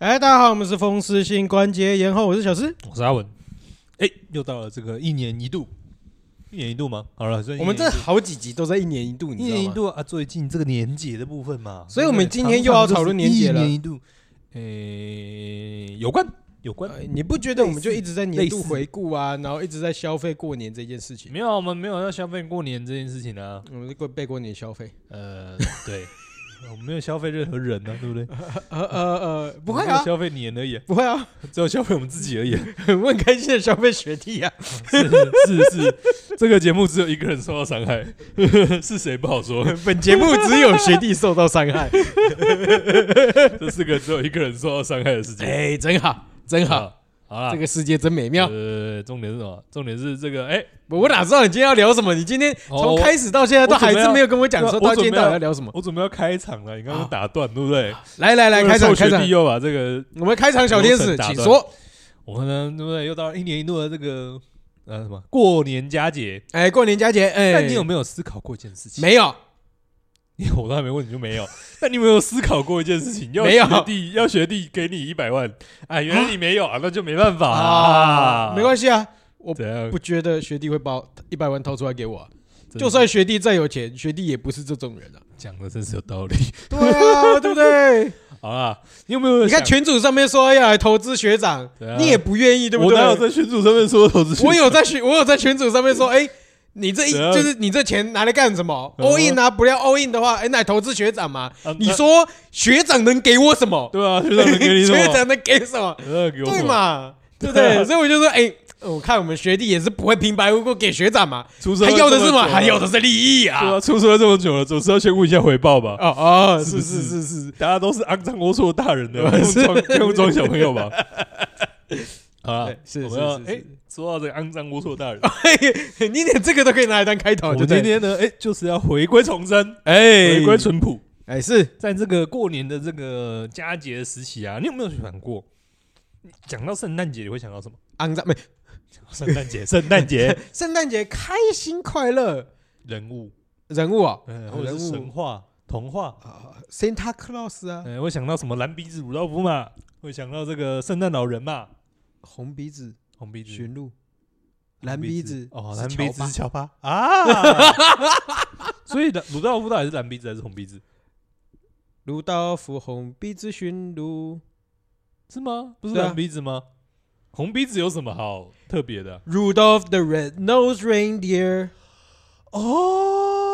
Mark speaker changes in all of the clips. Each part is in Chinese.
Speaker 1: 哎大家好，我们是风湿性关节炎后，我是小诗。
Speaker 2: 我是阿文。哎、又到了这个一年一度，一年一度吗？好了，所以
Speaker 1: 我们
Speaker 2: 这
Speaker 1: 这好几集都在一年一度，
Speaker 2: 一
Speaker 1: 你知
Speaker 2: 年一
Speaker 1: 道吗？
Speaker 2: 度啊，最近这个年节的部分嘛，
Speaker 1: 所以我们
Speaker 2: 对不对
Speaker 1: 今天又要讨论年节了
Speaker 2: 常常就是一年一度，诶、有关有关，
Speaker 1: 呃你不觉得我们就一直在年度
Speaker 2: 类似
Speaker 1: 回顾啊，然后一直在消费过年这件事情？
Speaker 2: 没有啊，我们没有要消费过年这件事情啊。
Speaker 1: 我们是过被过年消费？
Speaker 2: 呃，对，我们没有消费任何人呢、啊，对不对？
Speaker 1: 呃呃呃，不会
Speaker 2: 我们
Speaker 1: 啊
Speaker 2: 只，有消费年而已啊，
Speaker 1: 不会啊，
Speaker 2: 只有消费我们自己而已啊。
Speaker 1: 我很开心的消费学弟 啊。
Speaker 2: 是是是，这个节目只有一个人受到伤害， 是谁不好说。
Speaker 1: 本节目只有学弟受到伤害，
Speaker 2: 这是个只有一个人受到伤害的事 情。
Speaker 1: 哎，真好，真 好，
Speaker 2: 好，好啦，
Speaker 1: 这个世界真美妙。
Speaker 2: 呃，重点是什么？重点是这个，哎、
Speaker 1: 我哪知道你今天要聊什么？你今天
Speaker 2: 哦
Speaker 1: 从开始到现在都
Speaker 2: 我准
Speaker 1: 还
Speaker 2: 备
Speaker 1: 是
Speaker 2: 要
Speaker 1: 没有跟我讲说
Speaker 2: 我
Speaker 1: 到
Speaker 2: 准备
Speaker 1: 今天到底
Speaker 2: 要
Speaker 1: 要聊什么。
Speaker 2: 我准备要开场了，你刚刚
Speaker 1: 好
Speaker 2: 打断，对不 对？
Speaker 1: 来来来，
Speaker 2: 为了
Speaker 1: 开场
Speaker 2: 臭
Speaker 1: 开
Speaker 2: 学
Speaker 1: 场
Speaker 2: 弟，又把这个，
Speaker 1: 我们开场小天使，请
Speaker 2: 流程打断
Speaker 1: 说。
Speaker 2: 我们呢，对不对？又到了一年一度的这个呃什么过年佳节，
Speaker 1: 哎，过年佳节，哎，
Speaker 2: 但你有没有思考过一件事情？
Speaker 1: 没有？
Speaker 2: 没，我都还没 问你就没有。但你有没有思考过一件事 情？要
Speaker 1: 没有
Speaker 2: 学弟，要学弟给你一百万，啊，原来你没有啊，那就没办法
Speaker 1: 啊，没
Speaker 2: 系，
Speaker 1: 关系啊，我
Speaker 2: 怎样
Speaker 1: 不？觉得学弟会把一百万掏出来给我啊、
Speaker 2: 真的
Speaker 1: 就算学弟再有钱，学弟也不是这种人啊。
Speaker 2: 讲的真是有道理。
Speaker 1: 对啊，对不对？
Speaker 2: 好啦，你有没有
Speaker 1: 你看
Speaker 2: 想？
Speaker 1: 群主上面说要来投资学长
Speaker 2: 对啊，
Speaker 1: 你也不愿意，对不
Speaker 2: 我
Speaker 1: 对
Speaker 2: 哪？有在群主上面说投资学
Speaker 1: 我有在群，我有在群主上面说，
Speaker 2: 啊
Speaker 1: 哎，你这一
Speaker 2: 怎样
Speaker 1: 就是你这钱拿来干什么
Speaker 2: 嗯哼
Speaker 1: ？all in 啊，不要 all in 的话，哎，那投资学长嘛
Speaker 2: 啊。
Speaker 1: 你说学长能给我什么？
Speaker 2: 对啊，学长能给你什 么？
Speaker 1: 学长能给什么？
Speaker 2: 呃，给我
Speaker 1: 对
Speaker 2: 什么？
Speaker 1: 嘛？对不
Speaker 2: 对
Speaker 1: 对？
Speaker 2: 啊
Speaker 1: 所以我就说，哎、我看我们学弟也是不会平白无故给学长嘛，
Speaker 2: 出社
Speaker 1: 他
Speaker 2: 会
Speaker 1: 要的是
Speaker 2: 这
Speaker 1: 什
Speaker 2: 么
Speaker 1: 么？
Speaker 2: 久了
Speaker 1: 他要的是利益
Speaker 2: 对
Speaker 1: 啊！
Speaker 2: 啊，出社会这么久了，总是要先问一下回报吧。
Speaker 1: 哦哦，
Speaker 2: 是
Speaker 1: 是
Speaker 2: 不
Speaker 1: 是
Speaker 2: 是
Speaker 1: 是是，
Speaker 2: 大家都是肮脏龌龊的大人的，不用
Speaker 1: 是
Speaker 2: 装不用装小朋友 吧？好啦
Speaker 1: 对，是
Speaker 2: 我们要
Speaker 1: 是是
Speaker 2: 哎，哦说到这个肮脏龌龊的大人，
Speaker 1: 嘿你连这个都可以拿来当开头，
Speaker 2: 我
Speaker 1: 对
Speaker 2: 们
Speaker 1: 不
Speaker 2: 今
Speaker 1: 对？
Speaker 2: 天呢，哎，就是要回归重生，
Speaker 1: 哎
Speaker 2: 回归淳朴。
Speaker 1: 哎是，
Speaker 2: 在这个过年的这个佳节时期啊，你有没有想过？讲到圣诞节，你会想到什么？
Speaker 1: 肮脏没？
Speaker 2: 圣诞节，圣诞节
Speaker 1: 圣诞节开心快乐
Speaker 2: 人物，
Speaker 1: 人物哦，
Speaker 2: 嗯，或者是
Speaker 1: 人
Speaker 2: 神
Speaker 1: 物
Speaker 2: 话、童话，
Speaker 1: 啊，Santa Claus 啊，
Speaker 2: 嗯，会想到什么蓝鼻子鲁道夫嘛，会想到这个圣诞老人嘛，
Speaker 1: 红鼻子
Speaker 2: 红鼻子、
Speaker 1: 驯鹿，蓝鼻子
Speaker 2: 哦，
Speaker 1: 是
Speaker 2: 蓝
Speaker 1: 乔
Speaker 2: 鼻嗯子
Speaker 1: 巴
Speaker 2: 是乔巴 啊。所以的鲁道夫到底是蓝鼻子还是红鼻子？
Speaker 1: 鲁道夫红鼻子驯鹿，
Speaker 2: 是吗？不是
Speaker 1: 对啊
Speaker 2: 蓝鼻子吗？红鼻子有什么好特别的？
Speaker 1: Rudolph the Red-Nosed Reindeer。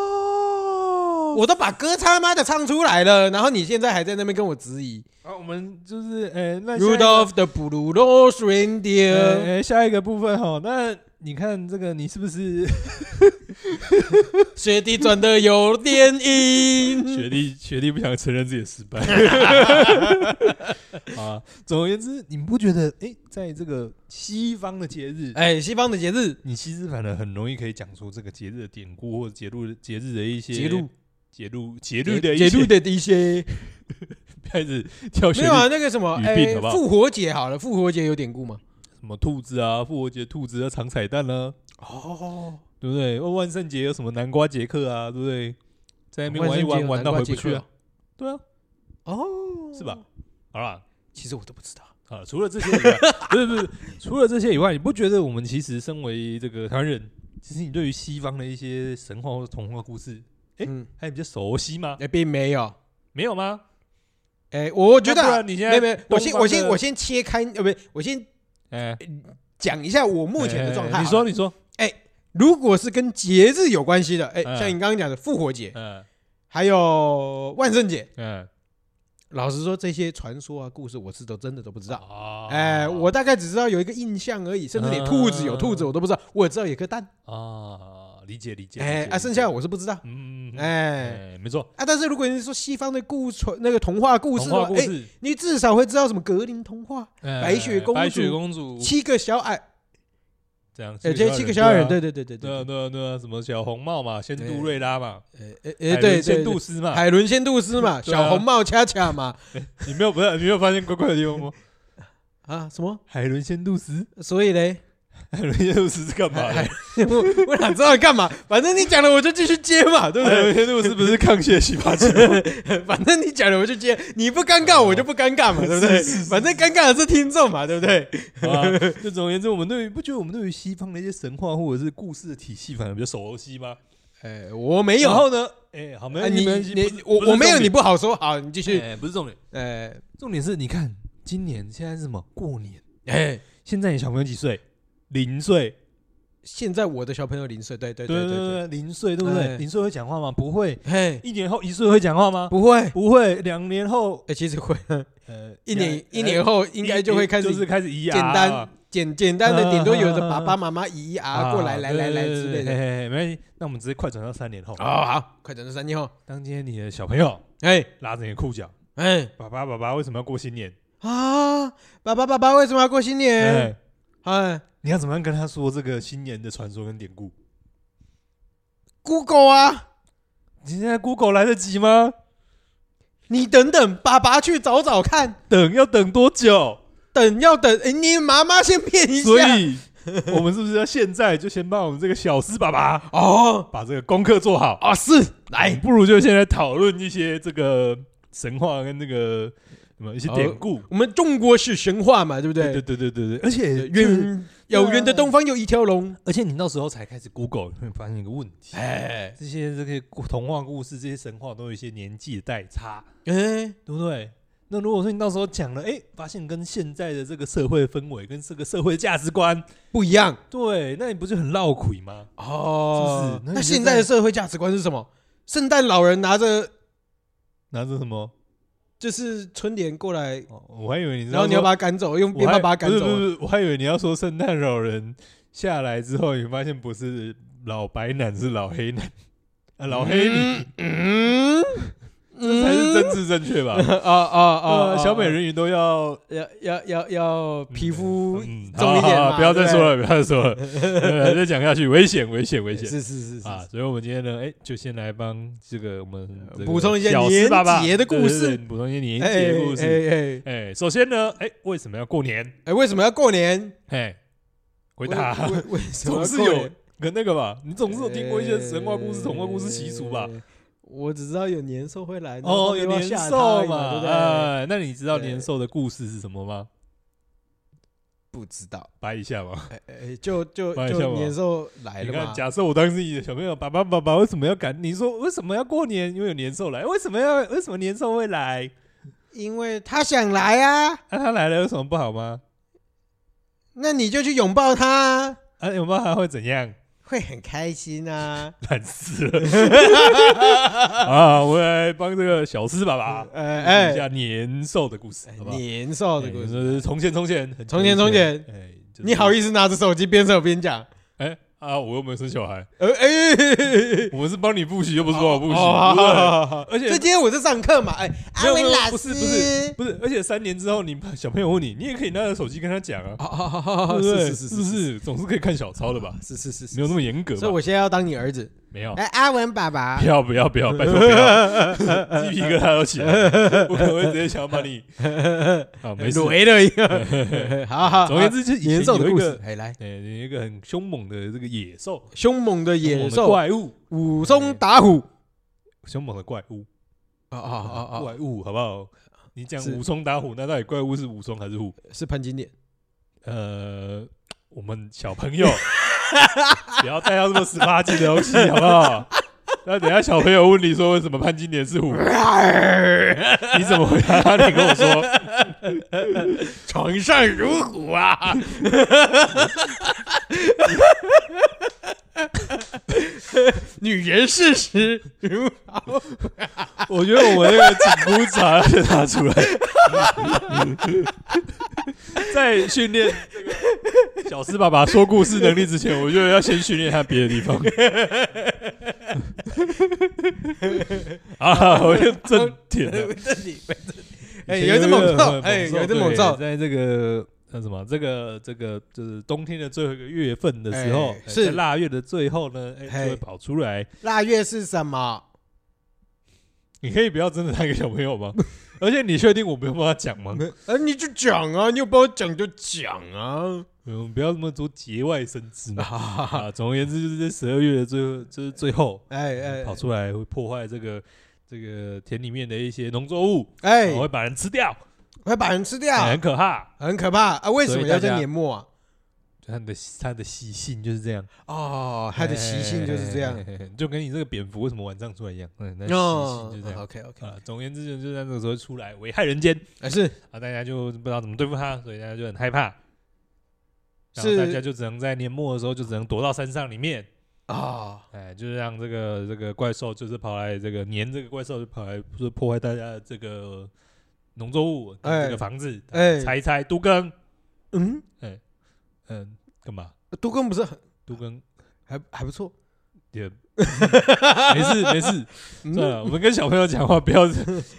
Speaker 2: 哦
Speaker 1: 我都把歌他妈的唱出来了，然后你现在还在那边跟我质疑。
Speaker 2: 啊，我们就是呃，那下一个
Speaker 1: Rudolph the Blue Nose Reindeer，
Speaker 2: 呃，下一个部分哈，那你看这个，你是不是
Speaker 1: 雪地转的有点
Speaker 2: 学
Speaker 1: 硬。
Speaker 2: 弟学弟不想承认自己的失败 啊。总而言之，你不觉得哎、诶在这个西方的节日，
Speaker 1: 哎，西方的节日，
Speaker 2: 你其实反而很容易可以讲出这个节日的典故或者节日节日的一些
Speaker 1: 节录
Speaker 2: 节录节
Speaker 1: 节
Speaker 2: 日的一
Speaker 1: 节
Speaker 2: 些
Speaker 1: 日的一些，
Speaker 2: 开始挑
Speaker 1: 没
Speaker 2: 选
Speaker 1: 有啊，那个什么，
Speaker 2: 语病
Speaker 1: 哎
Speaker 2: 好不，好
Speaker 1: 复活节好了，复活节有典故吗？
Speaker 2: 什么兔子啊，复活节兔子啊，藏彩蛋啊，
Speaker 1: 哦，
Speaker 2: 对不对？万圣节有什么南瓜杰克啊，对不对？在那边玩一
Speaker 1: 哦圣节
Speaker 2: 玩，
Speaker 1: 有
Speaker 2: 玩到
Speaker 1: 南瓜
Speaker 2: 回不
Speaker 1: 节
Speaker 2: 去
Speaker 1: 课
Speaker 2: 啊，对啊，
Speaker 1: 哦，
Speaker 2: 是吧？？好啦，
Speaker 1: 其实我都不知道。
Speaker 2: 啊，除了这些以外，不是不是，除了这些以外，你不觉得我们其实身为这个台湾人，其实你对于西方的一些神话或者童话故事，哎
Speaker 1: 嗯，
Speaker 2: 还比较熟悉吗？
Speaker 1: 哎，并没有。
Speaker 2: 没有吗？
Speaker 1: 哎，我觉
Speaker 2: 那不
Speaker 1: 得
Speaker 2: 然你现
Speaker 1: 没
Speaker 2: 在
Speaker 1: 有没有，我先
Speaker 2: 东方的
Speaker 1: 我先我先切开，呃，不是，我先
Speaker 2: 哎，
Speaker 1: 讲一下我目前的状态。啊
Speaker 2: 哎你说，你说，
Speaker 1: 如果是跟节日有关系的，哎、
Speaker 2: 嗯
Speaker 1: 像你刚刚讲的复活节，
Speaker 2: 嗯
Speaker 1: 还有万圣节，
Speaker 2: 嗯，
Speaker 1: 老实说，这些传说啊、故事，我是都真的都不知道。
Speaker 2: 啊
Speaker 1: 哎、我大概只知道有一个印象而已，甚至连兔子有兔子我都不知道，我只知道有颗蛋。
Speaker 2: 啊，理解理解，
Speaker 1: 哎、
Speaker 2: 理解
Speaker 1: 啊，剩下我是不知道。
Speaker 2: 嗯，嗯嗯
Speaker 1: 哎、
Speaker 2: 哎，没错，
Speaker 1: 啊，但是如果你是说西方的故传那个童话故事
Speaker 2: 童
Speaker 1: 的话，
Speaker 2: 话故
Speaker 1: 哎、
Speaker 2: 事，
Speaker 1: 你至少会知道什么格林童话、
Speaker 2: 哎
Speaker 1: 白雪公主
Speaker 2: 白雪公主，
Speaker 1: 七个小矮，
Speaker 2: 这样，
Speaker 1: 呃，这哦七个小矮人，
Speaker 2: 对
Speaker 1: 对
Speaker 2: 啊。
Speaker 1: 对对对
Speaker 2: 对
Speaker 1: 对，
Speaker 2: 啊对啊对啊，什么小红帽嘛，仙
Speaker 1: 对
Speaker 2: 杜瑞拉嘛，
Speaker 1: 呃
Speaker 2: 海
Speaker 1: 呃
Speaker 2: 伦
Speaker 1: 对
Speaker 2: 仙
Speaker 1: 对
Speaker 2: 杜
Speaker 1: 对，
Speaker 2: 斯嘛，
Speaker 1: 海伦仙杜斯嘛，
Speaker 2: 对啊
Speaker 1: 小红帽恰恰 嘛，
Speaker 2: 你 没有不是你没有发现怪怪的地方吗？
Speaker 1: 啊什么？
Speaker 2: 海伦仙杜斯，
Speaker 1: 所以嘞，
Speaker 2: 海伦耶鲁斯是干嘛的？
Speaker 1: 我我想知道干嘛，反正你讲了我就继续接嘛，对不
Speaker 2: 海
Speaker 1: 对？
Speaker 2: 伦耶鲁斯不是抗谢洗 发精？
Speaker 1: 反正你讲了我就接，你不尴尬我就不尴尬嘛，对不对？反正尴尬的是听众嘛，对不 对？
Speaker 2: 好吧就总而言之，我们对于不觉得我们对于西方的一些神话或者是故事的体系反而比较熟悉吗？
Speaker 1: 哎，我没
Speaker 2: 然
Speaker 1: 有，
Speaker 2: 后呢？哎，好，没
Speaker 1: 啊
Speaker 2: 有
Speaker 1: 你
Speaker 2: 没关系，不
Speaker 1: 你
Speaker 2: 是
Speaker 1: 我我没有，你，
Speaker 2: 不
Speaker 1: 不好说，好，你继
Speaker 2: 是重
Speaker 1: 续，
Speaker 2: 点哎，不是重点，
Speaker 1: 哎
Speaker 2: 重点是你看今年现在是什么？过年，
Speaker 1: 哎，
Speaker 2: 现在你小朋友几岁？零岁，
Speaker 1: 现在我的小朋友零岁，对对
Speaker 2: 对
Speaker 1: 对对对，
Speaker 2: 对，零岁对不对？
Speaker 1: 哎
Speaker 2: 零岁会讲话吗？不会。
Speaker 1: 嘿，
Speaker 2: 一年后一岁会讲话吗？
Speaker 1: 不会，
Speaker 2: 不会。两年后，
Speaker 1: 哎，其实会，
Speaker 2: 呃，
Speaker 1: 一年
Speaker 2: 两
Speaker 1: 一
Speaker 2: 呃
Speaker 1: 年后应该哎就会开始
Speaker 2: 就是开始咿呀
Speaker 1: 简单
Speaker 2: 啊
Speaker 1: 简简单的，顶多有的爸爸妈妈姨
Speaker 2: 啊
Speaker 1: 啊过来来来来之类。
Speaker 2: 对对对对
Speaker 1: 的。
Speaker 2: 嘿嘿嘿没关系，那我们直接快转到三年后。
Speaker 1: 哦，好，快转到三天后。
Speaker 2: 当今天你的小朋友
Speaker 1: 哎
Speaker 2: 拉着你的裤脚，
Speaker 1: 哎
Speaker 2: 爸爸爸爸为什么要过新年？
Speaker 1: 啊，爸爸爸爸为什么要过新年？
Speaker 2: 哎，
Speaker 1: 哎
Speaker 2: 你要怎么样跟他说这个新年的传说跟典故？
Speaker 1: ，Google 啊，
Speaker 2: 你现在 Google 来得及吗？
Speaker 1: 你等等，爸爸去找找看。
Speaker 2: 等要等多久？
Speaker 1: 等要等，哎，你妈妈先骗一下。
Speaker 2: 所以 我们是不是要现在就先帮我们这个小思爸 爸
Speaker 1: 哦
Speaker 2: 把这个功课做好？
Speaker 1: 哦是，
Speaker 2: 我们
Speaker 1: 来
Speaker 2: 不如就现在讨论一些这个神话跟那个什么一些典故。
Speaker 1: 我们中国是神话嘛，对不
Speaker 2: 对
Speaker 1: 对？
Speaker 2: 对对对对，而且就是
Speaker 1: 远有缘的东方有一条龙。
Speaker 2: 而且你到时候才开始 Google，你会 发现一个问题：
Speaker 1: 哎
Speaker 2: 这些这个故童话故事、这些神话都有一些年纪的代差，
Speaker 1: 哎
Speaker 2: 对不对？那如果说你到时候讲了，哎，发现跟现在的这个社会氛围跟这个社会价值观，
Speaker 1: 不一样
Speaker 2: 对，那你不就很绕鬼吗？
Speaker 1: 哦
Speaker 2: 是。不是那你就
Speaker 1: 那现在的
Speaker 2: 在
Speaker 1: 社会价值观是什么？圣诞老人拿着
Speaker 2: 拿着什么？
Speaker 1: 就是春联过来，
Speaker 2: 哦我还以为你知道
Speaker 1: 然后你要
Speaker 2: 说
Speaker 1: 把他赶走，用
Speaker 2: 我
Speaker 1: 鞭
Speaker 2: 还
Speaker 1: 炮把他赶
Speaker 2: 不是不
Speaker 1: 走。
Speaker 2: 是不是，我还以为你要说圣诞老人下来之后，你发现不是老白男，是老黑男，啊，老黑女、
Speaker 1: 嗯，嗯
Speaker 2: 才是政治正 确吧？
Speaker 1: 啊啊啊！
Speaker 2: 啊，小美人鱼都要
Speaker 1: 要要要要皮肤
Speaker 2: 嗯
Speaker 1: 重一点嘛，
Speaker 2: 好好好不要再
Speaker 1: 对
Speaker 2: 说
Speaker 1: 对
Speaker 2: 了，不要再 说了，呃再讲下去危险，危险，危险
Speaker 1: 是是是是，
Speaker 2: 啊！所以我们今天呢，哎，就先来帮这个我们这个
Speaker 1: 补充一些
Speaker 2: 小四
Speaker 1: 年
Speaker 2: 爸爸
Speaker 1: 节的故
Speaker 2: 对对
Speaker 1: 事
Speaker 2: 对补充一些年
Speaker 1: 哎
Speaker 2: 节的故事。
Speaker 1: 哎哎
Speaker 2: 哎，首先呢，哎，为什么要过年？
Speaker 1: 哎，为什么要过年？
Speaker 2: 哎，回答
Speaker 1: 为为为什么
Speaker 2: 总
Speaker 1: 要
Speaker 2: 是
Speaker 1: 过
Speaker 2: 有
Speaker 1: 年
Speaker 2: 跟那个吧，你总是有听过一些神话故事、
Speaker 1: 哎
Speaker 2: 童话故事习俗吧？
Speaker 1: 我只知道有年兽会来，然后
Speaker 2: 哦，有
Speaker 1: 哎要
Speaker 2: 年
Speaker 1: 吓它
Speaker 2: 兽
Speaker 1: 而已嘛，对不对？
Speaker 2: 哎，那你知道
Speaker 1: 对
Speaker 2: 年兽的故事是什么吗？
Speaker 1: 不知道，
Speaker 2: 掰一下吧。
Speaker 1: 哎哎，就就
Speaker 2: 玩一下
Speaker 1: 就
Speaker 2: 嘛
Speaker 1: 年兽来
Speaker 2: 你
Speaker 1: 了
Speaker 2: 看，
Speaker 1: 嘛，
Speaker 2: 假设我当时你的小朋友，爸爸爸爸为什么要赶？你说为什么要过年？因为有年兽来，为什么要？为什么年兽会来？
Speaker 1: 因为他想来啊。
Speaker 2: 那、他来了有什么不好吗？
Speaker 1: 那你就去拥抱他啊，
Speaker 2: 啊，有没有还会怎样？
Speaker 1: 会很开心 啊！
Speaker 2: 懒死了 啊！我来帮这个小狮爸爸
Speaker 1: 哎哎，
Speaker 2: 讲一下年兽的故事，好不好？
Speaker 1: 年少的故
Speaker 2: 哎
Speaker 1: 事，
Speaker 2: 就是从前从前，很久
Speaker 1: 从前
Speaker 2: 以
Speaker 1: 从前，
Speaker 2: 哎，就是
Speaker 1: 你好意思拿着手机边走边讲？
Speaker 2: 哎啊！我又没有生小孩，
Speaker 1: 呃哎，
Speaker 2: 我们是帮你复习，又不是帮我复习，
Speaker 1: 哦
Speaker 2: 对不对
Speaker 1: 好好好
Speaker 2: 而且
Speaker 1: 这今天我在上课嘛，哎，
Speaker 2: 没
Speaker 1: 阿
Speaker 2: 有没
Speaker 1: 文
Speaker 2: 有
Speaker 1: 老师，
Speaker 2: 不是不是，不是，而且三年之后，你小朋友问你，你也可以拿着手机跟他讲啊，
Speaker 1: 哦哦哦
Speaker 2: 对
Speaker 1: 哦，
Speaker 2: 不对？
Speaker 1: 是是
Speaker 2: 不
Speaker 1: 是是
Speaker 2: 是？总是可以看小抄的吧？
Speaker 1: 是是是是
Speaker 2: 没有那么严格吧
Speaker 1: 所以？我现在要当你儿子，
Speaker 2: 没有，
Speaker 1: 哎，阿文爸爸
Speaker 2: 不，要不要不要，拜托不要， 鸡皮疙瘩都起来了，我可能会直接想要 把你啊，没事。
Speaker 1: 雷了一个，好好，
Speaker 2: 总而言之，就是以前
Speaker 1: 哎年兽的
Speaker 2: 有一
Speaker 1: 故
Speaker 2: 个
Speaker 1: 事，，哎来，
Speaker 2: 哎，有一个很凶猛的这个野兽，
Speaker 1: 凶猛的
Speaker 2: 凶
Speaker 1: 野
Speaker 2: 猛的
Speaker 1: 兽，
Speaker 2: 怪物，
Speaker 1: 武松打虎，
Speaker 2: 凶猛的怪物，啊
Speaker 1: 哦哦哦哦，
Speaker 2: 怪物，好不好？你讲
Speaker 1: 是
Speaker 2: 武松打虎，那到底怪物是武松还是虎？
Speaker 1: 是潘金莲，
Speaker 2: 呃，我们小朋友 不要带到这么十八禁的东西，好不好？那等一下小朋友问你说为什么潘金莲 是虎，你怎么回答他？你跟我说，
Speaker 1: 床上如虎啊！女人事实如好，
Speaker 2: 我觉得我们那个紧箍爪要先拿 出来，在训练这个小狮爸爸说故事能力之前，我觉得要先训练他别的地方。啊，我就正点了。
Speaker 1: 这里 哎
Speaker 2: 以前
Speaker 1: 有一只
Speaker 2: 猛
Speaker 1: 猛兽哎有一只猛兽
Speaker 2: 对在这个那什么，这个这个就是冬天的最后一个月份的时候
Speaker 1: 哎，
Speaker 2: 哎
Speaker 1: 是
Speaker 2: 在腊月的最后呢，哎，
Speaker 1: 嘿
Speaker 2: 就会跑出来。
Speaker 1: 腊月是什么？
Speaker 2: 你可以不要真的当一个小朋友吗？ 而且你确定我不用帮他讲吗？
Speaker 1: 哎，你就讲啊，你有帮我讲就讲啊。
Speaker 2: 嗯，不要那么多节外生 枝嘛。啊，总而言之，就是在十二月的最后，就是最后
Speaker 1: 哎哎
Speaker 2: 跑出来会破坏这个这个田里面的一些农作物，
Speaker 1: 哎
Speaker 2: 然后，会把人吃掉，
Speaker 1: 会把人吃掉，
Speaker 2: 哎很可怕。
Speaker 1: 很可怕啊！为什么要
Speaker 2: 所以大
Speaker 1: 在
Speaker 2: 家
Speaker 1: 年末啊？
Speaker 2: 它的它的习性就是这样，
Speaker 1: 哦，它的习性就是这样
Speaker 2: 嘿，嘿嘿 嘿就跟你这个蝙蝠为什么晚上出来一样，嗯，那哎习
Speaker 1: 哦
Speaker 2: 性就这样。
Speaker 1: OK OK，
Speaker 2: 啊，总而言之，就是在那个时候出来危害人间
Speaker 1: 哎是
Speaker 2: 啊，大家就不知道怎么对付它，所以大家就很害怕，然后
Speaker 1: 是
Speaker 2: 大家就只能在年末的时候就只能躲到山上里面，
Speaker 1: 啊，
Speaker 2: 哎，就是让这个这个怪兽，就是跑来这个粘这个怪兽，就跑来就是破坏大家的这个农作物，跟
Speaker 1: 哎
Speaker 2: 这个房子，
Speaker 1: 哎
Speaker 2: 拆一拆，都更，
Speaker 1: 嗯，
Speaker 2: 嗯，干嘛？
Speaker 1: 都更不是很
Speaker 2: 都更
Speaker 1: 还还不错，
Speaker 2: 也没事没事，
Speaker 1: 嗯
Speaker 2: 算了，我们跟小朋友讲话 不要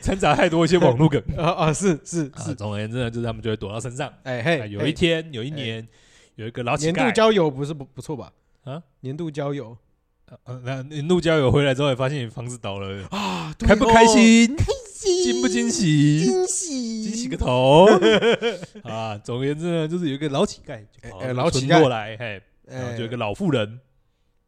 Speaker 2: 掺杂太多一些网络梗。
Speaker 1: 啊啊是是
Speaker 2: 啊，
Speaker 1: 是，
Speaker 2: 总而言之呢，就是他们就会躲到山上。
Speaker 1: 哎
Speaker 2: 啊
Speaker 1: 嘿，
Speaker 2: 有一
Speaker 1: 嘿
Speaker 2: 天，有一年，有一个老乞
Speaker 1: 年度
Speaker 2: 丐，
Speaker 1: 交友不是不不错吧？
Speaker 2: 啊，
Speaker 1: 年度交友
Speaker 2: 呃那年度交友回来之后，也发现房子倒了，
Speaker 1: 啊，对
Speaker 2: 开不
Speaker 1: 哦
Speaker 2: 开？心？惊
Speaker 1: 惊
Speaker 2: 不惊喜？
Speaker 1: 惊喜，
Speaker 2: 惊喜个头 啊！总而言之呢，就是有一个老乞丐就跑
Speaker 1: 哎哎
Speaker 2: 到
Speaker 1: 老乞丐
Speaker 2: 村落来，嘿，
Speaker 1: 哎，
Speaker 2: 然啊后就有一个老妇人，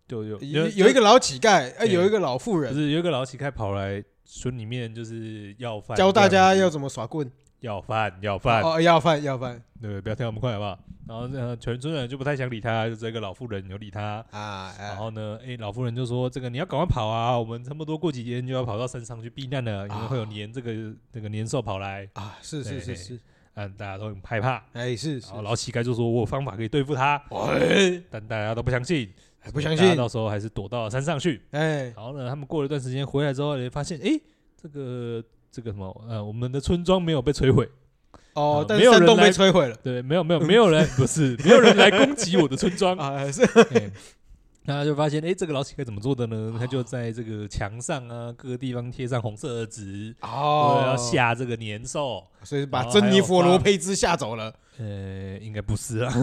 Speaker 2: 就有
Speaker 1: 有有一个老乞丐，哎，
Speaker 2: 对
Speaker 1: 有一个老妇
Speaker 2: 就
Speaker 1: 人，
Speaker 2: 是有一个老乞丐跑来村里面，就是要饭，
Speaker 1: 教大家
Speaker 2: 这
Speaker 1: 要
Speaker 2: 样子
Speaker 1: 怎么耍棍，
Speaker 2: 要饭要饭，
Speaker 1: 哦，要饭要饭
Speaker 2: 对，不要跳那么快好不好？然后呢，全村人就不太想理他，就这个老妇人有理他。
Speaker 1: 啊，哎
Speaker 2: 然后呢，哎，老妇人就说：“这个你要赶快跑啊，我们差不多过几天就要跑到山上去避难了，因为会有年这个这个年兽跑来，
Speaker 1: 啊，是是
Speaker 2: 对
Speaker 1: 是是，
Speaker 2: 嗯，大家都很害怕。”
Speaker 1: 哎是是
Speaker 2: 然，后老乞丐就说：“我有方法可以对付他。”
Speaker 1: 哎，
Speaker 2: 但大家都不相信，
Speaker 1: 还哎不相
Speaker 2: 大家
Speaker 1: 信，
Speaker 2: 到时候还是躲到山上去。
Speaker 1: 哎
Speaker 2: 然后呢，他们过了一段时间回来之后，也发现，哎，这个这个什么，呃，我们的村庄没有被摧毁，
Speaker 1: 哦
Speaker 2: 啊，
Speaker 1: 但
Speaker 2: 没
Speaker 1: 是
Speaker 2: 有
Speaker 1: 山
Speaker 2: 人
Speaker 1: 洞被
Speaker 2: 来
Speaker 1: 摧毁了
Speaker 2: 对，没有没有没有人， 不是没有人来攻击我的村庄。
Speaker 1: 啊，是
Speaker 2: 哎那他就发现，哎，这个老乞丐怎么做的呢？
Speaker 1: 哦
Speaker 2: 他就在这个墙上啊，各个地方贴上红色的纸，
Speaker 1: 哦
Speaker 2: 为了要吓这个年兽。
Speaker 1: 所以把
Speaker 2: 然后
Speaker 1: 珍
Speaker 2: 还
Speaker 1: 妮
Speaker 2: 有
Speaker 1: 佛罗
Speaker 2: 放
Speaker 1: 佩兹吓走了。
Speaker 2: 呃，应该不是啊，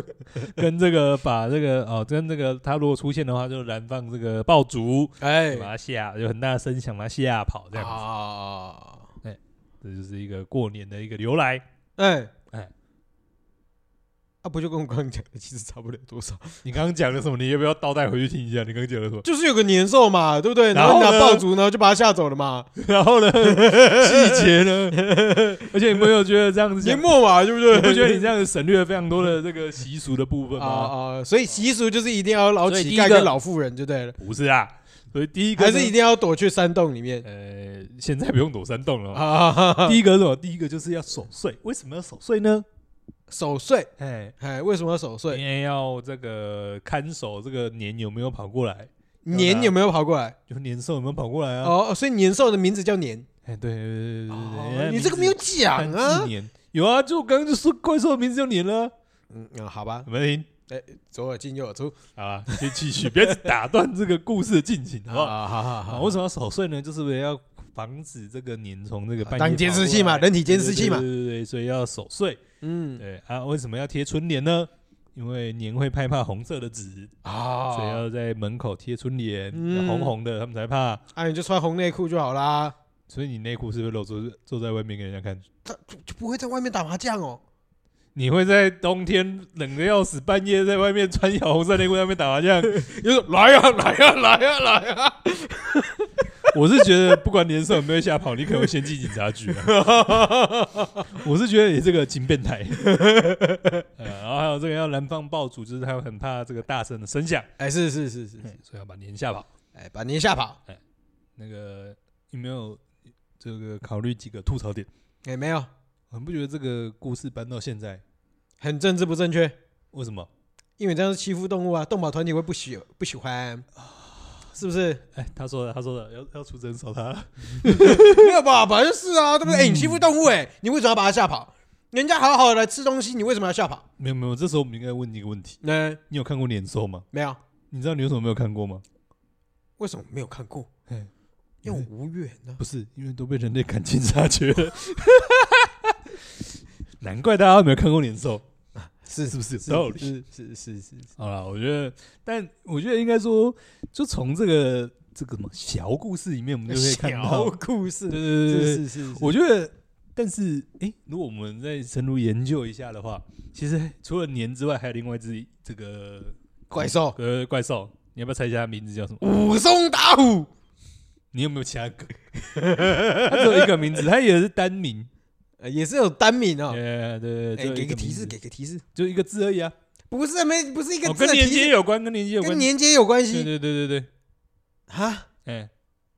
Speaker 2: 跟这个把这个哦，跟这个他如果出现的话，就燃放这个爆竹，
Speaker 1: 哎，
Speaker 2: 把它吓，有很大的声响把它吓跑，这样子，
Speaker 1: 啊，
Speaker 2: 这就是一个过年的一个由来。
Speaker 1: 哎
Speaker 2: 哎，
Speaker 1: 啊，不就跟我刚刚讲的其实差不了多少，？
Speaker 2: 你刚刚讲的什么？你要不要倒带回去听一下？你刚刚讲的什 么
Speaker 1: 就是有个年兽嘛，对不对？
Speaker 2: 然
Speaker 1: 然后
Speaker 2: 后
Speaker 1: 拿
Speaker 2: 呢
Speaker 1: 爆竹，然后就把他吓走了嘛。
Speaker 2: 然后呢？细节 呢？而且你没有觉得这样子
Speaker 1: 年
Speaker 2: 讲，你
Speaker 1: 末嘛，对不对？
Speaker 2: 不觉得你这样子省略了非常多的这个习俗的部 分
Speaker 1: 啊
Speaker 2: 吗？
Speaker 1: 啊，所以习俗就是一定要老
Speaker 2: 所以第
Speaker 1: 乞
Speaker 2: 一
Speaker 1: 丐
Speaker 2: 个
Speaker 1: 跟老妇人就对了，
Speaker 2: 不是啊，所以第一个
Speaker 1: 还
Speaker 2: 呢
Speaker 1: 是一定要躲去山洞里面
Speaker 2: 呃，现在不用躲山洞了嘛。
Speaker 1: 啊？
Speaker 2: 第一个是什么？第一个就是要守岁。为什么要守岁呢？
Speaker 1: 守岁，
Speaker 2: 哎，
Speaker 1: 哎，为什么要守
Speaker 2: 因
Speaker 1: 岁？
Speaker 2: 为要这个看守这个年有没有跑过来，啊
Speaker 1: 年有没有跑过来？
Speaker 2: 就是年兽有没有跑过来啊？
Speaker 1: 哦，所以年兽的名字叫年。
Speaker 2: 哎，对对对对哎对
Speaker 1: 哦
Speaker 2: 对，
Speaker 1: 你这个没有讲
Speaker 2: 讲
Speaker 1: 啊？
Speaker 2: 年有啊，就我刚刚就说怪兽的名字叫 年了，
Speaker 1: 嗯，嗯好吧，
Speaker 2: 有没有听？
Speaker 1: 左耳进右耳出。
Speaker 2: 好啊，先继续，别打断这个故事的进行，好不好？
Speaker 1: 啊，好好
Speaker 2: 啊，为什么要守岁呢？就是为了要防止这个年从这个半
Speaker 1: 啊
Speaker 2: 夜
Speaker 1: 当监视器嘛，
Speaker 2: 跑过来
Speaker 1: 人体监视器嘛
Speaker 2: 对。对对对对，所以要守岁。
Speaker 1: 嗯，
Speaker 2: 对啊，为什么要贴春联呢？因为年会害怕红色的纸，
Speaker 1: 啊
Speaker 2: 所以要在门口贴春联，
Speaker 1: 嗯
Speaker 2: 红红的，他们才怕。
Speaker 1: 啊，你就穿红内裤就好啦，
Speaker 2: 所以你内裤是不是露出，坐在外面给人家看？
Speaker 1: 就不会在外面打麻将哦。
Speaker 2: 你会在冬天冷的要死，半夜在外面穿小红色内裤在外面打麻 将？
Speaker 1: 就说来呀、 来呀、来呀、来啊呀、
Speaker 2: 我是觉得不管年兽有没有吓跑，你可能会先进警察局、啊。 我是觉得你这个金变态、 呃然后还有这个要燃放爆竹，就是他们很怕这个大声的声响，
Speaker 1: 哎，是是是是，是
Speaker 2: 所以要把年吓跑。
Speaker 1: 哎，把年吓跑。
Speaker 2: 那个有没有这个考虑几个吐槽点？
Speaker 1: 哎，没有，
Speaker 2: 我很不觉得这个故事搬到现在，
Speaker 1: 很政治不正确，
Speaker 2: 为什么？
Speaker 1: 因为这样是欺负动物啊，动保团体会不喜不喜欢，是不是？
Speaker 2: 哎，他说的，他说的，要要出征手他。
Speaker 1: 没有吧，本来就是啊，对不对？哎，你欺负动物、哎，你为什么要把它吓跑？人家好好的吃东西，你为什么要吓跑？
Speaker 2: 没有没有，这时候我们应该问你一个问题：
Speaker 1: 嗯，
Speaker 2: 你有看过年兽吗？
Speaker 1: 没有，
Speaker 2: 你知道你为什么没有看过吗？
Speaker 1: 为什么没有看过？
Speaker 2: 嘿
Speaker 1: 因为我无缘 呢、
Speaker 2: 不是，因为都被人类赶尽杀绝了。 难怪大家没有看过年兽，
Speaker 1: 啊是
Speaker 2: 是不是有道理？
Speaker 1: 是是是是，
Speaker 2: 好啦，我觉得，但我觉得应该说，就从这个这个什么小故事里面，我们就可以看
Speaker 1: 小
Speaker 2: 到，
Speaker 1: 故事
Speaker 2: 对对对对，
Speaker 1: 是是是，
Speaker 2: 我觉得但是，诶，如果我们再深入研究一下的话，其实除了年之外，还有另外一只这个
Speaker 1: 怪兽
Speaker 2: 呃怪兽，你要不要猜一下它名字叫什么？
Speaker 1: 武松打虎，
Speaker 2: 你有没有其 他梗？它只有一个名字，它也是单名。
Speaker 1: 呃也是有单名哦。
Speaker 2: 呃，对对
Speaker 1: 哎，
Speaker 2: 对，
Speaker 1: 给
Speaker 2: 个
Speaker 1: 个提示，
Speaker 2: 名字
Speaker 1: 给个提示，
Speaker 2: 就一个字而已啊。
Speaker 1: 不是没不是一个
Speaker 2: 哦，
Speaker 1: 字
Speaker 2: 跟
Speaker 1: 的
Speaker 2: 年
Speaker 1: 提
Speaker 2: 接
Speaker 1: 示，
Speaker 2: 有关，跟年接有关
Speaker 1: 跟。年节有关
Speaker 2: 对
Speaker 1: 系
Speaker 2: 对对对对，
Speaker 1: 啊？
Speaker 2: 哎，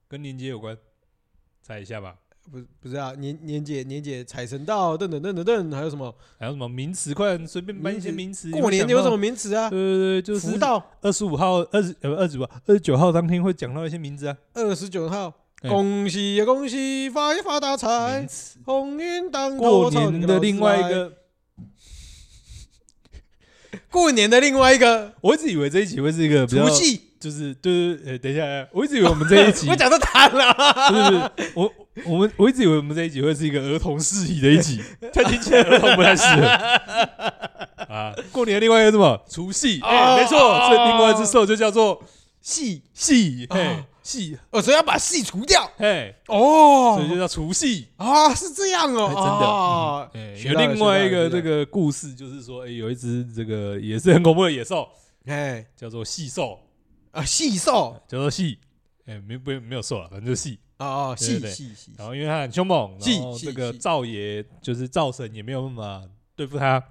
Speaker 2: 跟年接有关，猜一下吧。
Speaker 1: 不不知道年年节年节财神到，噔噔噔噔噔，还有什么
Speaker 2: 还有什么名词？快点随便搬一些名词。
Speaker 1: 过年
Speaker 2: 有没
Speaker 1: 有
Speaker 2: 有
Speaker 1: 什
Speaker 2: 想
Speaker 1: 么
Speaker 2: 到？
Speaker 1: 名词啊
Speaker 2: 对？对对，就是
Speaker 1: 福到
Speaker 2: 二十五号、二十呃二十五、二十九号当天会讲到一些名字啊，
Speaker 1: 二十九号，
Speaker 2: 哎
Speaker 1: 恭喜呀恭喜，发呀发大财
Speaker 2: 名，词。
Speaker 1: 鸿运当头。
Speaker 2: 过
Speaker 1: 操你
Speaker 2: 年
Speaker 1: 个
Speaker 2: 的
Speaker 1: 老
Speaker 2: 另
Speaker 1: 师
Speaker 2: 外一
Speaker 1: 来，
Speaker 2: 个，
Speaker 1: 过年的另外一个
Speaker 2: 我一直以为这一集会是一个比较
Speaker 1: 除，夕，
Speaker 2: 就是对对对，呃等一下，我一直以为我们这一 集
Speaker 1: 我讲到他了，
Speaker 2: 不是不是，我我们我一直以为我们这一集会是一个儿童适宜的一 集，但听起来儿童不太适合 啊。过年另外一个是什么？除夕，哎、
Speaker 1: 哦
Speaker 2: 没错，
Speaker 1: 哦
Speaker 2: 这另外一只兽就叫做
Speaker 1: 戏，
Speaker 2: 戏，嘿
Speaker 1: 哦，
Speaker 2: 戏，
Speaker 1: 哦，所以要把戏除掉
Speaker 2: 嘿，
Speaker 1: 哦
Speaker 2: 所以就叫除夕。
Speaker 1: 啊，是这样哦，
Speaker 2: 哎真的
Speaker 1: 哦
Speaker 2: 哎，
Speaker 1: 学
Speaker 2: 有
Speaker 1: 到了
Speaker 2: 另外一
Speaker 1: 学到
Speaker 2: 个
Speaker 1: 了
Speaker 2: 这
Speaker 1: 学到
Speaker 2: 个故事，就是说，哎，有一只这个也是很恐怖的野兽，
Speaker 1: 了哎
Speaker 2: 叫做细兽，
Speaker 1: 啊，戏兽
Speaker 2: 叫做细，哎，没不没有兽了，反正就是细。
Speaker 1: 哦，哦
Speaker 2: 嗯对
Speaker 1: 戏
Speaker 2: 对对
Speaker 1: 戏戏，
Speaker 2: 然后因为它很凶猛，
Speaker 1: 细
Speaker 2: 然后
Speaker 1: 细
Speaker 2: 这个
Speaker 1: 细
Speaker 2: 灶爷就是灶神也没有办法对付它，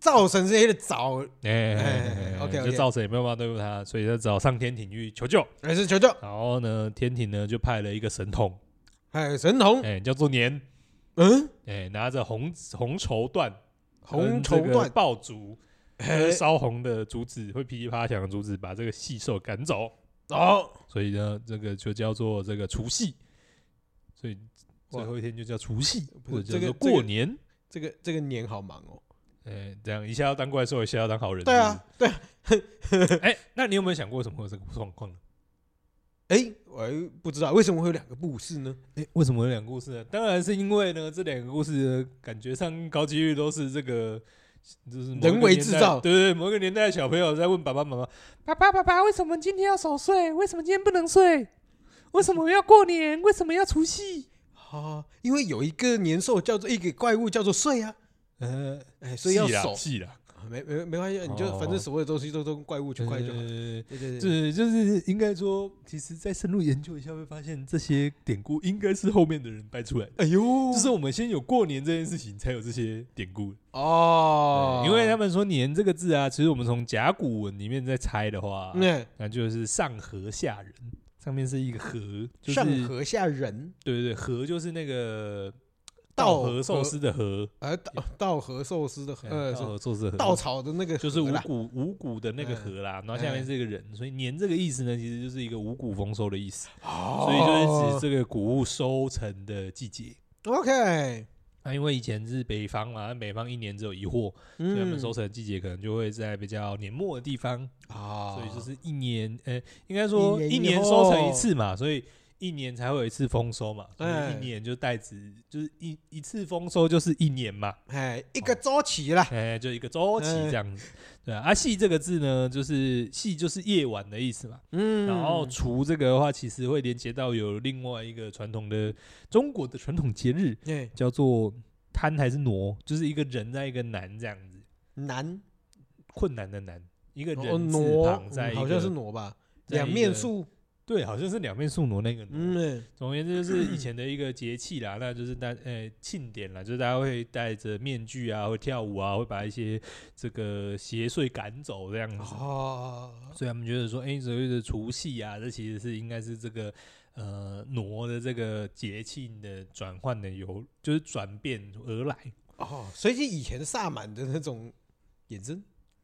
Speaker 1: 造成这些的早
Speaker 2: 哎哎哎哎哎
Speaker 1: OK，OK
Speaker 2: 就造成也没有办法对付他，所以他只好上天庭去求救。
Speaker 1: 还哎是求救，
Speaker 2: 然后呢，天庭呢就派了一个神童，
Speaker 1: 哎，神童，
Speaker 2: 哎、叫做年，
Speaker 1: 嗯，
Speaker 2: 哎、拿着红红绸缎，
Speaker 1: 红绸
Speaker 2: 跟这个
Speaker 1: 缎，
Speaker 2: 爆竹，
Speaker 1: 哎，
Speaker 2: 烧红的竹子会噼里啪啦响的竹子，把这个细兽赶走。
Speaker 1: 哦，
Speaker 2: 所以呢，这个就叫做这个除夕，所以最
Speaker 1: 哇
Speaker 2: 后一天就叫除夕，
Speaker 1: 不
Speaker 2: 或
Speaker 1: 是
Speaker 2: 者叫
Speaker 1: 这
Speaker 2: 做
Speaker 1: 个
Speaker 2: 过年。
Speaker 1: 这个这个年好忙哦，
Speaker 2: 哎、这样一下要当怪兽，一下要当好人。
Speaker 1: 对啊，对啊，
Speaker 2: 是不是，哎、那你有没有想过什么会有这个状况呢？
Speaker 1: 哎，我还不知道为什么会有两个故事呢？
Speaker 2: 诶，为什么有两个故事呢？当然是因为呢，这两个故事呃感觉上高几率都是这个，就是某一个
Speaker 1: 人为
Speaker 2: 年代
Speaker 1: 制造
Speaker 2: 对对，对某一个年代的小朋友在问爸爸妈妈：“爸爸，爸爸，为什么今天要守岁？为什么今天不能睡？为什么要过年？为什么要除夕
Speaker 1: 啊，因为有一个年兽叫做一个怪物叫做祟啊，？”
Speaker 2: 呃，
Speaker 1: 哎，所以要
Speaker 2: 戏啦
Speaker 1: 守，
Speaker 2: 戏啦，
Speaker 1: 啊没没没关系，你就
Speaker 2: 哦
Speaker 1: 反正所有东西都都跟怪物去快就好，
Speaker 2: 呃
Speaker 1: 对对对，
Speaker 2: 对，就是应该说，其实再深入研究一下，会发现这些典故应该是后面的人掰出来的。
Speaker 1: 哎呦，
Speaker 2: 就是我们先有过年这件事情，才有这些典故。
Speaker 1: 哦
Speaker 2: 对，因为他们说“年”这个字啊，其实我们从甲骨文里面再猜的话，
Speaker 1: 嗯，
Speaker 2: 那就是上河下人，上面是一个河，就是
Speaker 1: 上河下人，
Speaker 2: 对对对，河就是那个
Speaker 1: 稻
Speaker 2: 稻荷寿
Speaker 1: 荷
Speaker 2: 司的河，
Speaker 1: 呃，稻稻荷寿司的荷
Speaker 2: 哎
Speaker 1: 呃
Speaker 2: 稻
Speaker 1: 是
Speaker 2: 荷寿司的河，
Speaker 1: 稻草的那个
Speaker 2: 就是
Speaker 1: 河
Speaker 2: 五
Speaker 1: 啦
Speaker 2: 谷五谷的那个河啦，然后下面
Speaker 1: 哎
Speaker 2: 是一个人，所以“年”这个意思呢，其实就是一个五谷丰收的意思，
Speaker 1: 哦
Speaker 2: 所以就是指这个谷物收成的季节。
Speaker 1: OK，
Speaker 2: 那因为以前是北方嘛，那北方一年只有一货，所以他们
Speaker 1: 嗯
Speaker 2: 收成的季节可能就会在比较年末的地方。
Speaker 1: 啊，
Speaker 2: 所以就是一年，呃，应该说
Speaker 1: 一年
Speaker 2: 一
Speaker 1: 以
Speaker 2: 年收成一
Speaker 1: 后
Speaker 2: 次嘛，所以一年才会有一次丰收嘛，所以
Speaker 1: 哎
Speaker 2: 一年就代指就是一一次丰收就是一年嘛，
Speaker 1: 哎一个周期啦，
Speaker 2: 哎，就一个周期
Speaker 1: 嗯
Speaker 2: 这样子，对啊。啊，细这个字呢，就是细就是夜晚的意思嘛，
Speaker 1: 嗯，
Speaker 2: 然后除这个的话，其实会连接到有另外一个传统的中国的传统节日
Speaker 1: 哎
Speaker 2: 叫做摊还是挪，就是一个人在一个男这样子，
Speaker 1: 男
Speaker 2: 困难的难。一个
Speaker 1: 哦
Speaker 2: 人字
Speaker 1: 挪
Speaker 2: 旁在一个、
Speaker 1: 好像是挪吧，
Speaker 2: 在
Speaker 1: 两
Speaker 2: 一
Speaker 1: 面
Speaker 2: 个
Speaker 1: 树，
Speaker 2: 对，好像是两面宿挪那个挪，
Speaker 1: 嗯
Speaker 2: 总而言之，就是以前的一个节气 啦，那就是大呃庆典啦，就是大家会戴着面具啊，会跳舞啊，会把一些这个邪祟赶走这样子。
Speaker 1: 哦
Speaker 2: 所以他们觉得说，哎、所谓的除夕啊，这其实是应该是这个呃挪的这个节庆的转换的由，就是转变而来。
Speaker 1: 哦，所以就以前萨满的那种眼神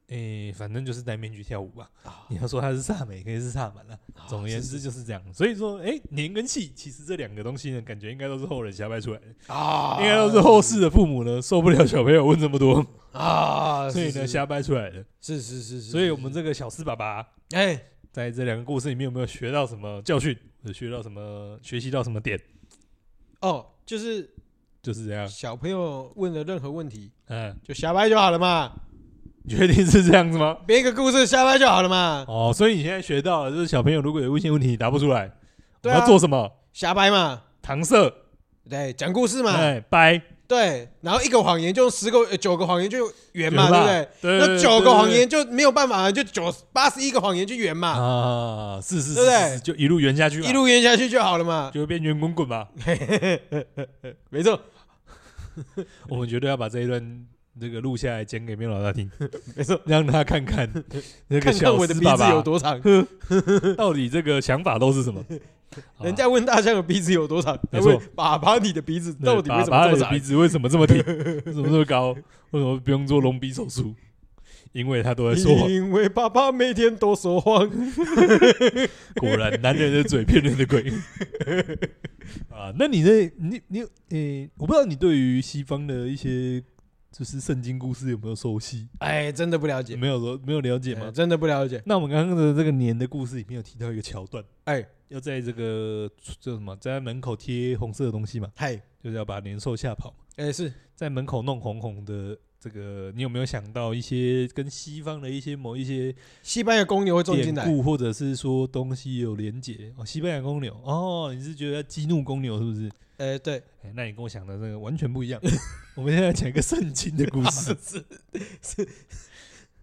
Speaker 2: 哎、反正就是戴面具跳舞吧。
Speaker 1: 啊
Speaker 2: 你要说它是萨满，也可以是萨满啦。
Speaker 1: 啊
Speaker 2: 总而言
Speaker 1: 是
Speaker 2: 之就是这样。所以说，哎、年跟气其实这两个东西呢，感觉应该都是后人瞎掰出来的。
Speaker 1: 啊，
Speaker 2: 应该都是后世的父母呢受不了小朋友问这么多，
Speaker 1: 啊，
Speaker 2: 所以呢
Speaker 1: 是
Speaker 2: 瞎掰出来的。
Speaker 1: 是是是是，
Speaker 2: 所以
Speaker 1: 是
Speaker 2: 我们这个小四爸爸
Speaker 1: 哎
Speaker 2: 在这两个故事里面有没有学到什么教训，有学到什么学习到什么点？
Speaker 1: 哦，就是
Speaker 2: 就是这样，
Speaker 1: 小朋友问了任何问题，
Speaker 2: 嗯，
Speaker 1: 就瞎掰就好了嘛，
Speaker 2: 你确定是这样子吗？
Speaker 1: 编一个故事瞎掰就好了嘛，
Speaker 2: 哦，所以你现在学到了，就是小朋友如果有问些问题你答不出来，我
Speaker 1: 对
Speaker 2: 们
Speaker 1: 啊
Speaker 2: 要做什么？
Speaker 1: 瞎掰嘛，
Speaker 2: 搪塞，
Speaker 1: 对，讲故事嘛，
Speaker 2: 哎，掰，
Speaker 1: 对，然后一个谎言就用十个、呃九个谎言就圆嘛，对
Speaker 2: 圆嘛
Speaker 1: 不对？
Speaker 2: 对，
Speaker 1: 那
Speaker 2: 对
Speaker 1: 九个谎。
Speaker 2: 对对
Speaker 1: 言就没有办法，就九八十一个谎言就圆嘛，
Speaker 2: 啊，是是是
Speaker 1: 对不对
Speaker 2: 是，是就一路圆下去嘛，
Speaker 1: 一路圆下去就好了嘛。
Speaker 2: 就会变圆滚滚嘛。
Speaker 1: 没错，
Speaker 2: 我们绝对要把这一段这个录下来，剪给面老大听，
Speaker 1: 没错，
Speaker 2: 让他看 看那个
Speaker 1: 看看
Speaker 2: 小
Speaker 1: 我的
Speaker 2: 斯
Speaker 1: 鼻
Speaker 2: 爸
Speaker 1: 子有
Speaker 2: 爸
Speaker 1: 多长。
Speaker 2: 到底这个想法都是什么。好吧
Speaker 1: 人家问大象的鼻子有多长，
Speaker 2: 没
Speaker 1: 他
Speaker 2: 错
Speaker 1: 问爸爸你的鼻子
Speaker 2: 对
Speaker 1: 到底为什
Speaker 2: 爸爸
Speaker 1: 么这么
Speaker 2: 的
Speaker 1: 长
Speaker 2: 鼻？子为什么 这么挺？为什么这么高？为什么不用做隆鼻手术？因为他都 在说谎。
Speaker 1: 因为爸爸每天都说谎。
Speaker 2: 果然，男人的嘴骗人 的鬼。啊，那你这你你诶、我不知道你对于西方的一些就是圣经故事有没有熟悉？
Speaker 1: 哎，真的不了解，
Speaker 2: 没有说没有了解
Speaker 1: 哎
Speaker 2: 吗？
Speaker 1: 真的不了解。
Speaker 2: 那我们刚刚的这个年的故事里面有提到一个桥段，
Speaker 1: 哎，
Speaker 2: 要在这个叫什么，在门口贴红色的东西嘛，
Speaker 1: 嗨，
Speaker 2: 就是要把年兽吓跑。
Speaker 1: 哎是，
Speaker 2: 在门口弄红红的这个，你有没有想到一些跟西方的一些某一些
Speaker 1: 西班牙公牛会撞进来。
Speaker 2: 典故，或者是说东西有连结？哦，西班牙公牛哦，你是觉得要激怒公牛是不是？
Speaker 1: 哎，对，
Speaker 2: 哎，那你跟我想的那个完全不一样。 我们现在讲一个圣经的故 事，
Speaker 1: 啊是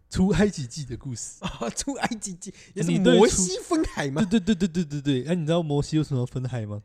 Speaker 2: 出埃及记的故事。
Speaker 1: 啊，出埃及记也是
Speaker 2: 你对
Speaker 1: 摩
Speaker 2: 出
Speaker 1: 西分海
Speaker 2: 对
Speaker 1: 嘛，
Speaker 2: 对对对对对对。哎、你知道摩西为什么要分海吗？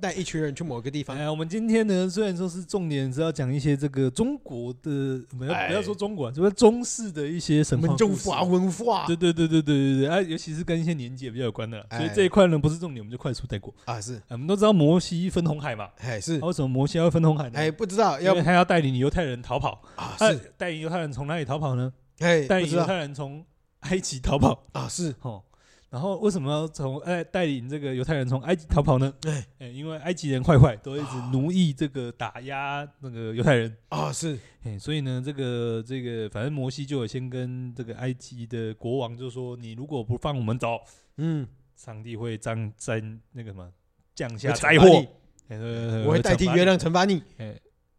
Speaker 1: 带一群人去某个地方
Speaker 2: 哎。呀，我们今天呢，虽然说是重点是要讲一些这个中国的，不要不要
Speaker 1: 哎
Speaker 2: 说中国啊，就是中式的一些
Speaker 1: 我
Speaker 2: 神话
Speaker 1: 们中
Speaker 2: 故事
Speaker 1: 华文化
Speaker 2: 对对对对对对对，啊，尤其是跟一些年纪也比较有关的啦，所以
Speaker 1: 哎
Speaker 2: 这一块呢不是重点，我们就快速带过。
Speaker 1: 啊是，
Speaker 2: 啊我们都知道摩西分红海嘛，
Speaker 1: 哎是
Speaker 2: 啊，为什么摩西要分红海呢？
Speaker 1: 哎不知道
Speaker 2: 因
Speaker 1: 要
Speaker 2: 为他要带领犹太人逃跑，
Speaker 1: 啊
Speaker 2: 他
Speaker 1: 是
Speaker 2: 带领犹太人从哪里逃跑呢？
Speaker 1: 哎
Speaker 2: 带
Speaker 1: 不
Speaker 2: 领
Speaker 1: 知
Speaker 2: 犹
Speaker 1: 道
Speaker 2: 太人从埃及逃跑，
Speaker 1: 啊是
Speaker 2: 哦。然后为什么要从哎带领这个犹太人从埃及逃跑呢？
Speaker 1: 哎
Speaker 2: 哎，因为埃及人坏坏，都一直奴役这个打压那个犹太人，
Speaker 1: 啊是
Speaker 2: 哎，所以呢，这个这个反正摩西就有先跟这个埃及的国王就说，你如果不放我们走，
Speaker 1: 嗯
Speaker 2: 上帝会降灾那个什么降下
Speaker 1: 会惩
Speaker 2: 灾
Speaker 1: 罚
Speaker 2: 祸
Speaker 1: 你，
Speaker 2: 哎对对对
Speaker 1: 我会代替
Speaker 2: 惩罚
Speaker 1: 月
Speaker 2: 你
Speaker 1: 亮惩罚你。
Speaker 2: 哎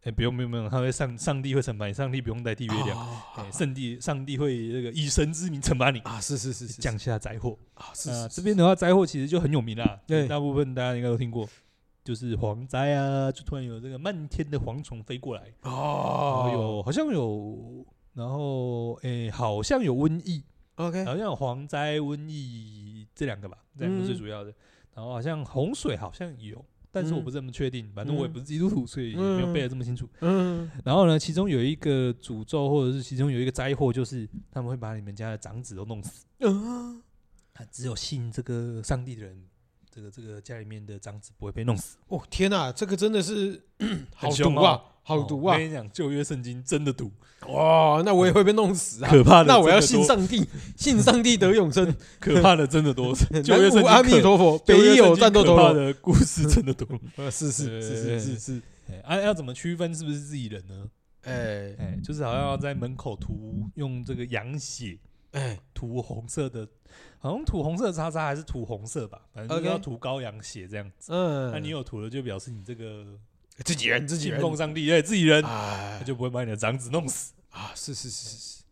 Speaker 2: 哎，不用不用不用，他会上上帝会惩罚你，上帝不用代替月亮，
Speaker 1: 啊
Speaker 2: 哎上帝上帝会这个以神之名惩罚你，
Speaker 1: 啊是是是是
Speaker 2: 降下灾祸。
Speaker 1: 啊是
Speaker 2: 那
Speaker 1: 是
Speaker 2: 呃这边的话，灾祸其实就很有名啦，
Speaker 1: 对
Speaker 2: 大部分大家应该都听过，就是蝗灾啊，就突然有这个漫天的蝗虫飞过来，然后
Speaker 1: 哦
Speaker 2: 有好像有，然后哎好像有瘟疫，
Speaker 1: 有 OK
Speaker 2: 好像有蝗灾、瘟疫这两个吧，这两个最主要的。然后好像洪水好像有，但是我
Speaker 1: 嗯
Speaker 2: 不是那么确定，反正我也
Speaker 1: 嗯
Speaker 2: 不是基督徒，所以也没有背得这么清楚。
Speaker 1: 嗯
Speaker 2: 然后呢，其中有一个诅咒，或者是其中有一个灾祸，就是他们会把你们家的长子都弄死。
Speaker 1: 嗯
Speaker 2: 啊，只有信这个上帝的人，这个这个家里面的长子不会被弄死。
Speaker 1: 哦天哪，这个真的是好
Speaker 2: 凶
Speaker 1: 毒
Speaker 2: 哦
Speaker 1: 啊，好毒
Speaker 2: 哦我
Speaker 1: 啊！
Speaker 2: 跟你讲，旧约圣经真的毒，
Speaker 1: 哦，那我也会被弄死啊！
Speaker 2: 可怕的。
Speaker 1: 那我要信，上帝，信上帝得永生。
Speaker 2: 可怕的真 的多。 旧约
Speaker 1: 南
Speaker 2: 圣
Speaker 1: 无
Speaker 2: 经
Speaker 1: 阿弥
Speaker 2: 可，
Speaker 1: 陀佛，
Speaker 2: 旧约
Speaker 1: 北
Speaker 2: 圣
Speaker 1: 有
Speaker 2: 经
Speaker 1: 战斗
Speaker 2: 可
Speaker 1: 陀
Speaker 2: 怕
Speaker 1: 螺。
Speaker 2: 的故事真 的多。
Speaker 1: 呃，是是是是是 是，
Speaker 2: 哎，啊，要怎么区分是不是自己人呢？
Speaker 1: 哎
Speaker 2: 哎，就是好像要在门口涂用这个羊血
Speaker 1: 哎
Speaker 2: 涂红色的，好像涂红色的叉叉还是涂红色吧，反正就是
Speaker 1: OK
Speaker 2: 要涂羔羊血这样子。
Speaker 1: 嗯，
Speaker 2: 那你有涂了，就表示你这个
Speaker 1: 自己人自己
Speaker 2: 信
Speaker 1: 人
Speaker 2: 奉上帝，哎，自己人，
Speaker 1: 哎
Speaker 2: 他就不会把你的长子弄死，
Speaker 1: 啊，是是是是是，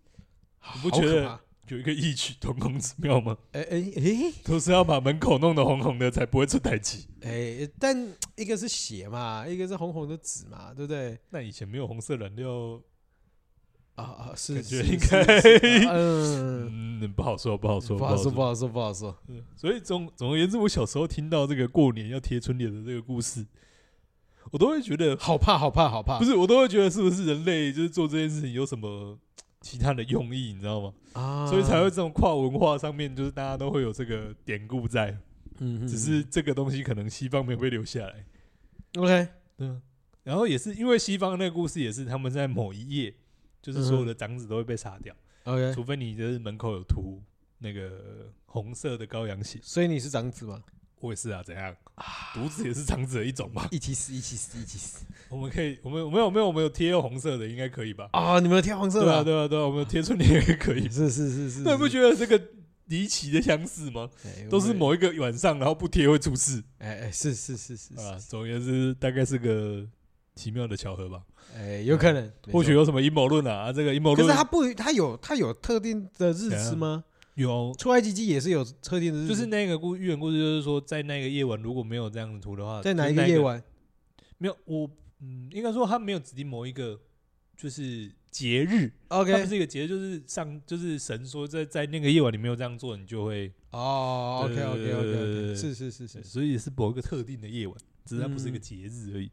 Speaker 2: 你不
Speaker 1: 好
Speaker 2: 觉
Speaker 1: 可
Speaker 2: 得
Speaker 1: 怕
Speaker 2: 有一个异曲同工之妙吗？
Speaker 1: 哎哎哎
Speaker 2: 都是要把门口弄得红红的，才不会出歹气。
Speaker 1: 哎，但一个是血嘛，一个是红红的纸嘛，对不对？
Speaker 2: 那以前没有红色染料，
Speaker 1: 啊啊，是
Speaker 2: 感觉
Speaker 1: 是
Speaker 2: 应
Speaker 1: 是
Speaker 2: 该
Speaker 1: 是 啊嗯，
Speaker 2: 嗯，不好说，不好说，
Speaker 1: 不好说，不好说，不好说。
Speaker 2: 嗯，所以总总而言之，我小时候听到这个过年要贴春联的这个故事，我都会觉得
Speaker 1: 好怕，好怕，好怕！
Speaker 2: 不是，我都会觉得是不是人类就是做这件事情有什么其他的用意，你知道吗？
Speaker 1: 啊，
Speaker 2: 所以才会这种跨文化上面，就是大家都会有这个典故在，
Speaker 1: 嗯，嗯，
Speaker 2: 只是这个东西可能西方没有被留下来，
Speaker 1: 嗯 OK，
Speaker 2: 对啊。然后也是因为西方那个故事也是他们在某一夜，就是所有的长子都会被杀掉，
Speaker 1: OK，
Speaker 2: 除非你就是门口有涂那个红色的羔羊血。
Speaker 1: 所以你是长子吗？
Speaker 2: 我也是啊，怎样？独子也是长子的一 种嘛。
Speaker 1: 一起死，一起死，一起死
Speaker 2: 我们可以，我们我们有没有我们有贴红色的，应该可以吧？
Speaker 1: 啊！你们有贴黄色
Speaker 2: 对
Speaker 1: 的
Speaker 2: 啊，
Speaker 1: 啊，
Speaker 2: 对啊，对啊，我们贴春联也可以。
Speaker 1: 是是是是，
Speaker 2: 那你不
Speaker 1: 是
Speaker 2: 觉得这个离奇的相似吗？
Speaker 1: 哎
Speaker 2: 都是
Speaker 1: 我
Speaker 2: 某一个晚上，然后不贴会出事
Speaker 1: 哎哎，是是是是
Speaker 2: 啊。
Speaker 1: 是，
Speaker 2: 总而言之，大概是个奇妙的巧合吧。
Speaker 1: 哎，有可能，没
Speaker 2: 或许
Speaker 1: 错。
Speaker 2: 有什么阴谋论啊？啊这个阴谋
Speaker 1: 可
Speaker 2: 论
Speaker 1: 是他不，他有他有特定的日
Speaker 2: 怎
Speaker 1: 子
Speaker 2: 样
Speaker 1: 吗？
Speaker 2: 有，
Speaker 1: 出埃及记也是有特定的日子，
Speaker 2: 就是那个故寓言故事，就是说在那个夜晚如果没有这样的图的话，
Speaker 1: 在哪
Speaker 2: 就
Speaker 1: 一
Speaker 2: 那
Speaker 1: 个
Speaker 2: 个
Speaker 1: 夜？晚？
Speaker 2: 没有，我嗯，应该说他没有指定某一个就是节日，它不
Speaker 1: OK，
Speaker 2: 是一个节日，就是上就是神说在在那个夜晚你没有这样做，你就会，
Speaker 1: 哦
Speaker 2: 对对对对对对
Speaker 1: ，OK，OK，OK，OK，
Speaker 2: 对
Speaker 1: 是是是是，
Speaker 2: 所以是某一个特定的夜晚，只是它不是一个
Speaker 1: 嗯
Speaker 2: 节日而已。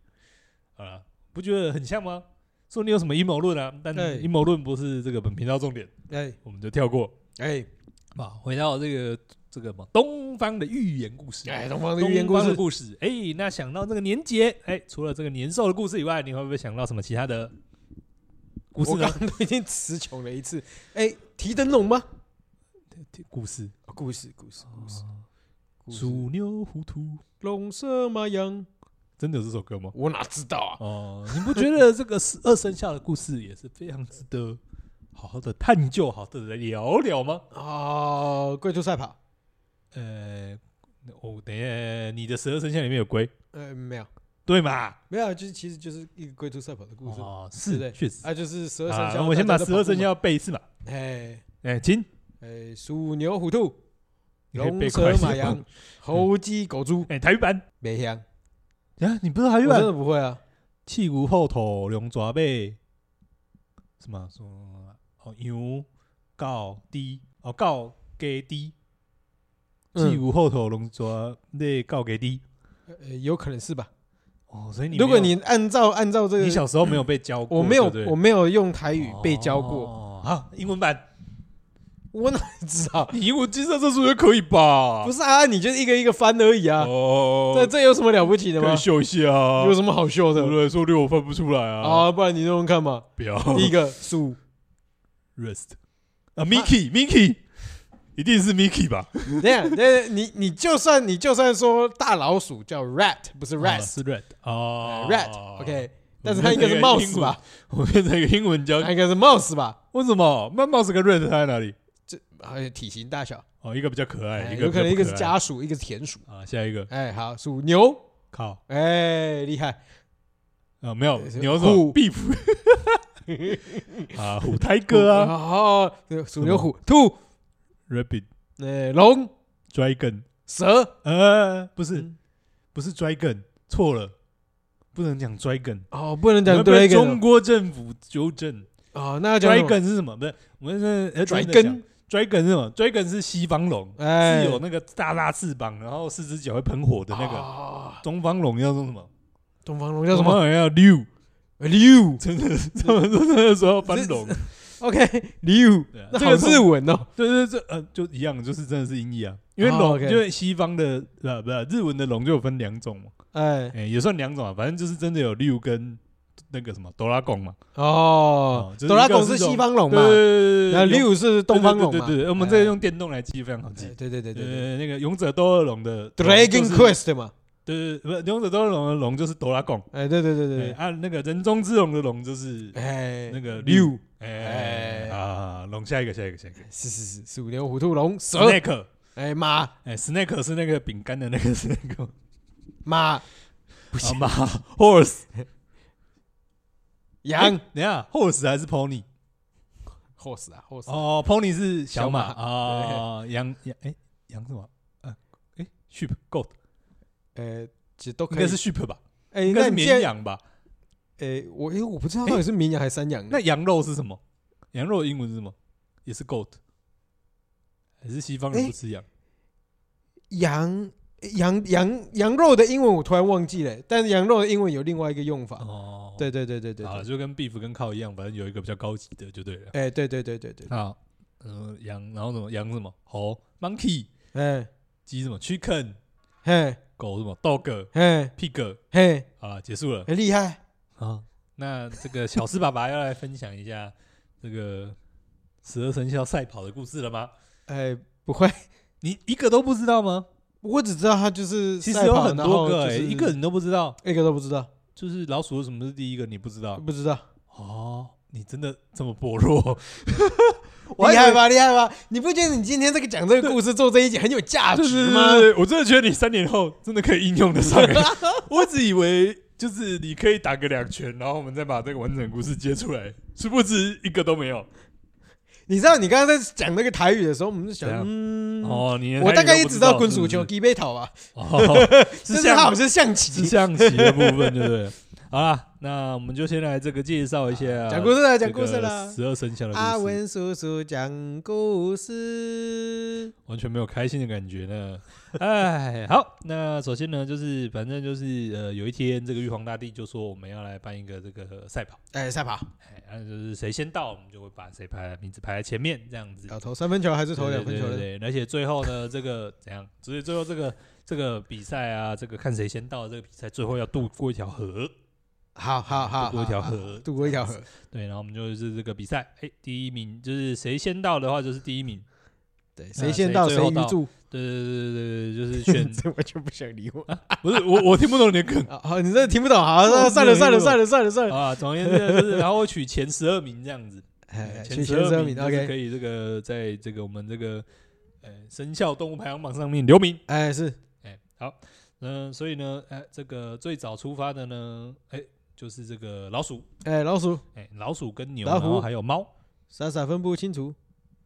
Speaker 2: 好啦，不觉得很像吗？说你有什么阴谋论啊？但
Speaker 1: 对
Speaker 2: 阴谋论不是这个本频道重点，
Speaker 1: 哎
Speaker 2: 我们就跳过。
Speaker 1: 哎
Speaker 2: 啊，回到这个这个嘛，东方的寓言故事。
Speaker 1: 哎，东方的寓言
Speaker 2: 东
Speaker 1: 故
Speaker 2: 方的
Speaker 1: 事，
Speaker 2: 故事，哎、那想到这个年节，哎、除了这个年兽的故事以外，你会不会想到什么其他的故事
Speaker 1: 我
Speaker 2: 呢
Speaker 1: 刚？刚都已经词穷了一次。哎，提灯笼吗？
Speaker 2: 故事，
Speaker 1: 哦故事故事故事，故事
Speaker 2: 鼠牛糊涂，
Speaker 1: 龙蛇马羊，
Speaker 2: 真的有这首歌吗？
Speaker 1: 我哪知道啊？
Speaker 2: 哦、你不觉得这个十二生肖的故事也是非常值得好好的探究、好好的来聊聊吗？
Speaker 1: 哦，龟兔赛跑，
Speaker 2: 呃，哦，等一下，你的十二生肖里面有龟，
Speaker 1: 呃，没有
Speaker 2: 对嘛？
Speaker 1: 没有，啊就是其实就是一个龟兔赛跑的故事
Speaker 2: 哦，
Speaker 1: 对不
Speaker 2: 是，
Speaker 1: 对
Speaker 2: 确实。
Speaker 1: 啊，就是十二生
Speaker 2: 啊，
Speaker 1: 肖。
Speaker 2: 我先把
Speaker 1: 大家
Speaker 2: 十
Speaker 1: 都跑
Speaker 2: 二
Speaker 1: 步嘛
Speaker 2: 生，肖背一次嘛。
Speaker 1: 哎
Speaker 2: 哎，请。
Speaker 1: 哎，鼠牛虎兔，
Speaker 2: 你可以
Speaker 1: 龙
Speaker 2: 背
Speaker 1: 蛇
Speaker 2: 快一
Speaker 1: 马
Speaker 2: 点
Speaker 1: 羊，猴鸡狗猪，
Speaker 2: 哎、台语版
Speaker 1: 没香，
Speaker 2: 啊，你不是台
Speaker 1: 我
Speaker 2: 语
Speaker 1: 真的
Speaker 2: 版？
Speaker 1: 不会啊。
Speaker 2: 屁股后头龙爪背，什么什么哦牛告低哦告给低，屁
Speaker 1: 嗯，
Speaker 2: 股后头龙爪背告给低。
Speaker 1: 呃有可能是吧？
Speaker 2: 哦，所以你
Speaker 1: 如果
Speaker 2: 没有
Speaker 1: 你按照按照这个
Speaker 2: 你，小时候没有被教过，
Speaker 1: 我没有
Speaker 2: 对不对
Speaker 1: 我没有用台语被教过，
Speaker 2: 哦好，英文版，
Speaker 1: 我哪知 道？
Speaker 2: 你英文金色证书就可以吧？
Speaker 1: 不
Speaker 2: 是
Speaker 1: 是啊，你就是一个一个翻而已啊，
Speaker 2: 哦，
Speaker 1: 这这有什么了不起的
Speaker 2: 可
Speaker 1: 吗
Speaker 2: 以？秀一下啊。
Speaker 1: 有什么好秀
Speaker 2: 对
Speaker 1: 的
Speaker 2: 不？对？说六我分不出来啊。
Speaker 1: 啊，不然你弄弄看 嘛。
Speaker 2: 不要，
Speaker 1: 第一个鼠
Speaker 2: Rest 啊，Mickey，Mickey，一定是 Mickey 吧
Speaker 1: 等一下，等一下，你你就算你就算说大老鼠叫 rat，不是 rat，rat，OK，、
Speaker 2: 啊是 Red 哦
Speaker 1: OK，但是它应该是 mouse 吧？
Speaker 2: 我变成一嗯个英文教，哎
Speaker 1: 它应该是 mouse 吧？
Speaker 2: 为什么？那 mouse 跟 Red 差在哪里？
Speaker 1: 这还有体型大小，
Speaker 2: 哦，一个比较可爱，
Speaker 1: 哎
Speaker 2: 一个
Speaker 1: 有可能一个是
Speaker 2: 家
Speaker 1: 家鼠，一个是田鼠。
Speaker 2: 啊，下一个
Speaker 1: 哎，好，属牛，
Speaker 2: 靠
Speaker 1: 哎，厉害，
Speaker 2: 啊，没有
Speaker 1: 是
Speaker 2: 牛什
Speaker 1: 虎
Speaker 2: 么 beef 啊，虎胎哥啊
Speaker 1: 哦，属牛虎兔，
Speaker 2: ，Rabbit
Speaker 1: 哎，龙
Speaker 2: Dragon，
Speaker 1: 蛇，
Speaker 2: 呃，不是
Speaker 1: 嗯
Speaker 2: 不是 Dragon，错了，不能讲 Dragon，
Speaker 1: 哦，不能讲
Speaker 2: 你会被
Speaker 1: dragon
Speaker 2: 中
Speaker 1: 哦
Speaker 2: 国政府纠正。
Speaker 1: 哦，那要讲什么
Speaker 2: Dragon 是什么？不是，我们是呃
Speaker 1: dragon，
Speaker 2: Dragon 是什么？Dragon 是西方龙，
Speaker 1: 哎，
Speaker 2: 是有那个大大翅膀，然后四只脚会喷火的那个。
Speaker 1: 哦
Speaker 2: 东方龙要做什么？
Speaker 1: 东方龙叫什
Speaker 2: 东
Speaker 1: 么
Speaker 2: 方龙要六，
Speaker 1: ？liu，
Speaker 2: 真的，他们真的说翻龙。
Speaker 1: OK，六
Speaker 2: 对啊，
Speaker 1: 那
Speaker 2: 这
Speaker 1: 好
Speaker 2: 个
Speaker 1: 日文哦。
Speaker 2: 对对对，呃，就一样，就是真的是音译啊。因为
Speaker 1: 哦
Speaker 2: 龙，
Speaker 1: ，OK
Speaker 2: 因为西方的呃不日文的龙就有分两种嘛，
Speaker 1: 哎，
Speaker 2: 哎也算两种啊，反正就是真的有六跟那个什么哆啦贡嘛。
Speaker 1: 哦
Speaker 2: 哦，就是
Speaker 1: 哆啦
Speaker 2: 一个
Speaker 1: A
Speaker 2: 是
Speaker 1: 是
Speaker 2: 这种
Speaker 1: 西方龙
Speaker 2: 对
Speaker 1: 嘛
Speaker 2: 对，对对
Speaker 1: 哦那
Speaker 2: 对，有
Speaker 1: 六是东方龙
Speaker 2: 对
Speaker 1: 嘛。
Speaker 2: 对对对，我们这个用电动来记非常好
Speaker 1: 哎
Speaker 2: 记。
Speaker 1: 对对对对对
Speaker 2: 呃，那个勇者斗恶龙的
Speaker 1: 对，Dragon
Speaker 2: 龙就是
Speaker 1: Quest 嘛。
Speaker 2: 对对对，不，勇者斗恶龙的龙就是哆啦贡，
Speaker 1: 哎，对对对对
Speaker 2: 对
Speaker 1: 对，
Speaker 2: 啊，那个人中之龙的龙就是，
Speaker 1: 哎，
Speaker 2: 那个
Speaker 1: 六哎
Speaker 2: 哎啊，龙下一个下一个下一个
Speaker 1: 是是是，鼠牛虎兔龙蛇，
Speaker 2: ，snake，
Speaker 1: 哎马
Speaker 2: 哎，snake 是那个饼干的 那个 snake，
Speaker 1: 马
Speaker 2: 不行吧？horse 哎
Speaker 1: 羊
Speaker 2: 等一下 horse 还是 pony？
Speaker 1: ，horse 啊 horse，
Speaker 2: 哦，pony 是
Speaker 1: 小
Speaker 2: 小
Speaker 1: 马
Speaker 2: 马啊，羊羊哎羊什么？呃哎 sheep goat
Speaker 1: 哎，其实都
Speaker 2: 应
Speaker 1: 可
Speaker 2: 该
Speaker 1: 以
Speaker 2: 是。sheep 吧？
Speaker 1: 哎，
Speaker 2: 应该
Speaker 1: 那
Speaker 2: 是
Speaker 1: 你
Speaker 2: 绵
Speaker 1: 现在
Speaker 2: 羊吧？
Speaker 1: 哎，我因为我不知道到底是绵羊还是山羊呢。
Speaker 2: 那羊肉是什么？羊肉的英文是什么？也是 goat，还是西方人
Speaker 1: 哎
Speaker 2: 不吃羊？
Speaker 1: 羊羊羊羊肉的英文我突然忘记了，但是羊肉的英文有另外一个用法。
Speaker 2: 哦，
Speaker 1: 哎对对对对对
Speaker 2: 啊，
Speaker 1: 对，
Speaker 2: 就跟 beef 跟靠一样，反正有一个比较高级的就对了。
Speaker 1: 哎，对对对对对，
Speaker 2: 啊，呃，羊，然后什么羊什么猴，monkey，
Speaker 1: 哎
Speaker 2: 鸡什么 chicken，
Speaker 1: 嘿
Speaker 2: 狗什么 dog，pig
Speaker 1: 嘿嘿，
Speaker 2: 啊，结束了
Speaker 1: 很厉害。
Speaker 2: 啊。那这个小狮爸爸要来分享一下这个十二生肖赛跑的故事了吗？
Speaker 1: 哎，不会，
Speaker 2: 你一个都不知道吗？
Speaker 1: 我只知道他就是
Speaker 2: 其实
Speaker 1: 赛
Speaker 2: 有
Speaker 1: 跑
Speaker 2: 很
Speaker 1: 然
Speaker 2: 多
Speaker 1: 后
Speaker 2: 个、
Speaker 1: 就
Speaker 2: 欸，
Speaker 1: 是
Speaker 2: 一个人都不知道。
Speaker 1: 一个都不知道，
Speaker 2: 就是老鼠有什么是第一个，你不知道
Speaker 1: 不知道，
Speaker 2: 哦？你真的这么薄弱？我还
Speaker 1: 厉
Speaker 2: 以为
Speaker 1: 害吧，厉害吧？你不觉得你今天这个讲这个故事做这一集很有价值吗？
Speaker 2: 对对对我真的觉得你三年后真的可以应用 得上、欸我一直以为就是你可以打个两拳，然后我们再把这个完整的故事接出来，殊不知一个都没有。
Speaker 1: 你知道你刚刚在讲那个台语的时候，我们就想
Speaker 2: 怎，样
Speaker 1: 嗯，
Speaker 2: 哦，你
Speaker 1: 我大概也知道滚
Speaker 2: 鼠
Speaker 1: 鼠球、，低背头啊，
Speaker 2: 哦，
Speaker 1: 甚
Speaker 2: 是
Speaker 1: 至它好像
Speaker 2: 象
Speaker 1: 是象
Speaker 2: 是
Speaker 1: 棋。
Speaker 2: 象棋的部分，对不对？好啦，那我们就先来这个介绍一下
Speaker 1: 啊讲故事了，讲故事了。
Speaker 2: 十二生肖的
Speaker 1: 阿
Speaker 2: 故事，
Speaker 1: 文叔叔讲故事，
Speaker 2: 完全没有开心的感觉呢。哎，好，那首先呢，就是反正就是呃，有一天这个玉皇大帝就说我们要来办一个这个赛跑，
Speaker 1: 哎，赛跑，
Speaker 2: 哎，那就是谁先到，我们就会把谁排名字排在前面这样子。
Speaker 1: 要投三分球还是哦投两分球
Speaker 2: 对
Speaker 1: 的？
Speaker 2: 对对，对而且最后呢，这个怎样？ 所以最后这个这个比赛啊，这个看谁先到这个比赛，最后要渡过一条河。
Speaker 1: 好好好，
Speaker 2: 渡过一条
Speaker 1: 好
Speaker 2: 河
Speaker 1: 渡过一条河，
Speaker 2: 对，然后我们就是这个比赛，哎，第一名就是谁先到的话就是第一名。
Speaker 1: 对，
Speaker 2: 那
Speaker 1: 谁先到谁
Speaker 2: 谁最后
Speaker 1: 鱼
Speaker 2: 到
Speaker 1: 住，
Speaker 2: 对对对对对，就 是选
Speaker 1: 这我就不想理我。
Speaker 2: 不是我我听不懂你的 梗
Speaker 1: 啊好，你这听不懂，好，那
Speaker 2: 我
Speaker 1: 算了
Speaker 2: 没有
Speaker 1: 算了算了算了算了，
Speaker 2: 啊。总而言之呢就是，然后我取前十二名这样子，
Speaker 1: 哎，
Speaker 2: 前
Speaker 1: 前前
Speaker 2: 十
Speaker 1: 十
Speaker 2: 二
Speaker 1: 二名
Speaker 2: 名就是
Speaker 1: ，OK，
Speaker 2: 可以这个在这个我们这个呃生肖动物排行榜上面留名。
Speaker 1: 哎是，
Speaker 2: 哎，好，嗯，所以呢，哎，这个最早出发的呢，哎，就是这个老鼠，
Speaker 1: 哎老鼠
Speaker 2: 哎，老鼠跟牛，
Speaker 1: 老
Speaker 2: 然后
Speaker 1: 虎
Speaker 2: 还有猫，
Speaker 1: 傻傻分不清楚，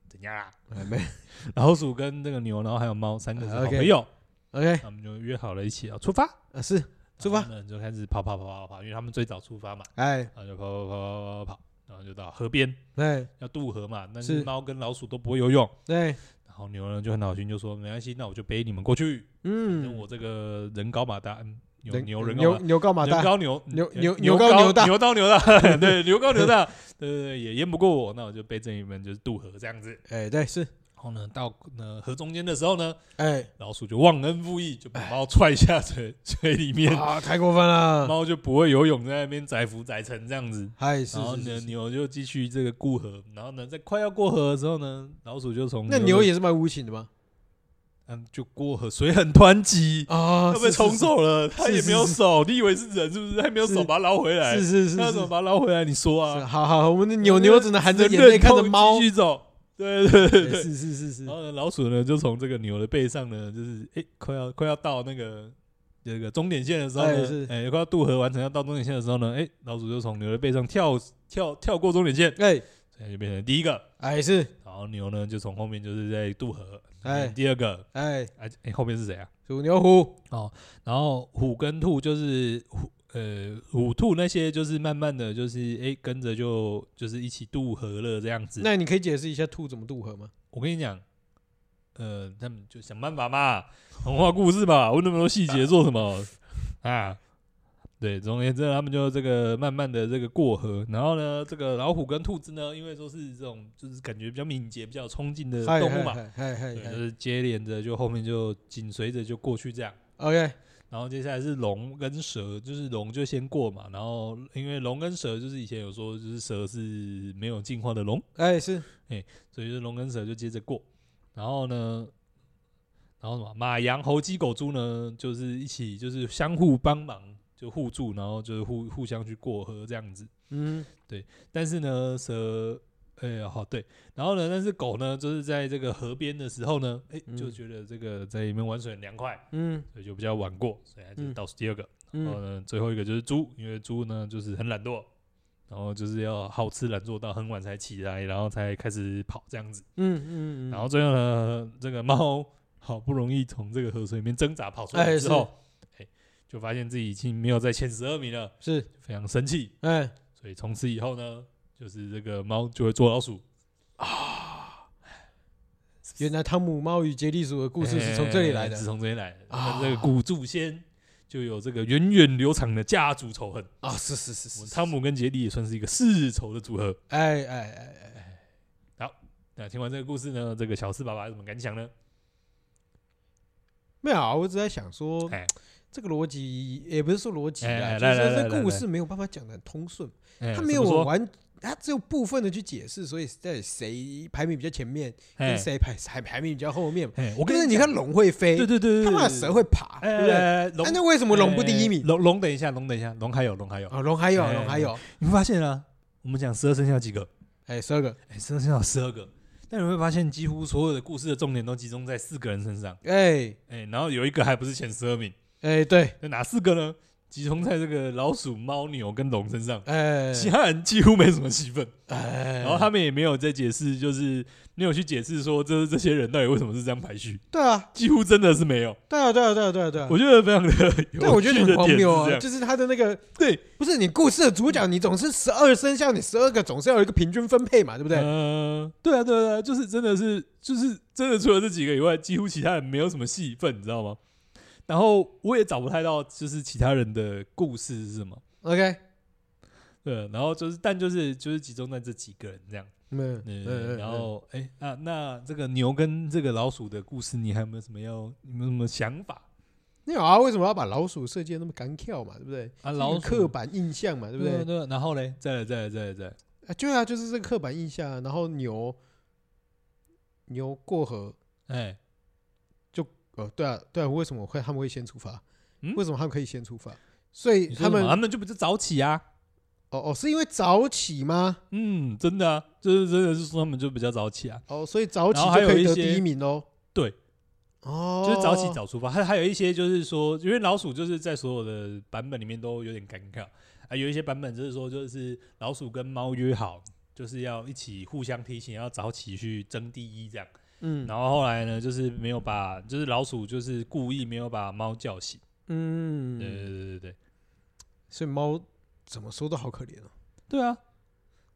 Speaker 2: 怎样啊？
Speaker 1: 哎没
Speaker 2: 老鼠跟这个牛，然后还有猫，三个是好
Speaker 1: 啊 OK
Speaker 2: 朋友，
Speaker 1: ，OK
Speaker 2: 他们就约好了一起要出发，
Speaker 1: 啊是，出发
Speaker 2: 然后呢，就开始跑跑跑跑跑，因为他们最早出发嘛，
Speaker 1: 哎
Speaker 2: 然后就跑跑跑跑跑跑，然后就到河边
Speaker 1: 哎
Speaker 2: 要渡河嘛，但是
Speaker 1: 是
Speaker 2: 猫跟老鼠都不会游泳，
Speaker 1: 对，
Speaker 2: 然后牛呢就很好心就说没关系，那我就背你们过去，反正
Speaker 1: 嗯，
Speaker 2: 我这个人高马大，嗯，牛
Speaker 1: 人
Speaker 2: 牛人高马
Speaker 1: 牛牛高马
Speaker 2: 牛
Speaker 1: 大，
Speaker 2: 高牛
Speaker 1: 牛
Speaker 2: 嗯
Speaker 1: 牛
Speaker 2: 牛
Speaker 1: 牛高牛大
Speaker 2: 牛高 牛大，对，牛高牛大，对对对，也淹不过我，那我就被这一门就是渡河这样子。
Speaker 1: 哎对是，
Speaker 2: 然后呢，到呃河中间的时候呢，
Speaker 1: 哎
Speaker 2: 老鼠就忘恩负义，就把猫踹下水水里面，
Speaker 1: 啊太过分了，
Speaker 2: 猫就不会游泳，在那边载浮载沉这样子。
Speaker 1: 嗨是
Speaker 2: 然后
Speaker 1: 是
Speaker 2: 呢，
Speaker 1: 是是，
Speaker 2: 牛就继续这个过河，然后呢，在快要过河的时候呢，老鼠就从
Speaker 1: 那
Speaker 2: 的
Speaker 1: 牛也是蛮无情的嘛，
Speaker 2: 嗯就过河，水很湍急，
Speaker 1: 啊
Speaker 2: 要被冲，走了，它
Speaker 1: 是
Speaker 2: 也
Speaker 1: 是
Speaker 2: 没有
Speaker 1: 是
Speaker 2: 手，你以为是人是不是？它也没有
Speaker 1: 是
Speaker 2: 手把它捞回来
Speaker 1: 是，是是是
Speaker 2: 它要
Speaker 1: 是
Speaker 2: 怎么，把它捞回来？你说啊
Speaker 1: 是，好好，我们的牛牛只能含着眼泪看着猫
Speaker 2: 忍痛，继续走。对对对
Speaker 1: 哎
Speaker 2: 对。
Speaker 1: 是是是是
Speaker 2: 然，后呢，老鼠呢就从这个牛的背上呢，就是哎、诶快要快要到那个这个终点线的时候
Speaker 1: 哎
Speaker 2: 呢
Speaker 1: 是，
Speaker 2: 哎、快要渡河完成要到终点线的时候呢，哎、老鼠就从牛的背上跳跳跳过终点线，
Speaker 1: 哎
Speaker 2: 所以就变成第一个。
Speaker 1: 哎是，
Speaker 2: 然后牛呢就从后面就是在渡河，
Speaker 1: 哎
Speaker 2: 第二个，
Speaker 1: 哎
Speaker 2: 哎、哎后面是谁啊？
Speaker 1: 属牛虎，
Speaker 2: 然后虎跟兔就是虎，呃，虎兔那些就是慢慢的就是哎、诶跟着就就是一起渡河了这样子。
Speaker 1: 那你可以解释一下兔怎么渡河吗？
Speaker 2: 我跟你讲，呃，他们就想办法嘛， 童话故事嘛，问那么多细节做什么 啊？对，总而言之，他们就这个慢慢的这个过河，然后呢，这个老虎跟兔子呢，因为都是这种就是感觉比较敏捷、比较有冲劲的
Speaker 1: 嗨
Speaker 2: 动物
Speaker 1: 嗨
Speaker 2: 嘛，
Speaker 1: 嗨嗨嗨
Speaker 2: 对，就
Speaker 1: 嗨
Speaker 2: 是接连着就后面就紧随着就过去这样。
Speaker 1: ，OK，
Speaker 2: 然后接下来是龙跟蛇，就是龙就先过嘛，然后因为龙跟蛇就是以前有说，就是蛇是没有进化的龙，
Speaker 1: 哎是，
Speaker 2: 所以就是龙跟蛇就接着过。然后呢，然后什么马羊猴鸡狗猪呢，就是一起就是相互帮忙，就互助，然后就是互互相去过河这样子。
Speaker 1: 嗯，
Speaker 2: 但是呢，蛇，哎、好对，然后呢，但是狗呢，就是在这个河边的时候呢，哎、
Speaker 1: 嗯
Speaker 2: 就觉得这个在里面玩水很凉快，
Speaker 1: 嗯
Speaker 2: 所以就比较晚过，所以它就是
Speaker 1: 嗯
Speaker 2: 倒数第二个。然后
Speaker 1: 嗯，
Speaker 2: 呢，最后一个就是猪，因为猪呢就是很懒惰。然后就是要好吃懒做到很晚才起来，然后才开始跑这样子。
Speaker 1: 嗯嗯，
Speaker 2: 然后最后呢，这个猫好不容易从这个河水里面挣扎跑出
Speaker 1: 哎
Speaker 2: 来
Speaker 1: 是
Speaker 2: 之后，哎，就发现自己已经没有在前十二名了，
Speaker 1: 是，
Speaker 2: 非常生气。
Speaker 1: 哎，
Speaker 2: 所以从此以后呢，就是这个猫就会做老鼠，
Speaker 1: 原来汤姆猫与杰利鼠的故事是从这里来
Speaker 2: 哎是
Speaker 1: 的
Speaker 2: 从这里来的。
Speaker 1: 啊
Speaker 2: 那这个古祖先就有这个源远流长的家族仇恨。
Speaker 1: 啊，是是是
Speaker 2: 我
Speaker 1: 是
Speaker 2: 们
Speaker 1: 是，
Speaker 2: 汤姆跟杰利也算是一个世仇的组合。
Speaker 1: 哎哎哎哎，
Speaker 2: 那听完这个故事呢，这个小四爸爸有什么感想呢？
Speaker 1: 没有啊，我只在想说
Speaker 2: 哎，
Speaker 1: 这个逻辑也不是说逻辑
Speaker 2: 哎哎
Speaker 1: 啊，就
Speaker 2: 来
Speaker 1: 是
Speaker 2: 来来
Speaker 1: 说
Speaker 2: 来
Speaker 1: 这故
Speaker 2: 来
Speaker 1: 事没有办法讲的通顺，
Speaker 2: 哎
Speaker 1: 他没有
Speaker 2: 怎么说，
Speaker 1: 完，他只有部分的去解释，所以在谁排名比较前面，
Speaker 2: 哎
Speaker 1: 跟谁排排排名比较后面。
Speaker 2: 哎，我
Speaker 1: 就
Speaker 2: 跟
Speaker 1: 是你
Speaker 2: 讲
Speaker 1: 看，龙会飞，
Speaker 2: 对对对，
Speaker 1: 他妈的
Speaker 2: 对
Speaker 1: 蛇会爬，对不对？
Speaker 2: 哎，龙
Speaker 1: 哎那为什么龙不第一名
Speaker 2: 哎？龙龙，等一下，龙，等一下，龙还有，龙还有。
Speaker 1: 哦，龙还有，
Speaker 2: 哎
Speaker 1: 龙还有，
Speaker 2: 你会发现啊，我们讲十二生肖几个？
Speaker 1: 哎，十二个，
Speaker 2: 哎，十二生肖十二个，但你会发现几乎所有的故事的重点都集中在四个人身上。
Speaker 1: 哎
Speaker 2: 哎，然后有一个还不是前十二名，
Speaker 1: 哎，对，
Speaker 2: 那哪四个呢？集中在这个老鼠、猫、牛跟龙身上，
Speaker 1: 哎
Speaker 2: 其他人几乎没什么戏份。
Speaker 1: 哎，
Speaker 2: 然后他们也没有在解释，就是没有去解释说，就是这些人到底为什么是这样排序，
Speaker 1: 对啊，
Speaker 2: 几乎真的是没有。
Speaker 1: 对啊，对啊，对啊，对啊，对啊。
Speaker 2: 我觉得非常的有
Speaker 1: 对，我觉得
Speaker 2: 趣
Speaker 1: 很
Speaker 2: 的
Speaker 1: 荒
Speaker 2: 点是
Speaker 1: 谬
Speaker 2: 这
Speaker 1: 啊！
Speaker 2: 样，
Speaker 1: 就是他的那个，
Speaker 2: 对
Speaker 1: 不是你故事的主角，你总是十二生肖，你十二个总是要有一个平均分配嘛，对不对？
Speaker 2: 嗯，对啊，对啊对啊，就是真的是，就是真的除了这几个以外，几乎其他人没有什么戏份，你知道吗？然后我也找不太到，就是其他人的故事是什么。
Speaker 1: OK，
Speaker 2: 对，然后就是，但就是就是集中在这几个人这样。
Speaker 1: 嗯
Speaker 2: 嗯，然后哎、那那这个牛跟这个老鼠的故事，你还有没有什么要，有没有什么想法
Speaker 1: 你好啊，为什么要把老鼠设计得那么干跳嘛，对不对？
Speaker 2: 啊？老
Speaker 1: 这
Speaker 2: 鼠
Speaker 1: 个刻板印象嘛，对不
Speaker 2: 对啊
Speaker 1: 对？
Speaker 2: 对啊然后嘞，再来，再来，再来，再来。
Speaker 1: 啊，对啊，就是这个刻板印象啊。然后牛，牛过河，
Speaker 2: 哎，
Speaker 1: 哦，对啊，对啊，为什么会他们会先出发？
Speaker 2: 嗯
Speaker 1: 为什么他们可以先出发？所以
Speaker 2: 你说
Speaker 1: 他
Speaker 2: 什么
Speaker 1: 们
Speaker 2: 他们就不是早起啊？
Speaker 1: 哦哦，是因为早起吗？
Speaker 2: 嗯，真的啊，就是真的是说他们就比较早起啊，
Speaker 1: 哦，所以早起
Speaker 2: 然后还
Speaker 1: 就可以
Speaker 2: 有
Speaker 1: 得
Speaker 2: 一些
Speaker 1: 第一名喽。
Speaker 2: 对，
Speaker 1: 哦，
Speaker 2: 就是早起早出发。还还有一些就是说，因为老鼠就是在所有的版本里面都有点尴尬啊，有一些版本就是说，就是老鼠跟猫约好，就是要一起互相提醒，要早起去争第一这样。
Speaker 1: 嗯，
Speaker 2: 然后后来呢，就是没有把，就是老鼠就是故意没有把猫叫醒。对对
Speaker 1: 嗯，
Speaker 2: 对对对，
Speaker 1: 所以猫怎么说都好可怜哦。
Speaker 2: 对啊，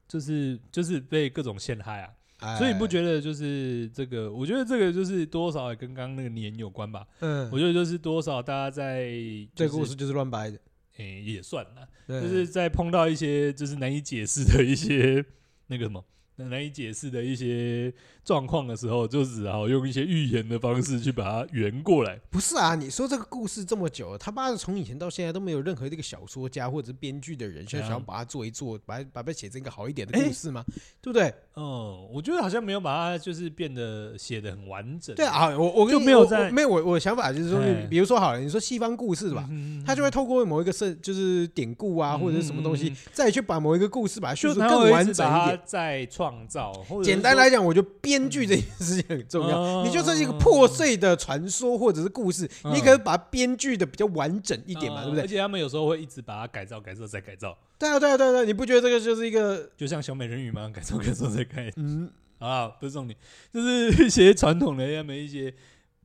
Speaker 2: 就是就是被各种陷害啊。
Speaker 1: 哎
Speaker 2: 所以你不觉得就是这个？我觉得这个就是多少也跟刚刚那个年有关吧。
Speaker 1: 嗯，
Speaker 2: 我觉得就是多少大家在
Speaker 1: 这
Speaker 2: 就
Speaker 1: 个故
Speaker 2: 是
Speaker 1: 事就是乱掰的，
Speaker 2: 诶也算啦，
Speaker 1: 就
Speaker 2: 就是在碰到一些就是难以解释的一些 那个什么。难以解释的一些状况的时候，就只好用一些预言的方式去把它圆过来。
Speaker 1: 不是啊？你说这个故事这么久了，他妈的从以前到现在都没有任何一个小说家或者是编剧的人，现在
Speaker 2: 对啊
Speaker 1: 想要把它做一做，把它把它写成一个好一点的
Speaker 2: 哎
Speaker 1: 故事吗？对不对？
Speaker 2: 嗯，我觉得好像没有把它就是变得写的很完整。
Speaker 1: 对，啊，我我跟
Speaker 2: 就
Speaker 1: 你
Speaker 2: 呃没有
Speaker 1: 我
Speaker 2: 在
Speaker 1: 我没有我我的想法就是说，
Speaker 2: 哎
Speaker 1: 你比如说好了，你说西方故事吧，
Speaker 2: 嗯
Speaker 1: 他就会透过某一个是就是典故啊，
Speaker 2: 嗯
Speaker 1: 或者是什么东西
Speaker 2: 嗯嗯，
Speaker 1: 再去把某一个故事把它叙
Speaker 2: 就
Speaker 1: 述
Speaker 2: 它会
Speaker 1: 更
Speaker 2: 一
Speaker 1: 完
Speaker 2: 直
Speaker 1: 整
Speaker 2: 把
Speaker 1: 一
Speaker 2: 它
Speaker 1: 点。
Speaker 2: 再创造。或者
Speaker 1: 简单
Speaker 2: 说
Speaker 1: 来讲，我觉得编剧这件事情很重要。
Speaker 2: 嗯
Speaker 1: 你就算是一个破碎的传说或者是故事，
Speaker 2: 嗯
Speaker 1: 你可以把它编剧的比较完整一点嘛，
Speaker 2: 嗯
Speaker 1: 对不对
Speaker 2: 而？且他们有时候会一直把它改造、改造再改造，
Speaker 1: 对啊，对啊，对啊，对啊你不觉得这个就是一个
Speaker 2: 就像小美人鱼嘛， 改造、改造再改造。
Speaker 1: 嗯
Speaker 2: 啊，不是重点，就是 一些传统的他们一些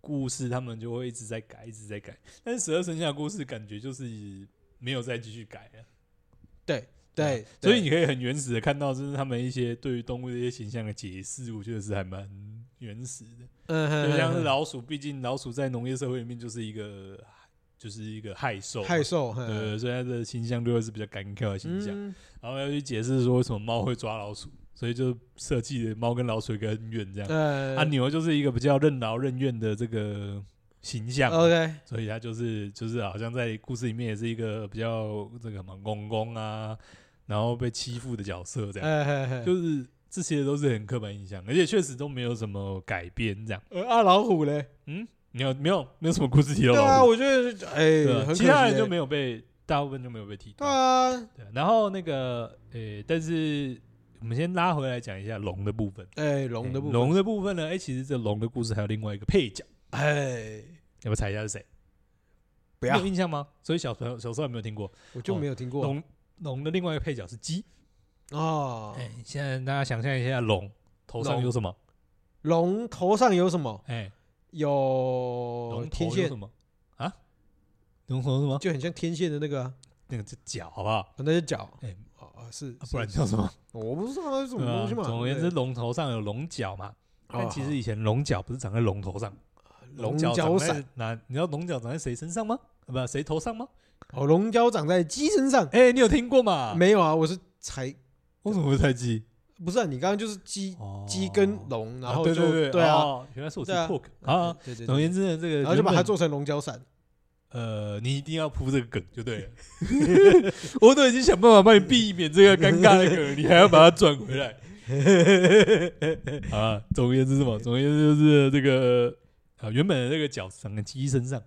Speaker 2: 故事，他们就会一直在改，一直在改。但是十二生肖的故事感觉就是没有再继续改了，
Speaker 1: 对，对
Speaker 2: 所以你可以很原始的看到，就是他们一些对于动物的一些形象的解释，我觉得是还蛮原始的。
Speaker 1: 嗯哼
Speaker 2: 就像是
Speaker 1: 哼
Speaker 2: 老鼠，毕竟老鼠在农业社会里面就是一个就是一个害兽嘛，
Speaker 1: 害嗯兽，
Speaker 2: 对，
Speaker 1: 哼
Speaker 2: 对，所以它的形象就会是比较干跳的形象。
Speaker 1: 嗯
Speaker 2: 然后要去解释说为什么猫会抓老鼠，所以就设计了猫跟老鼠一个恩怨这样。
Speaker 1: 呃
Speaker 2: 啊，牛就是一个比较任劳任怨的这个形象嘛，
Speaker 1: ，OK，
Speaker 2: 所以它就是就是好像在故事里面也是一个比较这个什么公公啊，然后被欺负的角色这样，
Speaker 1: 呃哼哼
Speaker 2: 就是这些都是很刻板印象，而且确实都没有什么改变这样。
Speaker 1: 呃啊老虎嘞，
Speaker 2: 没有没有没有什么故事提到
Speaker 1: 对啊，
Speaker 2: 老虎，
Speaker 1: 我觉得哎
Speaker 2: 对啊，
Speaker 1: 很
Speaker 2: 其
Speaker 1: 可
Speaker 2: 他
Speaker 1: 惜
Speaker 2: 人就
Speaker 1: 欸
Speaker 2: 没有被，大部分就没有被提
Speaker 1: 对
Speaker 2: 到。
Speaker 1: 啊，
Speaker 2: 对，然后那个呃，但是我们先拉回来讲一下龙的部分。
Speaker 1: 哎龙的部分，
Speaker 2: 诶龙的部分呢，哎，其实这龙的故事还有另外一个配角，
Speaker 1: 哎
Speaker 2: 要不要猜一下是谁？
Speaker 1: 不
Speaker 2: 你
Speaker 1: 要
Speaker 2: 有，印象吗？所以小朋友小时候有没有听过
Speaker 1: 我就没有听过
Speaker 2: 龙龙的另外一个配角是鸡？
Speaker 1: 哦，
Speaker 2: 哎，现在大家想象一下龙头上
Speaker 1: 龙
Speaker 2: 有什么？
Speaker 1: 龙头上有什么？
Speaker 2: 哎，
Speaker 1: 有
Speaker 2: 龙
Speaker 1: 哦
Speaker 2: 头
Speaker 1: 天
Speaker 2: 有
Speaker 1: 线
Speaker 2: 什，么啊？龙头有什么？
Speaker 1: 就很像天线的那个啊，
Speaker 2: 那个是脚，好不好？
Speaker 1: 哦那是脚
Speaker 2: 哎，
Speaker 1: 哦哦是
Speaker 2: 啊，不然
Speaker 1: 是哦
Speaker 2: 叫什么？
Speaker 1: 我不知道那是什么
Speaker 2: 对啊
Speaker 1: 东西嘛。
Speaker 2: 总而言之，
Speaker 1: 对，
Speaker 2: 龙头上有龙角嘛，但
Speaker 1: 哦
Speaker 2: 其实以前龙角不是长在龙头上，龙角长
Speaker 1: 啊角
Speaker 2: 在
Speaker 1: 伞
Speaker 2: 哪？你知道龙角长在谁身上吗？啊不，谁头上吗？
Speaker 1: 哦，龙角长在鸡身上，
Speaker 2: 哎，你有听过吗？
Speaker 1: 没有啊？我是才
Speaker 2: 为什么会猜鸡？
Speaker 1: 不是啊？你刚刚就是鸡
Speaker 2: 哦
Speaker 1: 鸡跟龙，然后
Speaker 2: 啊对对
Speaker 1: 就
Speaker 2: 对
Speaker 1: 对啊，
Speaker 2: 哦原来是我吃
Speaker 1: 对啊
Speaker 2: pork 啊。
Speaker 1: 对对
Speaker 2: 总而
Speaker 1: 对，
Speaker 2: 言之呢，这个
Speaker 1: 然后就把
Speaker 2: 原
Speaker 1: 它
Speaker 2: 本
Speaker 1: 做成龙角伞。
Speaker 2: 呃，你一定要铺这个梗就对了。 我都已经想办法帮你避免这个尴尬的梗了，你还要把它转回来。 啊，总而言之是什么？总而言之就是这个啊，原本的这个角长在鸡身上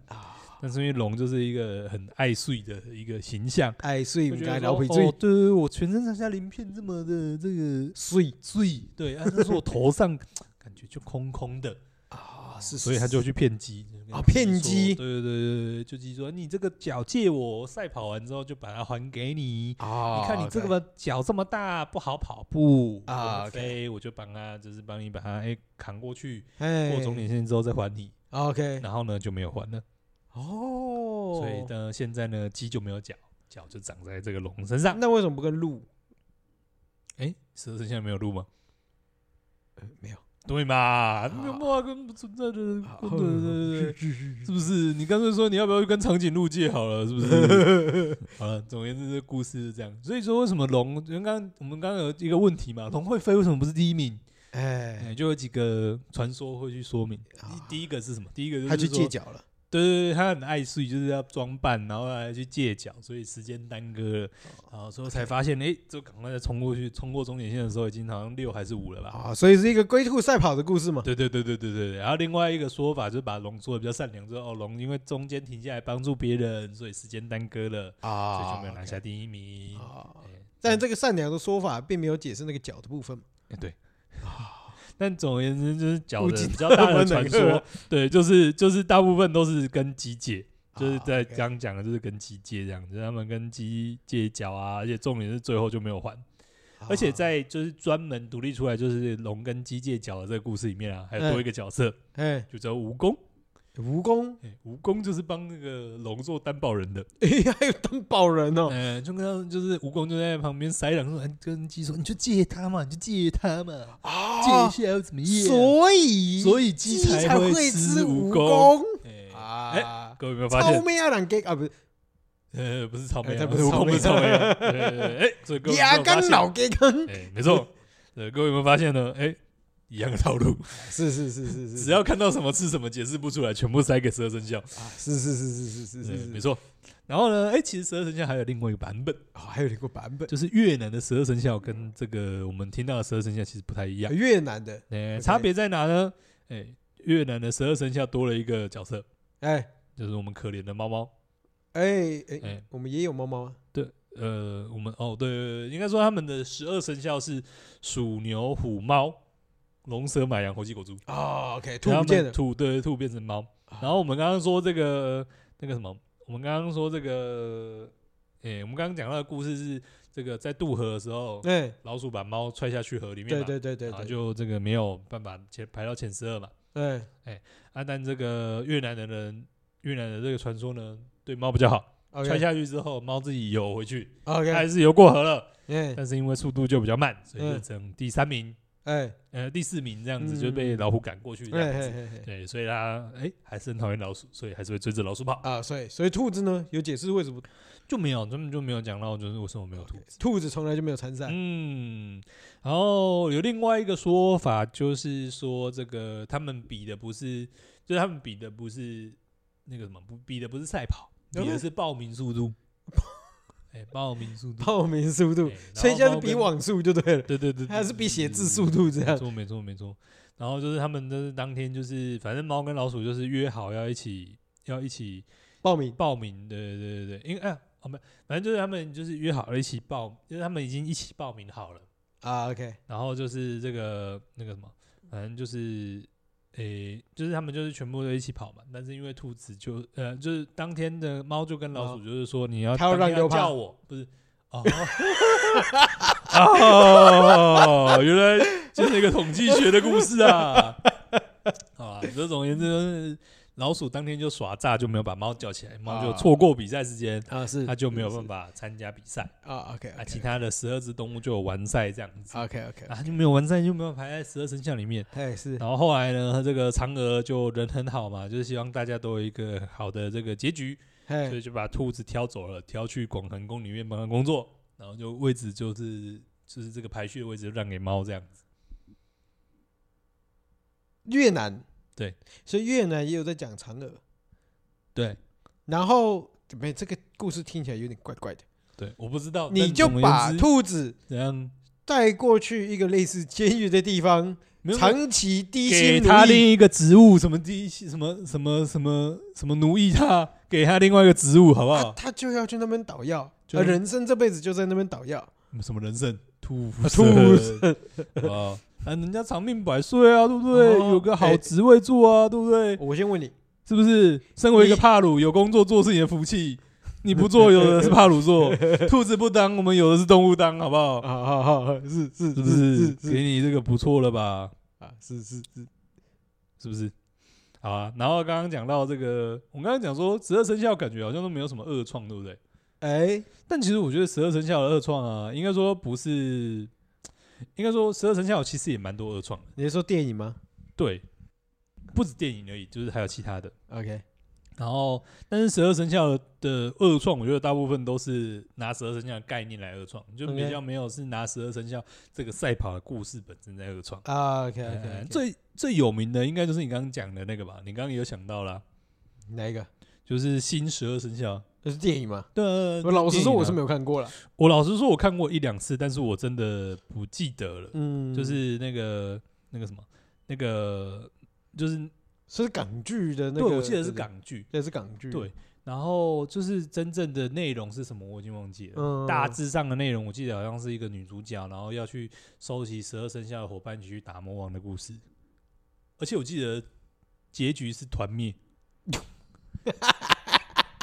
Speaker 2: 但是因为龙就是一个很爱睡的一个形象，
Speaker 1: 哎，所以
Speaker 2: 就
Speaker 1: 我们
Speaker 2: 觉
Speaker 1: 刚才
Speaker 2: 得
Speaker 1: 聊
Speaker 2: 说
Speaker 1: 皮
Speaker 2: 哦
Speaker 1: 最，
Speaker 2: 对对对，我全身上下鳞片这么的这个
Speaker 1: 碎
Speaker 2: 碎，对，啊但是我头上感觉就空空的，
Speaker 1: 啊，是，
Speaker 2: 所以他就去骗鸡
Speaker 1: 啊骗鸡
Speaker 2: 说对对对对对，就鸡说你这个脚借我，赛跑完之后就把它还给你。
Speaker 1: 啊，
Speaker 2: 你看你这个脚这么大，不好跑步
Speaker 1: 啊
Speaker 2: 不能
Speaker 1: OK
Speaker 2: 飞，我就帮他，就是帮你把它哎扛过去，
Speaker 1: 哎
Speaker 2: 过终点线之后再还你。
Speaker 1: ，OK，
Speaker 2: 然后呢就没有还了，
Speaker 1: 哦，
Speaker 2: 所以呢现在呢鸡就没有脚，脚就长在这个龙身上。
Speaker 1: 那为什么不跟鹿？
Speaker 2: 哎，十二生肖没有鹿吗？
Speaker 1: 呃没有，
Speaker 2: 对嘛，没有办法啊跟不存在的人，
Speaker 1: 啊
Speaker 2: 对对对对对，
Speaker 1: 是是
Speaker 2: 是不是？你干脆说你要不要去跟长颈鹿借好了，是不是？ 好了，总而言之，这故事是这样。所以说，为什么龙？因为刚刚我们刚刚有一个问题嘛，龙会飞，为什么不是第一名？
Speaker 1: 哎，
Speaker 2: 哎，就有几个传说会去说明。
Speaker 1: 啊
Speaker 2: 第第一个是什么？第一个就是
Speaker 1: 他去
Speaker 2: 说
Speaker 1: 借，脚了，
Speaker 2: 对对对，他很爱睡，就是要装扮，然后还去借脚，所以时间耽搁
Speaker 1: 哦
Speaker 2: 了，然后最后才发现，哎，就赶快再冲过去，冲过终点线的时候已经好像六还是五了吧？
Speaker 1: 啊，所以是一个龟兔赛跑的故事嘛，
Speaker 2: 对对对对对对对。然后另外一个说法就是把龙说的比较善良，说哦龙因为中间停下来帮助别人，所以时间耽搁了，所以
Speaker 1: 啊，
Speaker 2: 就没有拿下第一名。
Speaker 1: 啊
Speaker 2: 哎，
Speaker 1: 但这个善良的说法并没有解释那个脚的部分嘛，
Speaker 2: 哎对。但总而言之，就是脚
Speaker 1: 不
Speaker 2: 的
Speaker 1: 记
Speaker 2: 比较大
Speaker 1: 得
Speaker 2: 的
Speaker 1: 我
Speaker 2: 传
Speaker 1: 哪
Speaker 2: 说
Speaker 1: 个，
Speaker 2: 对，就是就是大部分都是跟鸡借，就是
Speaker 1: 啊
Speaker 2: 在
Speaker 1: OK
Speaker 2: 刚讲的，就是跟鸡借这样，就是他们跟鸡借脚啊，而且重点是最后就没有
Speaker 1: 啊
Speaker 2: 还，而且在就是专门独立出来，就是龙跟鸡借脚的这个故事里面啊，还有多一个角色，
Speaker 1: 啊哎，
Speaker 2: 就叫蜈蚣。
Speaker 1: 蜈蚣，
Speaker 2: 欸蜈蚣就是帮那个龙做担保人的，
Speaker 1: 哎，还有担保人哦，
Speaker 2: 呃，就跟他就是蜈蚣就在旁边塞狼说，哎跟鸡说你就借他嘛，你就借他嘛，借
Speaker 1: 啊
Speaker 2: 一，下又怎么样？
Speaker 1: 所以
Speaker 2: 所以
Speaker 1: 鸡
Speaker 2: 鸡才
Speaker 1: 会
Speaker 2: 会吃
Speaker 1: 蜈
Speaker 2: 蜈
Speaker 1: 蚣
Speaker 2: 欸
Speaker 1: 啊，
Speaker 2: 各位有没有发
Speaker 1: 草
Speaker 2: 现？
Speaker 1: 莓啊，人给啊，不是
Speaker 2: 呃，不是草莓
Speaker 1: 哎
Speaker 2: 啊，
Speaker 1: 它不是
Speaker 2: 蜈
Speaker 1: 草
Speaker 2: 蚣，
Speaker 1: 莓
Speaker 2: 不是草莓啊。对对对对哎，所以各位有没
Speaker 1: 牙
Speaker 2: 有发
Speaker 1: 干
Speaker 2: 现？
Speaker 1: 老给根，
Speaker 2: 哎，没错。呃，各位有没有发现呢？哎，一样的套路，
Speaker 1: 哎是是是是是，
Speaker 2: 只要看到什么吃什么，解释不出来，全部塞给十二生肖。
Speaker 1: 啊，是是是是是是
Speaker 2: 对
Speaker 1: 是
Speaker 2: 没
Speaker 1: 是，
Speaker 2: 错。然后呢？哎，其实十二生肖还有另外一个版本。
Speaker 1: 哦，还有一个版本，
Speaker 2: 就是越南的十二生肖跟这个我们听到的十二生肖其实不太一样。
Speaker 1: 越南的，
Speaker 2: 呃，
Speaker 1: OK
Speaker 2: 差别在哪呢？哎，越南的十二生肖多了一个角色，
Speaker 1: 哎
Speaker 2: 就是我们可怜的猫猫。
Speaker 1: 哎哎
Speaker 2: 哎，
Speaker 1: 我们也有猫猫啊，
Speaker 2: 对，呃，我们哦，对对对，应该说他们的十二生肖是鼠、牛、虎、猫、龙、蛇、马、羊、猴、鸡、狗、猪。
Speaker 1: 哦，OK，
Speaker 2: 然
Speaker 1: 兔不
Speaker 2: 后他们
Speaker 1: 见了，
Speaker 2: 兔对对兔变成猫。
Speaker 1: 啊
Speaker 2: 然后我们刚刚说这个那个什么，我们刚刚说这个，哎，我们刚刚讲到的故事是这个在渡河的时候，
Speaker 1: 哎，
Speaker 2: 老鼠把猫踹下去河里面嘛。
Speaker 1: 对对对对
Speaker 2: 然后
Speaker 1: 对，
Speaker 2: 就这个没有办法前排到前十二嘛。
Speaker 1: 哎
Speaker 2: 啊，但这个越南的人，越南的这个传说呢，对猫比较好，踹
Speaker 1: ，OK
Speaker 2: 下去之后，猫自己游回去，它
Speaker 1: OK，
Speaker 2: 还是游过河了，
Speaker 1: 哎
Speaker 2: 但是因为速度就比较慢，所以就
Speaker 1: 嗯
Speaker 2: 整第三名，
Speaker 1: 哎
Speaker 2: 呃，第四名这样子
Speaker 1: 嗯
Speaker 2: 就被老虎赶过去
Speaker 1: 哎
Speaker 2: 这样子。
Speaker 1: 哎哎，
Speaker 2: 对，所以它哎还是很讨厌老鼠，所以还是会追着老鼠跑。
Speaker 1: 啊，所以所以兔子呢，有解释为什么
Speaker 2: 就没有，他们就没有讲到，就是为什么没有兔子。
Speaker 1: 兔子从来就没有参赛，
Speaker 2: 嗯，然后有另外一个说法，就是说这个他们比的不是，就是他们比的不是那个什么，不比的不是赛跑，
Speaker 1: 嗯
Speaker 2: 比的是报名速 度。哎、报名速度，
Speaker 1: 报名速度
Speaker 2: 哎，
Speaker 1: 所以就是
Speaker 2: 然后猫
Speaker 1: 比
Speaker 2: 跟
Speaker 1: 网速就对了，
Speaker 2: 对对对，
Speaker 1: 它是比写字速度这
Speaker 2: 没
Speaker 1: 样，
Speaker 2: 错没错没错。然后就是他们就是当天就是，反正猫跟老鼠就是约好要一起要一起
Speaker 1: 报名
Speaker 2: 报名，对对对对，因为啊哦没，反正就是他们就是约好了一起报，就是他们已经一起报名好了。
Speaker 1: 啊，OK，
Speaker 2: 然后就是这个那个什么，反正就是诶、就是他们就是全部都一起跑嘛。但是因为兔子就呃，就是当天的猫就跟老鼠就是说你要
Speaker 1: 哦它要
Speaker 2: 当天
Speaker 1: 让
Speaker 2: 要
Speaker 1: 六趴
Speaker 2: 叫我，不是 哦哦，原来这是一个统计学的故事啊！啊，这总而言之就是老鼠当天就耍诈，就没有把猫叫起来，猫就
Speaker 1: 啊
Speaker 2: 错过比赛时间，
Speaker 1: 啊是，
Speaker 2: 它就没有办
Speaker 1: 法
Speaker 2: 法参加比赛。
Speaker 1: 啊，OK
Speaker 2: 啊，其
Speaker 1: OK
Speaker 2: 他的十二只动物就有完赛这样子。
Speaker 1: OK OK，
Speaker 2: 啊，就没有完善，就没有排在十二生肖里面。
Speaker 1: 哎是
Speaker 2: 然后后来呢，这个嫦娥就人很好嘛，就是希望大家都有一个好的这个结局，
Speaker 1: 哎
Speaker 2: 所以就把兔子挑走了，挑去广寒宫里面帮他工作，然后就位置就是就是这个排序的位置就让给猫这样子。
Speaker 1: 越南，
Speaker 2: 对，
Speaker 1: 所以越南也有在讲嫦娥。
Speaker 2: 对
Speaker 1: 然后没这个故事听起来有点怪怪的，
Speaker 2: 对，我不知道，
Speaker 1: 你
Speaker 2: 但
Speaker 1: 就
Speaker 2: 总而言
Speaker 1: 把
Speaker 2: 之
Speaker 1: 兔子
Speaker 2: 怎样
Speaker 1: 带过去一个类似监狱的地方，
Speaker 2: 没有
Speaker 1: 长期低
Speaker 2: 给
Speaker 1: 薪
Speaker 2: 他
Speaker 1: 奴役，
Speaker 2: 另一个职务，什么第一什么什么什么什么奴役他，给他另外一个职务，好不
Speaker 1: 他
Speaker 2: 好？
Speaker 1: 他就要去那边倒药，
Speaker 2: 哦就
Speaker 1: 而人生这辈子就在那边倒药。
Speaker 2: 什么人生？兔
Speaker 1: 兔
Speaker 2: 神啊！啊，人家长命百岁啊，对不对？
Speaker 1: 哦
Speaker 2: 有个好
Speaker 1: 哎
Speaker 2: 职位做啊，对不对？
Speaker 1: 我先问你，
Speaker 2: 是不是？身为一个
Speaker 1: 你
Speaker 2: 帕鲁，有工作做是你的福气，你不做，有的是帕鲁做。 兔子不当，我们有的是动物当，好不好？
Speaker 1: 啊好好好，是是
Speaker 2: 哦是不啊是？
Speaker 1: 是是
Speaker 2: 给你这个不错了吧？
Speaker 1: 啊，是是是，
Speaker 2: 是不是？好啊。然后刚刚讲到这个，我刚刚讲说十二生肖感觉好像都没有什么恶创，对不对？
Speaker 1: 哎，
Speaker 2: 但其实我觉得十二生肖的恶创啊，应该说不是，应该说十二生肖其实也蛮多恶创的。
Speaker 1: 你是说电影吗
Speaker 2: 对，不止电影而已，就是还有其他的。
Speaker 1: ？OK，
Speaker 2: 然后，但是十二生肖的恶创，我觉得大部分都是拿十二生肖的概念来恶创，就
Speaker 1: OK
Speaker 2: 比较没有是拿十二生肖这个赛跑的故事本身在恶创。
Speaker 1: 啊，OK
Speaker 2: 呃
Speaker 1: OK，
Speaker 2: 最最有名的应该就是你刚刚讲的那个吧？你刚刚也有想到啦，
Speaker 1: 哪一个？
Speaker 2: 就是新十二生肖。
Speaker 1: 那是电影吗？
Speaker 2: 对啊，
Speaker 1: 我老实说，我是
Speaker 2: 没
Speaker 1: 没有看过了。
Speaker 2: 我老实说，我看过一两次，但是我真的不记得了。
Speaker 1: 嗯，
Speaker 2: 就是那个那个什么，那个就是
Speaker 1: 是港剧的那
Speaker 2: 对，
Speaker 1: 个，
Speaker 2: 我记得是
Speaker 1: 对不对，
Speaker 2: 港剧。
Speaker 1: 对是港剧，
Speaker 2: 对，然后就是真正的内容是什么，我已经忘记了。
Speaker 1: 嗯，
Speaker 2: 大致上的内容，我记得好像是一个女主角，然后要去收集十二生肖的伙伴，一起去打魔王的故事。而且我记得结局是团灭，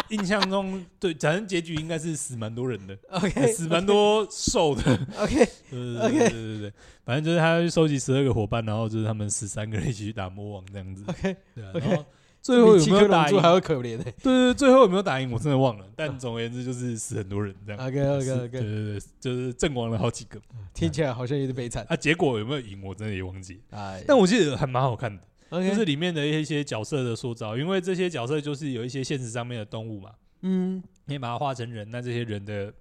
Speaker 2: 印象中对，反正结局应该是死蛮多人的，
Speaker 1: OK
Speaker 2: 死蛮多兽的。
Speaker 1: OK，
Speaker 2: 对
Speaker 1: OK
Speaker 2: 对对对对，反正就是他要去收集十二个伙伴，然后就是他们十三个人一起去打魔王这样子。
Speaker 1: OK
Speaker 2: 对啊，
Speaker 1: OK
Speaker 2: 然后 最后有
Speaker 1: 比七
Speaker 2: 没
Speaker 1: 颗
Speaker 2: 有打
Speaker 1: 龙
Speaker 2: 赢
Speaker 1: 珠？还要可怜 呢。
Speaker 2: 对对，对最后有没有打赢我真的忘了，但总而言之就是死很多人这样。
Speaker 1: OK OK
Speaker 2: 对
Speaker 1: OK，
Speaker 2: 对对，就是阵亡了好几个
Speaker 1: 听起来好像有点悲 惨。
Speaker 2: 啊，结果有没有赢我真的也忘记，
Speaker 1: 哎，
Speaker 2: 但我记得还蛮好看的，就
Speaker 1: OK，
Speaker 2: 是里面的一些角色的塑造，因为这些角色就是有一些现实上面的动物嘛，
Speaker 1: 嗯，
Speaker 2: 你把它画成人，那这些人的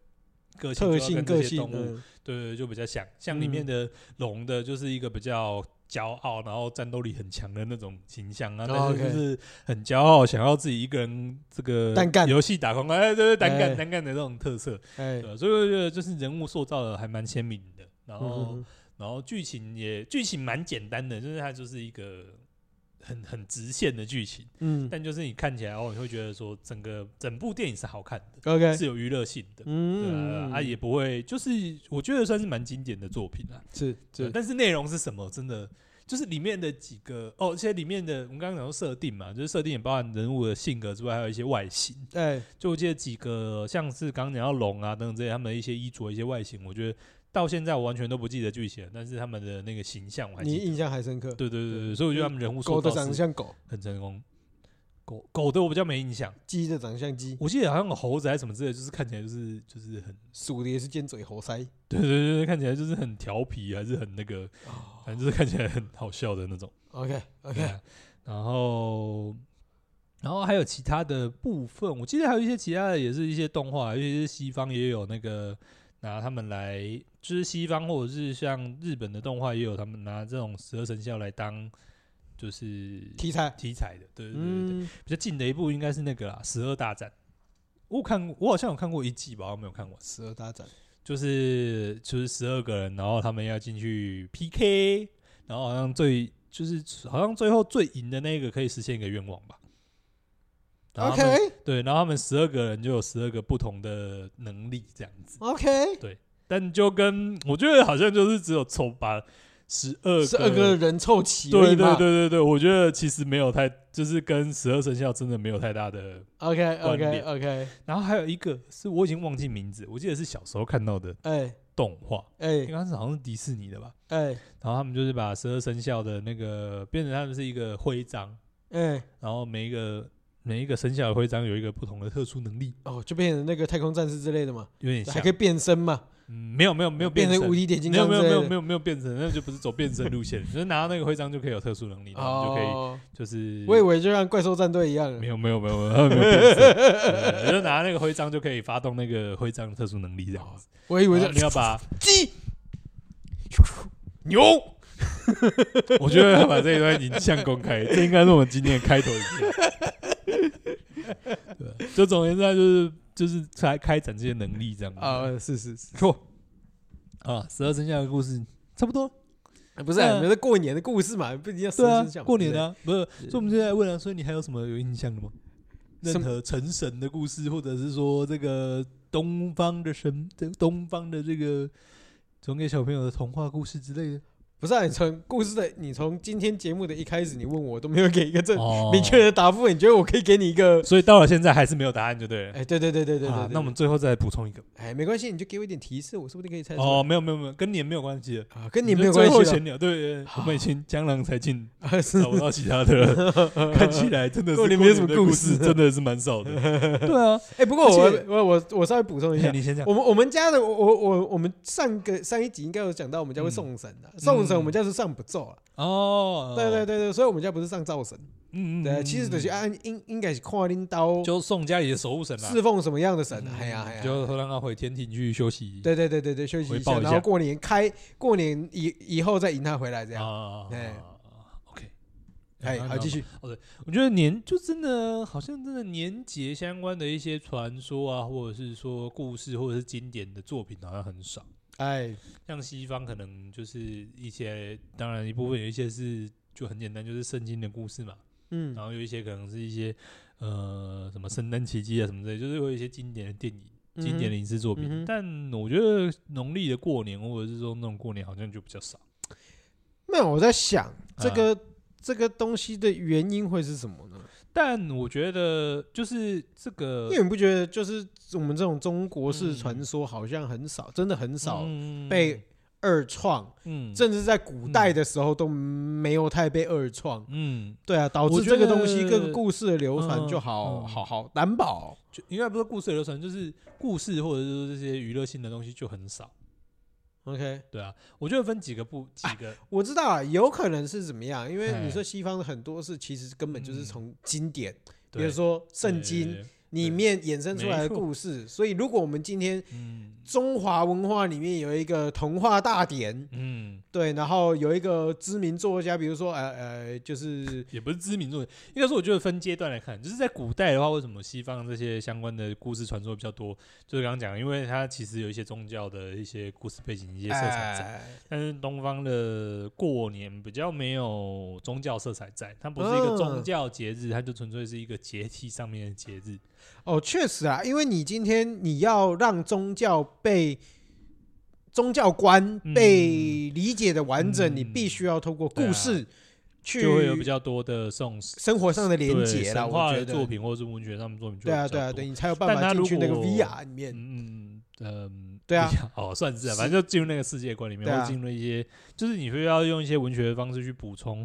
Speaker 2: 个性就
Speaker 1: 特
Speaker 2: 要
Speaker 1: 性
Speaker 2: 跟
Speaker 1: 个
Speaker 2: 这些
Speaker 1: 性
Speaker 2: 动物
Speaker 1: 嗯
Speaker 2: 对对，对就比较像，像里面
Speaker 1: 嗯
Speaker 2: 的龙的，就是一个比较骄傲，然后战斗力很强的那种形象啊，
Speaker 1: 哦
Speaker 2: 但是就
Speaker 1: ，OK
Speaker 2: 是很骄傲，想要自己一个人这个
Speaker 1: 单干
Speaker 2: 游戏打光，哎，对对，单
Speaker 1: 哎
Speaker 2: 干单干的那种特色，
Speaker 1: 哎
Speaker 2: 对，吧，所以我觉得就是人物塑造的还蛮鲜明的，然后
Speaker 1: 嗯
Speaker 2: 然后剧情也剧情蛮简单的，就是它就是一个很很直线的剧情，
Speaker 1: 嗯
Speaker 2: 但就是你看起来哦，你会觉得说整个整部电影是好看的，
Speaker 1: ，OK，
Speaker 2: 是有娱乐性的，对啊，
Speaker 1: 嗯，
Speaker 2: 啊也不会，就是我觉得算是蛮经典的作品啊。
Speaker 1: 是
Speaker 2: 对，
Speaker 1: 是，
Speaker 2: 但是内容是什么，真的就是里面的几个哦，现在里面的我们刚刚讲到设定嘛，就是设定也包含人物的性格之外，还有一些外形。
Speaker 1: 哎，
Speaker 2: 就我记得几个像是刚刚讲到龙啊等等这些，他们的一些衣着、一些外形，我觉得到现在我完全都不记得剧情了，但是他们的那个形象我还
Speaker 1: 你
Speaker 2: 记得。
Speaker 1: 印象还深刻？
Speaker 2: 对对对对，所以我觉得他们人物
Speaker 1: 狗
Speaker 2: 塑
Speaker 1: 的
Speaker 2: 造
Speaker 1: 长得
Speaker 2: 是
Speaker 1: 像狗，
Speaker 2: 很成功。狗狗的我比较没印象，
Speaker 1: 鸡的长得像鸡，
Speaker 2: 我记得好像有猴子还是什么之类的，就是看起来就是就是很
Speaker 1: 鼠的也是尖嘴猴腮。
Speaker 2: 对对对，对看起来就是很调皮，还是很那个，
Speaker 1: 哦
Speaker 2: 反正就是看起来很好笑的那 种。
Speaker 1: OK
Speaker 2: 对
Speaker 1: OK，
Speaker 2: 啊然后，然后还有其他的部分，我记得还有一些其他的，也是一些动画，尤其是西方也有那个拿他们来，就是西方或者是像日本的动画也有他们拿这种十二生肖来当就是
Speaker 1: 题材，
Speaker 2: 题材的。对对对对对，
Speaker 1: 嗯，
Speaker 2: 比较近的一部应该是那个啦，《十二大战》。我有看，我好像有看过一季吧，我没有看完。
Speaker 1: 十二大战，
Speaker 2: 就是就是十二个人，然后他们要进去 PK，然后好像最就是好像最后最赢的那个可以实现一个愿望吧。然后他们
Speaker 1: OK
Speaker 2: 对，然后他们十二个人就有十二个不同的能力这样子，
Speaker 1: OK，
Speaker 2: 但就跟我觉得好像就是只有凑把十二
Speaker 1: 十二个人凑齐而
Speaker 2: 对对
Speaker 1: 已嘛，
Speaker 2: 对对对，我觉得其实没有太就是跟十二生肖真的没有太大的。
Speaker 1: ，OK
Speaker 2: 关
Speaker 1: OK
Speaker 2: 联
Speaker 1: OK，
Speaker 2: 然后还有一个是我已经忘记名字，我记得是小时候看到的
Speaker 1: 哎
Speaker 2: 动画，应
Speaker 1: 哎
Speaker 2: 该是好像是迪士尼的吧。
Speaker 1: 哎
Speaker 2: 然后他们就是把十二生肖的那个变成他们是一个徽章，
Speaker 1: 哎，
Speaker 2: 然后每一个每一个生肖的徽章有一个不同的特殊能力，
Speaker 1: 哦，就变成那个太空战士之类的嘛，
Speaker 2: 有点
Speaker 1: 还
Speaker 2: 像
Speaker 1: 可。以变身嘛，
Speaker 2: 嗯，没有没有没有
Speaker 1: 变
Speaker 2: 成
Speaker 1: 成无敌铁金
Speaker 2: 没有
Speaker 1: 刚
Speaker 2: 没
Speaker 1: 之
Speaker 2: 有
Speaker 1: 类
Speaker 2: 没有
Speaker 1: 的
Speaker 2: 没有没有变成，那就不是走变身路线，就是拿到那个徽章就可以有特殊能力，然后就可以
Speaker 1: 哦，
Speaker 2: 就是
Speaker 1: 我以为就像怪兽战队一样，
Speaker 2: 没有没有没有没有没有变身， 对就拿那个徽章就可以发动那个徽章的特殊能力这样子。
Speaker 1: 我以为是
Speaker 2: 然后你要把
Speaker 1: 鸡牛，
Speaker 2: 我觉得要把这一段影像公开，这应该是我们今天的开头影片。对，就总而言之，它就是就是开开展这些能力这样啊
Speaker 1: 啊，是是是，
Speaker 2: 错啊，十二生肖的故事差不多，
Speaker 1: 不是啊，你们是过年的故事嘛，不一定要
Speaker 2: 对啊
Speaker 1: 神仙，
Speaker 2: 过年，啊，不是，
Speaker 1: 是
Speaker 2: 所以我们现在问了，所以你还有什么有印象的吗？
Speaker 1: 什
Speaker 2: 任
Speaker 1: 么
Speaker 2: 何成神的故事，或者是说这个东方的神，这东方的这个总给小朋友的童话故事之类的，
Speaker 1: 不是、啊、你从故事的，你从今天节目的一开始，你问我都没有给一个正
Speaker 2: 哦
Speaker 1: 明确的答复，你觉得我可以给你一个？
Speaker 2: 所以到了现在还是没有答案，就对了。
Speaker 1: 哎，对对对对对对
Speaker 2: 啊
Speaker 1: 对，
Speaker 2: 那我们最后再补充一个。
Speaker 1: 哎没关系，你就给我一点提示，我说不定可以猜出来。
Speaker 2: 哦，没有没有没有，跟年没有关系的，
Speaker 1: 啊，跟你没
Speaker 2: 就
Speaker 1: 有关
Speaker 2: 最后
Speaker 1: 系
Speaker 2: 闲聊，对，对我们已经江郎才尽，
Speaker 1: 了。 是
Speaker 2: 找不到其他的了。看起来真的是
Speaker 1: 过年没
Speaker 2: 过
Speaker 1: 什么
Speaker 2: 的
Speaker 1: 故
Speaker 2: 故
Speaker 1: 事
Speaker 2: 真的是蛮少的。对啊，
Speaker 1: 哎，不过我
Speaker 2: 而且
Speaker 1: 我我我稍微补充一下
Speaker 2: 哎，你先讲。
Speaker 1: 我们我们家的我我我我们上个上一集应该有讲到，我
Speaker 2: 嗯
Speaker 1: 们家会送神的、送神我们家是上不咒啊，
Speaker 2: 哦，
Speaker 1: 对对对对，所以我们家不是上灶神，
Speaker 2: 嗯，嗯嗯，
Speaker 1: 对啊，其实就是按应应该是跨拎刀
Speaker 2: 就送家里的守护神啦，
Speaker 1: 侍奉什么样的神啊，哎呀
Speaker 2: 嗯
Speaker 1: 哎呀，
Speaker 2: 就让他回天庭去休息。
Speaker 1: 对对对对对，休息一
Speaker 2: 回
Speaker 1: 下，
Speaker 2: 报一下
Speaker 1: 然后过年开过年以以后再迎他回来这样，
Speaker 2: 啊
Speaker 1: 哎
Speaker 2: ，OK，
Speaker 1: 哎，好继。续，
Speaker 2: 我觉得年就真的好像真的年节相关的一些传说啊，或者是说故事，或者是经典的作品，好像很少。
Speaker 1: 哎，
Speaker 2: 像西方可能就是一些，当然一部分有一些是就很简单，就是圣经的故事嘛。
Speaker 1: 嗯
Speaker 2: 然后有一些可能是一些呃什么圣诞奇迹啊什么之类，就是会有一些经典的电影、经典的影视作品。
Speaker 1: 嗯哼
Speaker 2: 但我觉得农历的过年，或者是说那种过年，好像就比较少。
Speaker 1: 那我在想
Speaker 2: 啊
Speaker 1: 这个、这个东西的原因会是什么呢？
Speaker 2: 但我觉得就是这个
Speaker 1: 因为你不觉得就是我们这种中国式
Speaker 2: 嗯
Speaker 1: 传说好像很少，真的很少
Speaker 2: 嗯
Speaker 1: 被二创。
Speaker 2: 嗯
Speaker 1: 甚至在古代的时候都没有太被二创。
Speaker 2: 嗯，
Speaker 1: 对啊，导
Speaker 2: 我
Speaker 1: 致
Speaker 2: 觉
Speaker 1: 这
Speaker 2: 得
Speaker 1: 个东西各个故事的流传
Speaker 2: 嗯
Speaker 1: 就好
Speaker 2: 嗯
Speaker 1: 好好难保。
Speaker 2: 就应该不是故事的流传，就是故事或者是说这些娱乐性的东西就很少。
Speaker 1: OK，
Speaker 2: 对啊，我觉得分几个部几个，
Speaker 1: 我知道啊，有可能是怎么样，因为
Speaker 2: 哎
Speaker 1: 你说西方的很多事其实根本就是从经典，比
Speaker 2: 嗯对
Speaker 1: 如说圣
Speaker 2: 对
Speaker 1: 经
Speaker 2: 对对
Speaker 1: 里面衍生出来的
Speaker 2: 没错
Speaker 1: 故事。所以，如果我们今天
Speaker 2: 嗯
Speaker 1: 中华文化里面有一个童话大典，
Speaker 2: 嗯，
Speaker 1: 对，然后有一个知名作家，比如说呃呃，就是
Speaker 2: 也不是知名作品，应该说我觉得分阶段来看，就是在古代的话，为什么西方这些相关的故事传说比较多？就是刚刚讲，因为它其实有一些宗教的一些故事背景、一些色彩在，
Speaker 1: 哎
Speaker 2: 但是东方的过年比较没有宗教色彩在，它不是一
Speaker 1: 嗯
Speaker 2: 个宗教节日，它就纯粹是一个节气上面的节日。
Speaker 1: 哦，确实啊，因为你今天你要让宗教被宗教观
Speaker 2: 嗯
Speaker 1: 被理解的完整，
Speaker 2: 嗯
Speaker 1: 你必须要透过
Speaker 2: 对
Speaker 1: 故
Speaker 2: 啊
Speaker 1: 事去
Speaker 2: 就会有比较多的送死
Speaker 1: 生活上的连
Speaker 2: 对
Speaker 1: 接啦。
Speaker 2: 神
Speaker 1: 我
Speaker 2: 话
Speaker 1: 觉
Speaker 2: 的作
Speaker 1: 得，
Speaker 2: 品或者是文学上面作品就
Speaker 1: 对
Speaker 2: 会
Speaker 1: 啊，
Speaker 2: 比较
Speaker 1: 对啊，
Speaker 2: 多
Speaker 1: 对你才有办
Speaker 2: 但
Speaker 1: 法
Speaker 2: 他
Speaker 1: 进
Speaker 2: 如
Speaker 1: 去那个
Speaker 2: 果
Speaker 1: VR 里面。
Speaker 2: 嗯嗯嗯，
Speaker 1: 对啊
Speaker 2: 不一样，哦，算是啊，
Speaker 1: 是
Speaker 2: 反正就进入那个世界观里面，
Speaker 1: 对啊
Speaker 2: 或进入一些，就是你会要用一些文学的方式去补充，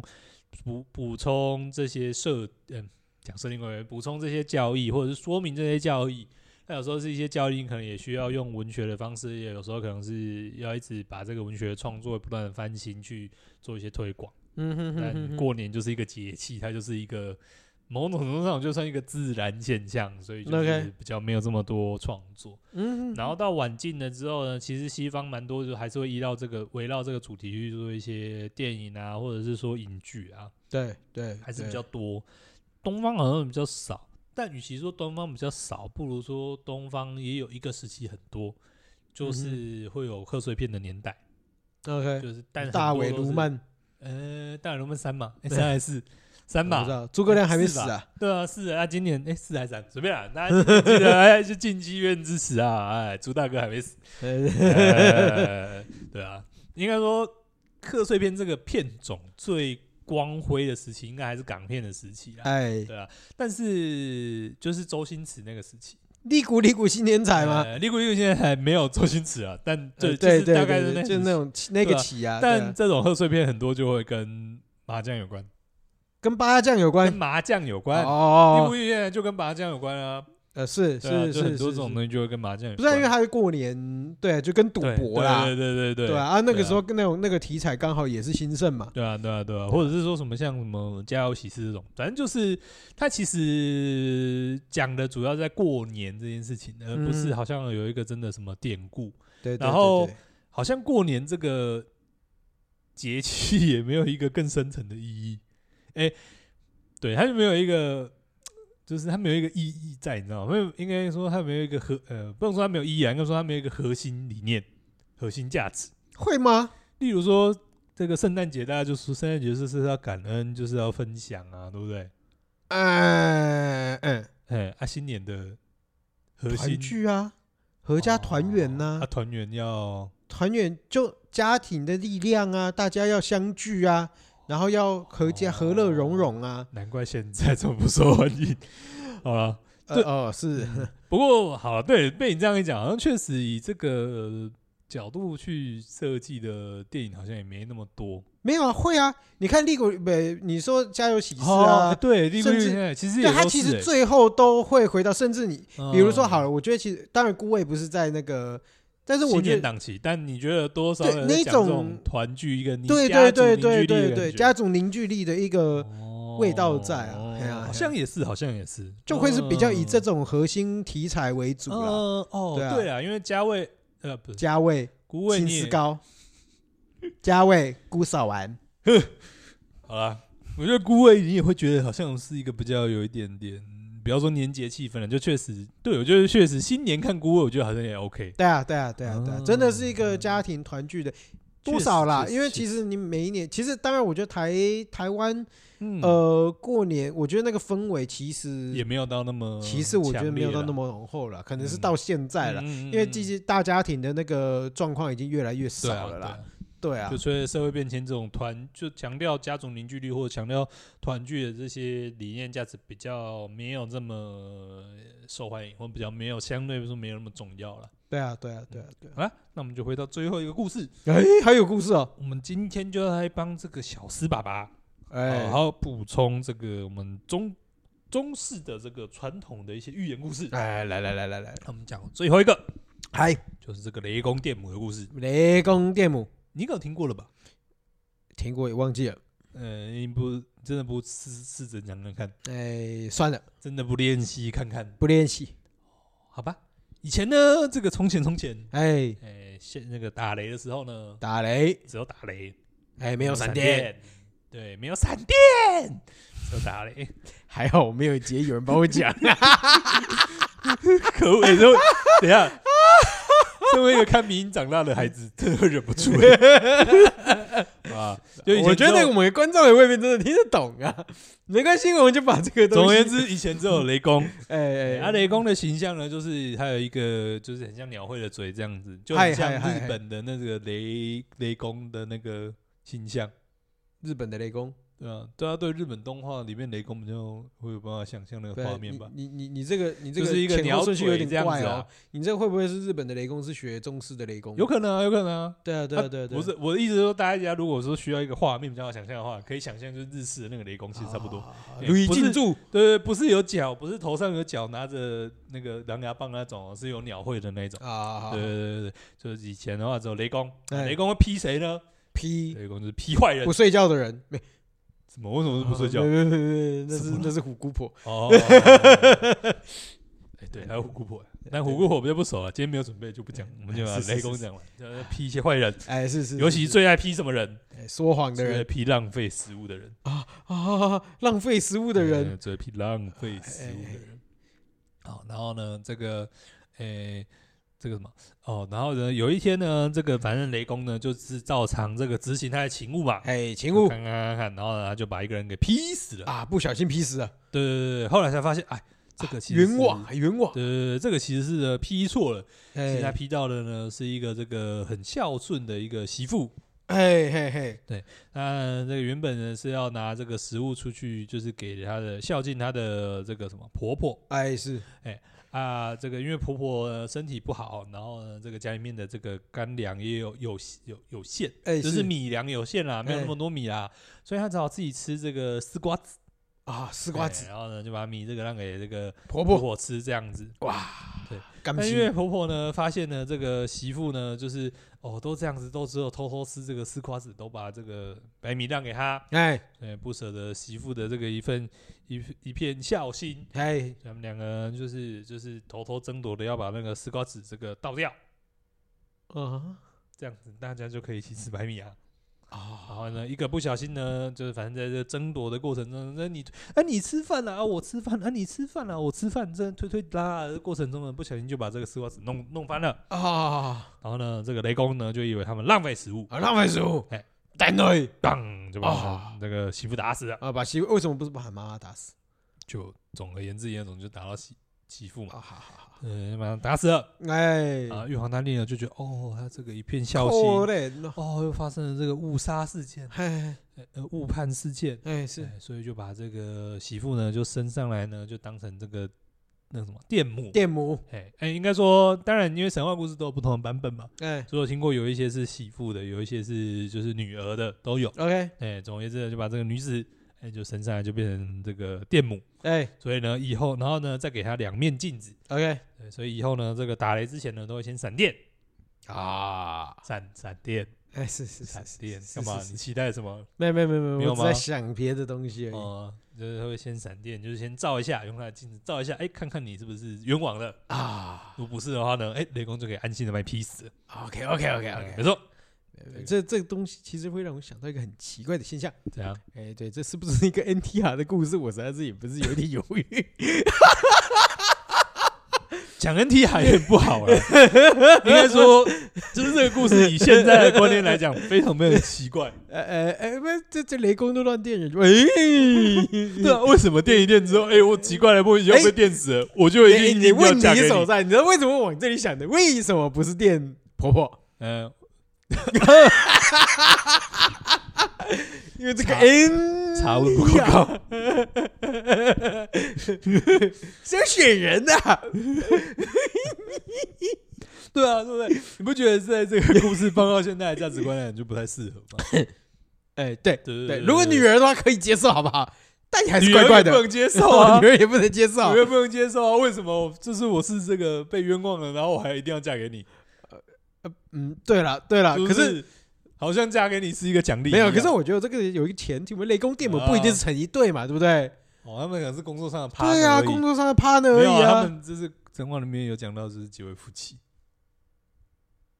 Speaker 2: 补补充这些设，嗯，讲设定观，补充这些教义，或者是说明这些教义。那有时候是一些教义，可能也需要用文学的方式，也有时候可能是要一直把这个文学创作不断的翻新去做一些推广。
Speaker 1: 嗯哼哼哼
Speaker 2: 但
Speaker 1: 哼，
Speaker 2: 过年就是一个节气，它就是一个某种程度上就算一个自然现象，所以就
Speaker 1: OK
Speaker 2: 是比较没有这么多创作。
Speaker 1: 嗯哼，
Speaker 2: 然后到晚近了之后呢，其实西方蛮多就还是会依照这个围绕这个主题去做一些电影啊，或者是说影剧啊，
Speaker 1: 对对，
Speaker 2: 还是
Speaker 1: 对
Speaker 2: 比较多。东方好像比较少，但与其说东方比较少，不如说东方也有一个时期很多，
Speaker 1: 嗯
Speaker 2: 就是会有贺岁片的年代，
Speaker 1: OK。
Speaker 2: 就是但很
Speaker 1: 大
Speaker 2: 多
Speaker 1: 尾
Speaker 2: 都
Speaker 1: 卢
Speaker 2: 是
Speaker 1: 曼，
Speaker 2: 呃，大龙门三嘛，诶
Speaker 1: 对
Speaker 2: 三还是四三
Speaker 1: 我不知
Speaker 2: 吧？
Speaker 1: 道诸葛亮还没
Speaker 2: 四
Speaker 1: 死
Speaker 2: 吧
Speaker 1: 啊。
Speaker 2: 对啊，是啊，今年哎四还是三，随便啦，大家今年记得哎就进剧院支持啊，哎，朱大哥还没死，
Speaker 1: 呃
Speaker 2: 哎 对啊，应该说贺岁片这个片种最光辉的时期，应该还是港片的时期啦。
Speaker 1: 哎，
Speaker 2: 对啊，但是就是周星驰那个时期，
Speaker 1: 利古利古新年彩吗？
Speaker 2: 呃？利古利古现在还没有周星驰啊，但
Speaker 1: 哎呃
Speaker 2: 对，
Speaker 1: 对
Speaker 2: 就是
Speaker 1: 对
Speaker 2: 大概
Speaker 1: 对，
Speaker 2: 是那
Speaker 1: 就
Speaker 2: 时
Speaker 1: 那
Speaker 2: 期，
Speaker 1: 种那个
Speaker 2: 对啊
Speaker 1: 起啊，对
Speaker 2: 但
Speaker 1: 啊
Speaker 2: 这种贺岁片很多就会跟麻将有关。
Speaker 1: 跟八将有关
Speaker 2: 跟麻将有关。
Speaker 1: 哦
Speaker 2: 第五现在就跟麻将有关啊，
Speaker 1: 呃，是是
Speaker 2: 对啊
Speaker 1: 是
Speaker 2: 就很多
Speaker 1: 是
Speaker 2: 这种
Speaker 1: 是
Speaker 2: 东西就会跟麻将有
Speaker 1: 不是啊
Speaker 2: 关。
Speaker 1: 因为它是过年，对，啊就跟赌
Speaker 2: 对
Speaker 1: 博啦
Speaker 2: 对，对对对
Speaker 1: 对啊，啊那个时候跟那种那个题材刚好也是兴盛嘛，
Speaker 2: 对啊对啊对啊，或者是说什么像什么家有喜事这种，反正就是它其实讲的主要在过年这件事情，而不是
Speaker 1: 嗯
Speaker 2: 好像有一个真的什么典故，
Speaker 1: 对，对
Speaker 2: 然后
Speaker 1: 对对
Speaker 2: 好像过年这个节气也没有一个更深层的意义。哎，对，它就没有一个，就是它没有一个意义在，你知道吗？没有，应该说它没有一个核，呃，不能说它没有意义啊，应该说它没有一个核心理念、核心价值。
Speaker 1: 会吗？
Speaker 2: 例如说，这个圣诞节，大家就说圣诞节就是要感恩，就是要分享啊，对不对？
Speaker 1: 哎嗯，
Speaker 2: 哎，啊，新年的核
Speaker 1: 团
Speaker 2: 心
Speaker 1: 聚啊，合家团圆
Speaker 2: 哦
Speaker 1: 呐
Speaker 2: 啊，，团圆要
Speaker 1: 团圆就家庭的力量啊，大家要相聚啊，然后要和家
Speaker 2: 哦
Speaker 1: 和乐融融啊。
Speaker 2: 难怪现在这么不受欢迎。 好了，
Speaker 1: 呃
Speaker 2: 对
Speaker 1: 哦，是，
Speaker 2: 不过好了，对，被你这样一讲，好像确实以这个、呃角度去设计的电影好像也没那么多。
Speaker 1: 没有啊，会啊。你看《利国》不，你说《家有喜事》
Speaker 2: 哦
Speaker 1: 啊，
Speaker 2: 对，利
Speaker 1: 甚
Speaker 2: 率
Speaker 1: 至
Speaker 2: 现在其实
Speaker 1: 对
Speaker 2: 也
Speaker 1: 他
Speaker 2: 都
Speaker 1: 其
Speaker 2: 是
Speaker 1: 实
Speaker 2: 欸
Speaker 1: 最后都会回到，甚至你比如说
Speaker 2: 嗯
Speaker 1: 好了，我觉得其实当然孤味不是在那个，但是我
Speaker 2: 新
Speaker 1: 觉
Speaker 2: 年
Speaker 1: 得
Speaker 2: 档期，但你觉得多少
Speaker 1: 对
Speaker 2: 人
Speaker 1: 那
Speaker 2: 在讲这
Speaker 1: 种
Speaker 2: 种团聚一个你
Speaker 1: 对
Speaker 2: 家
Speaker 1: 对
Speaker 2: 族
Speaker 1: 对
Speaker 2: 凝聚
Speaker 1: 对
Speaker 2: 力的
Speaker 1: 对
Speaker 2: 感
Speaker 1: 对，
Speaker 2: 觉
Speaker 1: 家族凝聚力的一个
Speaker 2: 哦
Speaker 1: 味道在啊嘿啊
Speaker 2: 好像也是，好像也是，
Speaker 1: 就会是比较以这
Speaker 2: 嗯
Speaker 1: 种核心题材为主啦。
Speaker 2: 嗯哦，
Speaker 1: 对啊
Speaker 2: 对啊，因为家味呃不是
Speaker 1: 家味、
Speaker 2: 孤味
Speaker 1: 金
Speaker 2: 你
Speaker 1: 丝
Speaker 2: 也
Speaker 1: 糕、家味、姑嫂丸，
Speaker 2: 好啦，我觉得孤味你也会觉得好像是一个比较有一点点，不要说年节气氛了，就确实对我觉得确实新年看孤味，我觉得好像也 OK。
Speaker 1: 对啊，对啊，对啊，对啊，真的是一个
Speaker 2: 嗯
Speaker 1: 家庭团聚的。
Speaker 2: 确
Speaker 1: 多
Speaker 2: 实
Speaker 1: 少啦？
Speaker 2: 确实
Speaker 1: 因为
Speaker 2: 确
Speaker 1: 其实你每一年，其实当然，我觉得台台湾
Speaker 2: 嗯，
Speaker 1: 呃过年，我觉得那个氛围其实
Speaker 2: 也没有到那么，
Speaker 1: 其实我觉得没有到那。么浓厚了，可能是
Speaker 2: 嗯
Speaker 1: 到现在了，
Speaker 2: 嗯，因啊
Speaker 1: 因为其实大家庭的那个状况已经越来越少了啦。对啊
Speaker 2: 就，随着社会变迁，这种团就强调家族凝聚力或者强调团聚的这些理念价值比较没有这么呃受欢迎，或比较没有相对来说没有那么重要了。
Speaker 1: 对啊，对啊，对啊，对啊。
Speaker 2: 好了，那我们就回到最后一个故事，
Speaker 1: 哎，还有故事哦。
Speaker 2: 我们今天就来帮这个小司爸爸好
Speaker 1: 哎，
Speaker 2: 哦好补充这个我们中中式的这个传统的一些寓言故事。
Speaker 1: 哎，来来来来来，
Speaker 2: 那我们讲最后一个
Speaker 1: 嗨，
Speaker 2: 就是这个雷公电母的故事，
Speaker 1: 雷公电母，
Speaker 2: 你应该有听过了吧？
Speaker 1: 听过也忘记了。
Speaker 2: 呃，你不真的不试试着讲讲看，
Speaker 1: 哎，算了，
Speaker 2: 真的不练习看看。
Speaker 1: 不练习。
Speaker 2: 好吧。以前呢，这个从前从前，
Speaker 1: 哎，
Speaker 2: 哎，现那个打雷的时候呢，
Speaker 1: 打雷，
Speaker 2: 只有打雷，
Speaker 1: 哎，没有闪电，
Speaker 2: 电，对，没有闪电，只有打雷。
Speaker 1: 还好我没有接，有人帮我 讲。
Speaker 2: 啊可恶，你说 等一下，身为一个看迷音长大的孩子，真的会忍不住 欸啊！就以前
Speaker 1: 我觉
Speaker 2: 只
Speaker 1: 得
Speaker 2: 有
Speaker 1: 我们观众也未必真的听得懂啊， 没关系，我们就把这个东西。
Speaker 2: 总而言，之，以前只有雷公，
Speaker 1: 哎
Speaker 2: 哎，
Speaker 1: 哎，
Speaker 2: 啊，雷公的形象呢，就是他有一个就是很像鸟喙的嘴这样子，就
Speaker 1: 嗨
Speaker 2: 很像
Speaker 1: 嗨嗨
Speaker 2: 日本的那个雷雷公的那个形象。
Speaker 1: 日本的雷公。
Speaker 2: 对啊，大家对日本动画里面雷公比较会有办法想象那个
Speaker 1: 对
Speaker 2: 画
Speaker 1: 啊，
Speaker 2: 面吧？
Speaker 1: 你你你你这个你这个
Speaker 2: 就是一个
Speaker 1: 前
Speaker 2: 鸟
Speaker 1: 后顺序有
Speaker 2: 嘴
Speaker 1: 点
Speaker 2: 这样
Speaker 1: 怪
Speaker 2: 子
Speaker 1: 哦
Speaker 2: 啊。，
Speaker 1: 你这会不会是日本的雷公是学中式的雷公？
Speaker 2: 有可能啊，有可能啊。
Speaker 1: 对啊，对啊，对啊，对啊
Speaker 2: 不是我的意思是说，大家如果说需要一个画面比较好想象的话，可以想象就是日式的那个雷公，其实差不多。。
Speaker 1: 啊
Speaker 2: 哎
Speaker 1: 吕
Speaker 2: 不是
Speaker 1: 进柱，
Speaker 2: 对对，不是有脚，不是头上有角拿着那个狼牙棒那种，哦是有鸟喙的那种。
Speaker 1: 啊，
Speaker 2: 对对对对对，就是以前的话只有雷公，啊
Speaker 1: 哎
Speaker 2: 雷公会劈谁呢？
Speaker 1: 劈
Speaker 2: 雷公就是劈坏人
Speaker 1: 不。睡觉的人，啊没
Speaker 2: 什么？为什么是不睡觉？
Speaker 1: 没没没没，那
Speaker 2: 什
Speaker 1: 是
Speaker 2: 么啦
Speaker 1: 那是虎姑婆。
Speaker 2: 哦，哎，对，还有虎姑婆，但虎姑婆我们就不熟啊了，今天没有准备就不讲，我们就把
Speaker 1: 嗯是是
Speaker 2: 雷公讲完，就是批一些坏人，
Speaker 1: 哎，是是，
Speaker 2: 尤其
Speaker 1: 是
Speaker 2: 最爱批什么人？
Speaker 1: 哎说谎的
Speaker 2: 最爱
Speaker 1: 人
Speaker 2: 批浪费食物的人，
Speaker 1: 啊，浪费食物的人，
Speaker 2: 嗯最爱批浪费食物的
Speaker 1: 哎
Speaker 2: 人。好，然后呢，这个，诶。这个什么哦，然后呢，有一天呢，这个反正雷公呢就是照常这个执行他的勤务嘛，
Speaker 1: 哎，勤
Speaker 2: 就
Speaker 1: 务
Speaker 2: 看看看看，然后呢他就把一个人给劈死了。
Speaker 1: 啊，不小心劈死了，
Speaker 2: 对对对对，后来才发现，哎，这个其实是
Speaker 1: 冤枉，还冤枉。
Speaker 2: 对对对，这个其实是呃 P 错了，其实他
Speaker 1: 哎
Speaker 2: P 到的呢是一个这个很孝顺的一个媳妇，
Speaker 1: 哎嘿嘿，
Speaker 2: 那这个原本呢是要拿这个食物出去，就是给她的孝敬她的这个什么婆婆
Speaker 1: 哎是
Speaker 2: 啊，这个因为婆婆呃身体不好，然后呢这个家里面的这个干粮也有有有有限，
Speaker 1: 哎
Speaker 2: 就是米粮有限啦，没有那
Speaker 1: 哎
Speaker 2: 么多米啦，所以她只好自己吃这个丝瓜子，
Speaker 1: 啊，丝瓜
Speaker 2: 哎
Speaker 1: 子
Speaker 2: 然后呢就把米这个让给这个
Speaker 1: 婆
Speaker 2: 哎婆
Speaker 1: 婆
Speaker 2: 婆吃这样子，
Speaker 1: 哇，
Speaker 2: 对，
Speaker 1: 甘
Speaker 2: 但因
Speaker 1: 心
Speaker 2: 为婆婆呢，发现呢，这个媳妇呢，就是哦，都这样子，都只有偷偷吃这个丝瓜子，都把这个白米让给她，
Speaker 1: 哎
Speaker 2: 对，不舍得媳妇的这个一份一一片孝心，
Speaker 1: 哎
Speaker 2: 他们两个人就是就是偷偷争夺的要把那个丝瓜子这个倒掉，
Speaker 1: 啊
Speaker 2: 这样子大家就可以一起吃白米啊。然
Speaker 1: 啊
Speaker 2: 后呢，一个不小心呢，就是反正在这争夺的过程中，那你啊你吃饭了啊，我吃饭啊，你吃饭了、啊，我吃饭，这推推拉拉的过程中呢，不小心就把这个丝瓜子弄弄翻了。
Speaker 1: 啊
Speaker 2: 然后呢，这个雷公呢就以为他们浪费食物，
Speaker 1: 啊，浪费食物
Speaker 2: 哎，
Speaker 1: 蛋对
Speaker 2: 当就把他
Speaker 1: 啊
Speaker 2: 那个媳妇打死了。
Speaker 1: 啊，把媳妇为什么不是把妈妈打死？
Speaker 2: 就总而言之，言总就打到媳媳妇嘛，
Speaker 1: 啊，好好好，
Speaker 2: 嗯，马上打死了
Speaker 1: 哎，
Speaker 2: 啊！玉皇大帝呢就觉得，哦，他这个一片孝心，
Speaker 1: 可怜哦，
Speaker 2: 哦，又发生了这个误杀事件，
Speaker 1: 哎
Speaker 2: 呃呃，误判事件，
Speaker 1: 哎是，
Speaker 2: 哎所以就把这个媳妇呢就升上来呢，就当成这个那个什么电母。
Speaker 1: 电母，
Speaker 2: 哎哎，应该说，当然，因为神话故事都有不同的版本嘛，
Speaker 1: 哎
Speaker 2: 所以我听过有一些是媳妇的，有一些是就是女儿的，都有。
Speaker 1: ，OK，
Speaker 2: 哎，总而言之呢，就把这个女子哎就升上来，就变成这个电母。
Speaker 1: 哎
Speaker 2: 所以呢，以后然后呢，再给她两面镜子。
Speaker 1: ，OK，
Speaker 2: 对，所以以后呢，这个打雷之前呢，都会先闪电，
Speaker 1: 啊，
Speaker 2: 闪闪电，
Speaker 1: 哎是是
Speaker 2: 闪
Speaker 1: 是是
Speaker 2: 电，
Speaker 1: 是
Speaker 2: 干嘛？
Speaker 1: 是是
Speaker 2: 你期待什么？
Speaker 1: 没有没有没有
Speaker 2: 没
Speaker 1: 没有，
Speaker 2: 有
Speaker 1: 我只
Speaker 2: 吗
Speaker 1: 在想别的东西而已。
Speaker 2: 哦，就是会先闪电，就是先照一下，用他的镜子照一下，哎、看看你是不是冤枉了啊。如果不是的话呢，哎、雷公就可以安心的把你劈死了。
Speaker 1: OK OK OK
Speaker 2: 哎
Speaker 1: OK，
Speaker 2: 没错，
Speaker 1: 这这个东西其实会让我想到一个很奇怪的现象。
Speaker 2: 这样
Speaker 1: 哎，对，这是不是一个 NTR 的故事？我实在是也不是有点犹 豫。
Speaker 2: 讲 NT 还有点不好了。 应该说，就是这个故事以现在的观念来讲，非常非常奇怪。
Speaker 1: 呃呃呃，不，这这雷公都乱电人， 喂，
Speaker 2: 对啊，为什么电一电之后，哎、我奇怪了，不，以后被电死了，我就一
Speaker 1: 哎你
Speaker 2: 定
Speaker 1: 你
Speaker 2: 一定要
Speaker 1: 问
Speaker 2: 嫁给
Speaker 1: 题
Speaker 2: 你
Speaker 1: 所。在，你知道为什么往这里想的？为什么不是电婆婆？
Speaker 2: 嗯、
Speaker 1: 因为这个
Speaker 2: 查
Speaker 1: N
Speaker 2: 查问不够 高，
Speaker 1: 是要选人的、
Speaker 2: 对啊，对不对？你不觉得在这个故事放到现在的价值观来讲就不太适合吗？
Speaker 1: 哎，对
Speaker 2: 对
Speaker 1: 对，
Speaker 2: 对对
Speaker 1: 如果
Speaker 2: 对
Speaker 1: 女儿的话可以接受，好不好？但 你还是
Speaker 2: 女
Speaker 1: 怪
Speaker 2: 儿
Speaker 1: 怪
Speaker 2: 也
Speaker 1: 的，
Speaker 2: 不，能接受 啊
Speaker 1: 女儿也不能接受。
Speaker 2: 女儿不能接受啊！为什么？就是我是这个被冤枉了，然后我还一定要嫁给你？
Speaker 1: 嗯，对了对了，
Speaker 2: 就
Speaker 1: 可是
Speaker 2: 是好像嫁给你是一个奖励一
Speaker 1: 没
Speaker 2: 样，啊
Speaker 1: 有，可是我觉得这个有一个前提，我们雷公电母不一定是成一对嘛，对不对？
Speaker 2: 哦，他们可能是工作上的 partner
Speaker 1: 对啊，
Speaker 2: 而已
Speaker 1: 工作上的 partner 而
Speaker 2: 没有
Speaker 1: 已
Speaker 2: 啊他
Speaker 1: 啊。
Speaker 2: 们就是神话里面有讲到，就是结为夫妻。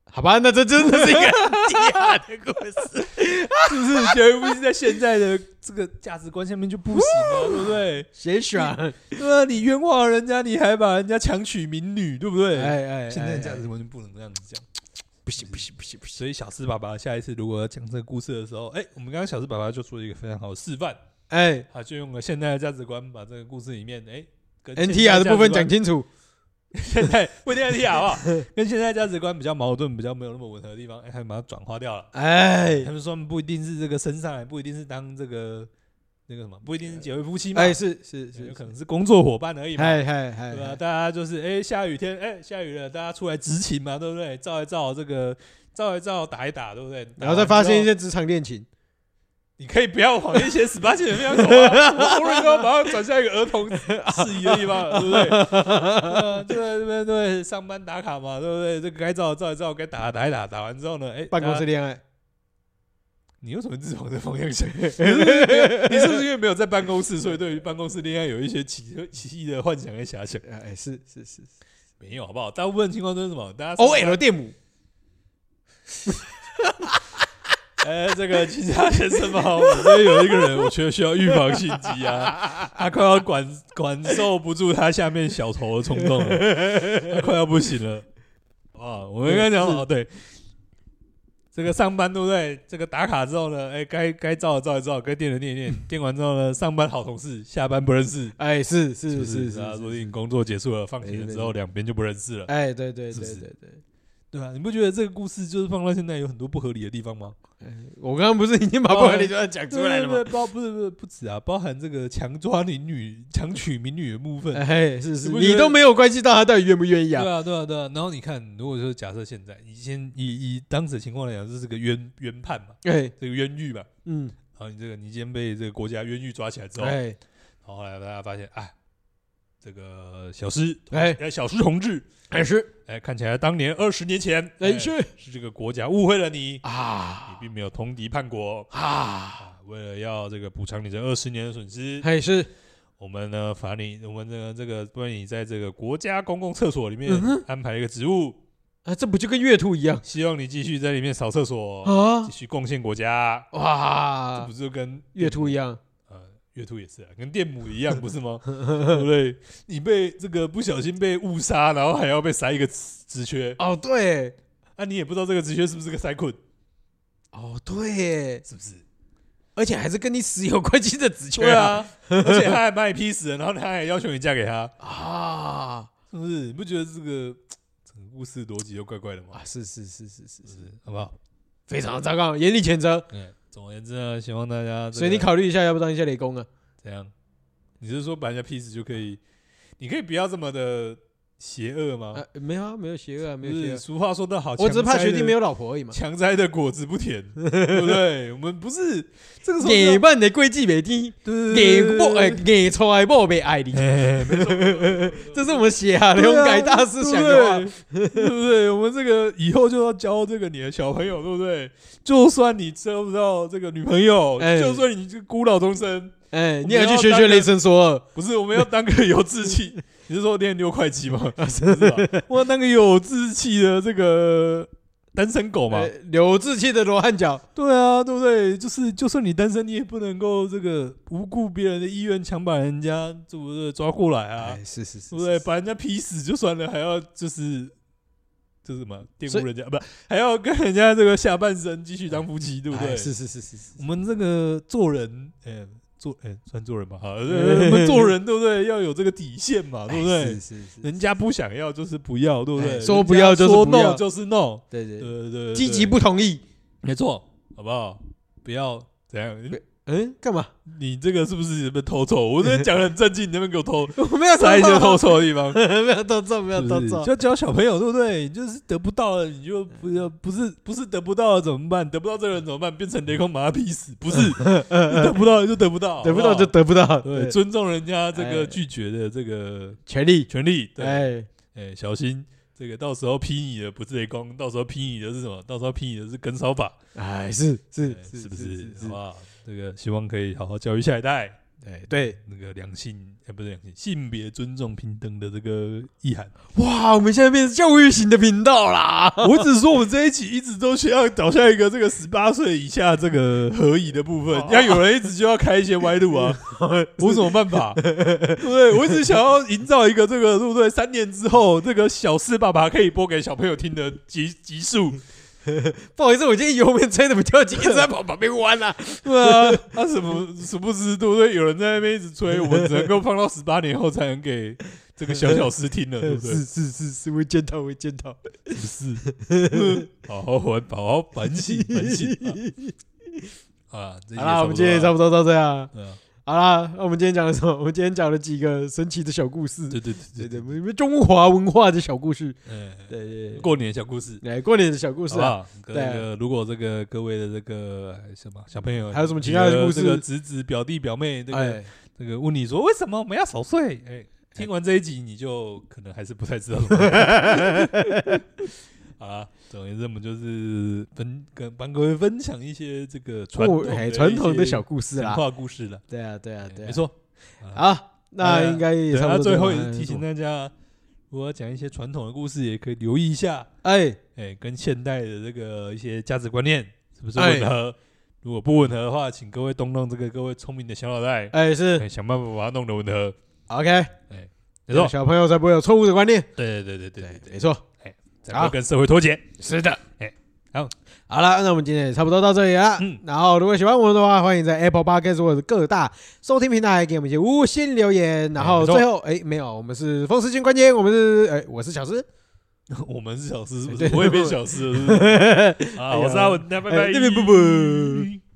Speaker 1: 好吧，那这真的是一 个低下的故事。
Speaker 2: 是不是结为夫妻在现在的这个价值观下面就不行了，对不对？
Speaker 1: 谁哎爽？
Speaker 2: 对啊，你冤枉了人家，你还把人家强娶民女，对不
Speaker 1: 哎
Speaker 2: 对？哎
Speaker 1: 哎哎，
Speaker 2: 现在的价
Speaker 1: 哎
Speaker 2: 值观就不能这样子讲。
Speaker 1: 不行不行不行不行。
Speaker 2: 所以小四爸爸下一次如果要讲这个故事的时候，哎、我们刚刚小四爸爸就做了一个非常好的示范。
Speaker 1: 哎
Speaker 2: 他就用了现代的价值观把这个故事里面，哎、跟
Speaker 1: ，NTR 的部分讲清
Speaker 2: 清，
Speaker 1: 楚。
Speaker 2: 现在不一定 NTR 好不好？跟现代价值观比较矛盾、比较没有那么吻合的地方，哎、他们把它转化掉了。
Speaker 1: 哎
Speaker 2: 他们说他们不一定是这个升上来，不一定是当这个那个什么，不一定是结为夫妻嘛，
Speaker 1: 哎，是是
Speaker 2: 有
Speaker 1: 是，
Speaker 2: 可能是工作伙伴而已嘛。
Speaker 1: 哎哎哎，
Speaker 2: 对吧、
Speaker 1: 哎
Speaker 2: 大家就是哎、下雨天，哎、下雨了，大家出来执勤嘛，对不对？照一照这个，照一照，打一打，对不对？
Speaker 1: 然后再发现一
Speaker 2: 些，
Speaker 1: 些职场恋情。
Speaker 2: 你可以不要往一些十八禁的地方走 啊，我偶尔都要把它转向一个儿童适宜的地 方了，对不对？呃，对对对，上班打卡嘛，对不对？这个该照的照一照，该打的打一打，打完之后呢，哎，
Speaker 1: 办公室
Speaker 2: 大家，
Speaker 1: 恋爱，
Speaker 2: 你为什么一直往这方向想？你是不是因为你是不是因为没有在办公室，所以对于办公室恋爱有一些奇奇异的幻想跟遐想？
Speaker 1: 哎哎是是是
Speaker 2: 没有，好不好？大部分情况都是什么？大家上班
Speaker 1: ，OL 电母，
Speaker 2: 哎，这个其他先生吗？我们这有一个人，我觉得需要预防性肌啊，他快要管管受不住他下面小头的冲动了，他快要不行了。啊，我们刚刚讲好，对，这个上班对不对？这个打卡之后呢，哎，该该照的照一照，该垫的垫一垫，垫完之后呢，上班好同事，下班不认识，
Speaker 1: 哎是
Speaker 2: 不
Speaker 1: 是是
Speaker 2: 啊，
Speaker 1: 是，
Speaker 2: 说不定工作结束了，放学了之后，
Speaker 1: 没错
Speaker 2: 两边就不认识了，
Speaker 1: 哎对对
Speaker 2: 是不
Speaker 1: 对
Speaker 2: 是
Speaker 1: 对对。
Speaker 2: 对啊，你不觉得这个故事就是放到现在有很多不合理的地方吗？
Speaker 1: 我刚刚不是已
Speaker 2: 啊
Speaker 1: 经把
Speaker 2: 哦
Speaker 1: 不合理就要讲出来了
Speaker 2: 对
Speaker 1: 吗？
Speaker 2: 对对包不是不是不止啊，包含这个强抓民女、强娶民女的部分。
Speaker 1: 哎，是是，
Speaker 2: 你不觉得
Speaker 1: 你都没有关系到他到底愿不愿意
Speaker 2: 对
Speaker 1: 啊？
Speaker 2: 啊，对啊，对啊。然后你看，如果说假设现在以前以以当时的情况来讲，这是个冤冤判嘛，
Speaker 1: 哎，
Speaker 2: 这个冤狱嘛。
Speaker 1: 嗯，
Speaker 2: 然后你这个你今天被这个国家冤狱抓起来之后，然
Speaker 1: 哎
Speaker 2: 后后来大家发现，哎，这个小施，
Speaker 1: 哎
Speaker 2: 哎，小施同志，
Speaker 1: 哎是
Speaker 2: 哎，看起来当年二十年前，
Speaker 1: 哎
Speaker 2: 哎，
Speaker 1: 是
Speaker 2: 是这个国家误会了你，你
Speaker 1: 啊
Speaker 2: 并没有通敌叛国
Speaker 1: 啊，
Speaker 2: 啊。为了要这个补偿你这二十年的损失，
Speaker 1: 哎是
Speaker 2: 我们呢罚你，我们呢这个为你在这个国家公共厕所里面
Speaker 1: 嗯哼
Speaker 2: 安排了一个职务，
Speaker 1: 啊，这不就跟月兔一样
Speaker 2: 希望你继续在里面扫厕所，
Speaker 1: 啊
Speaker 2: 继？续贡献国家。这
Speaker 1: 哇
Speaker 2: 不，是跟
Speaker 1: 啊月兔一样，
Speaker 2: 呃月兔也是啊，跟电母一样，不 是吗？对不对？你被这个不小心被误杀，然后还要被塞一个职职缺，
Speaker 1: 哦对，
Speaker 2: 啊，你也不知道这个职缺是不是个塞捆，
Speaker 1: 哦对耶，
Speaker 2: 是不是？
Speaker 1: 而且还是跟你死有关系的职
Speaker 2: 对
Speaker 1: 缺
Speaker 2: 啊，而且他还把你劈死了，然后他还要求你嫁给他，
Speaker 1: 啊
Speaker 2: 是不是？你不觉得这个整个故事逻辑就怪怪的吗？
Speaker 1: 啊！是是是是是
Speaker 2: 是
Speaker 1: 是，
Speaker 2: 不是？好不好？
Speaker 1: 非常糟糕，严厉谴责。
Speaker 2: 嗯，总而言之呢，希望大家这个
Speaker 1: 所以你考虑一下，要不当一下雷公啊？
Speaker 2: 怎样？你是说把人家劈死就可以？你可以不要这么的邪恶吗？
Speaker 1: 呃，没有啊，没有邪恶啊，没
Speaker 2: 就
Speaker 1: 有邪
Speaker 2: 是
Speaker 1: 恶。
Speaker 2: 俗话说得好，
Speaker 1: 我只是怕
Speaker 2: 强摘
Speaker 1: 学
Speaker 2: 的
Speaker 1: 弟没有老婆而已 嘛。
Speaker 2: 强摘的果子 不甜，对不对？我们不是这个时候就要
Speaker 1: 眼半的贵气没低，
Speaker 2: 对
Speaker 1: 眼不哎眼错爱不被爱你，
Speaker 2: 哎，没错，
Speaker 1: 这是我们写啊，
Speaker 2: 对啊
Speaker 1: 勇敢大师想的话。
Speaker 2: 对不对对不对？我们这个以后就要教这个你的小朋友，对不对？就算你交不到这个女朋友，
Speaker 1: 哎
Speaker 2: 就算你这孤老终生，
Speaker 1: 哎，
Speaker 2: 我
Speaker 1: 你
Speaker 2: 们要
Speaker 1: 要去学学雷神索尔，
Speaker 2: 不是我们要当个有 志气。你是说练六块肌吗？
Speaker 1: 啊
Speaker 2: 是吧？我要当个有志气的这个单身狗嘛
Speaker 1: 呃？有志气的罗汉脚，
Speaker 2: 对啊，对不对？就是就算你单身，你也不能够这个无顾别人的意愿强把人家对不对抓过来啊？
Speaker 1: 哎，是是是
Speaker 2: 对不对？把人家劈死就算了，还要就是就是什么玷
Speaker 1: 所以
Speaker 2: 污人家，不还要跟人家这个下半身继续当夫妻，
Speaker 1: 对
Speaker 2: 对不对？
Speaker 1: 哎是是是是是，
Speaker 2: 我们这个做人，哎、做哎、算做人吧，好， 我们做人对不对？要有这个底线嘛，对不
Speaker 1: 哎
Speaker 2: 对
Speaker 1: 是？是是，
Speaker 2: 人家不想要就是不要，对不
Speaker 1: 哎
Speaker 2: 对？
Speaker 1: 说
Speaker 2: 人家
Speaker 1: 不要就是
Speaker 2: 说
Speaker 1: 不要
Speaker 2: no 就是 no，
Speaker 1: 对
Speaker 2: 对
Speaker 1: 对，
Speaker 2: 对对对，
Speaker 1: 积极不同意。
Speaker 2: 没错，好不好？不要怎样？
Speaker 1: 嗯，干嘛？
Speaker 2: 你这个是不是你们偷臭？我这边讲的很正经，你那边给 我偷
Speaker 1: 我没有
Speaker 2: 塞一些偷
Speaker 1: 偷
Speaker 2: 臭的地方。
Speaker 1: 没有偷走，没有
Speaker 2: 不
Speaker 1: 偷
Speaker 2: 是
Speaker 1: 走。
Speaker 2: 就教小朋友，对不对？你就是得不到了，你就
Speaker 1: 嗯
Speaker 2: 不要不是不是得不到了怎么办？得不到这个人怎么办？变成雷公把他劈死？不是，得不到就得不到，
Speaker 1: 得不到就
Speaker 2: 好
Speaker 1: 得不到，
Speaker 2: 不好对，尊重人家这
Speaker 1: 哎
Speaker 2: 个拒绝的这个
Speaker 1: 权力。
Speaker 2: 权利。对，哎，
Speaker 1: 哎，
Speaker 2: 小心这个到时候劈你的不是雷公，到时候劈你的是什么？到时候劈你的是根烧法，
Speaker 1: 哎，是是
Speaker 2: 哎
Speaker 1: 是
Speaker 2: 是不是？好
Speaker 1: 是
Speaker 2: 不，好？这个希望可以好好教育下一代。
Speaker 1: 哎对，
Speaker 2: 那个两性，哎，不是两性，性别尊重平等的这个意涵。
Speaker 1: 哇，我们现在变成教育型的频道啦。
Speaker 2: 我只是说，我们这一集一直都需要导向一个这个十八岁以下这个合宜的部分。要有人一直就要开一些歪路啊，我有什么办 法？对不对？我一直想要营造一个这个，对不对？三年之后，这个小四爸爸可以播给小朋友听的集集 数，
Speaker 1: 不好意思，我今天油门吹的比较紧，一直在往旁边弯啊。
Speaker 2: 对啊， 那、什么什么知，对不对？有人在那边一直催，我们只能够放到十八年后才能给这个小小师听了，对不对？
Speaker 1: 是是是是，会见到会见到。
Speaker 2: 是是，好好反，好好反省反省 啊！啊，这
Speaker 1: 好
Speaker 2: 集也
Speaker 1: 啦，
Speaker 2: 差
Speaker 1: 我
Speaker 2: 不
Speaker 1: 们
Speaker 2: 多
Speaker 1: 今天也差
Speaker 2: 了
Speaker 1: 不多到这样。
Speaker 2: 对啊，
Speaker 1: 好啦，那我们今天讲了什么？我们今天讲了几个神奇的小故事。
Speaker 2: 对对
Speaker 1: 对
Speaker 2: 对
Speaker 1: 对，
Speaker 2: 对
Speaker 1: 我们中华文化的小故事。
Speaker 2: 嗯，
Speaker 1: 对对对，
Speaker 2: 过年小故事，
Speaker 1: 来过年的小故
Speaker 2: 好
Speaker 1: 事
Speaker 2: 不
Speaker 1: 啊。
Speaker 2: 好？跟
Speaker 1: 对啊
Speaker 2: 那个如果这个各位的这个哎什么小朋友，
Speaker 1: 还有什么其他的
Speaker 2: 你
Speaker 1: 故事
Speaker 2: 这个侄子、表弟、表妹，这个
Speaker 1: 哎，
Speaker 2: 这个问你说为什么我们要守岁？哎，听完这一集你就可能还是不太知道什 么。啊，总而言之，我们就是分跟帮各位分享一些这个传统
Speaker 1: 过
Speaker 2: 的
Speaker 1: 哎
Speaker 2: 一
Speaker 1: 传统的
Speaker 2: 些
Speaker 1: 小故事
Speaker 2: 神
Speaker 1: 啦。
Speaker 2: 话故事了。
Speaker 1: 对啊对啊对啊，
Speaker 2: 没。错。
Speaker 1: 好，那
Speaker 2: 哎
Speaker 1: 应该也
Speaker 2: 对
Speaker 1: 差
Speaker 2: 那
Speaker 1: 不多。
Speaker 2: 最后也是提醒，大家，如果要讲一些传统的故事，也可以留意一下，
Speaker 1: 哎，
Speaker 2: 哎，跟现代的这个一些价值观念是不是
Speaker 1: 哎
Speaker 2: 吻合？如果不吻合的话，请各位动动这个各位聪明的小脑袋，
Speaker 1: 哎是
Speaker 2: 哎，想办法把它弄得吻合。
Speaker 1: OK，
Speaker 2: 没错，
Speaker 1: 小朋友才不会有错误的观念。
Speaker 2: 对对对对对对，
Speaker 1: 没错。
Speaker 2: 才不会跟社会脱节。
Speaker 1: 是的，
Speaker 2: 哎，
Speaker 1: 好，好了，那我们今天也差不多到这里了。
Speaker 2: 嗯
Speaker 1: 然后如果喜欢我们的话，欢迎在 Apple Podcast 或者各大收听平台给我们一些五星留言。然后
Speaker 2: 没错
Speaker 1: 最后，哎，没有，我们是风湿性关节，我们是，哎，我是小诗，
Speaker 2: 我们是小四，是不
Speaker 1: 哎
Speaker 2: 是？
Speaker 1: 对
Speaker 2: 我也变小四了，是不是？啊，我是阿文，那拜
Speaker 1: 哎
Speaker 2: 拜，
Speaker 1: 那边不不。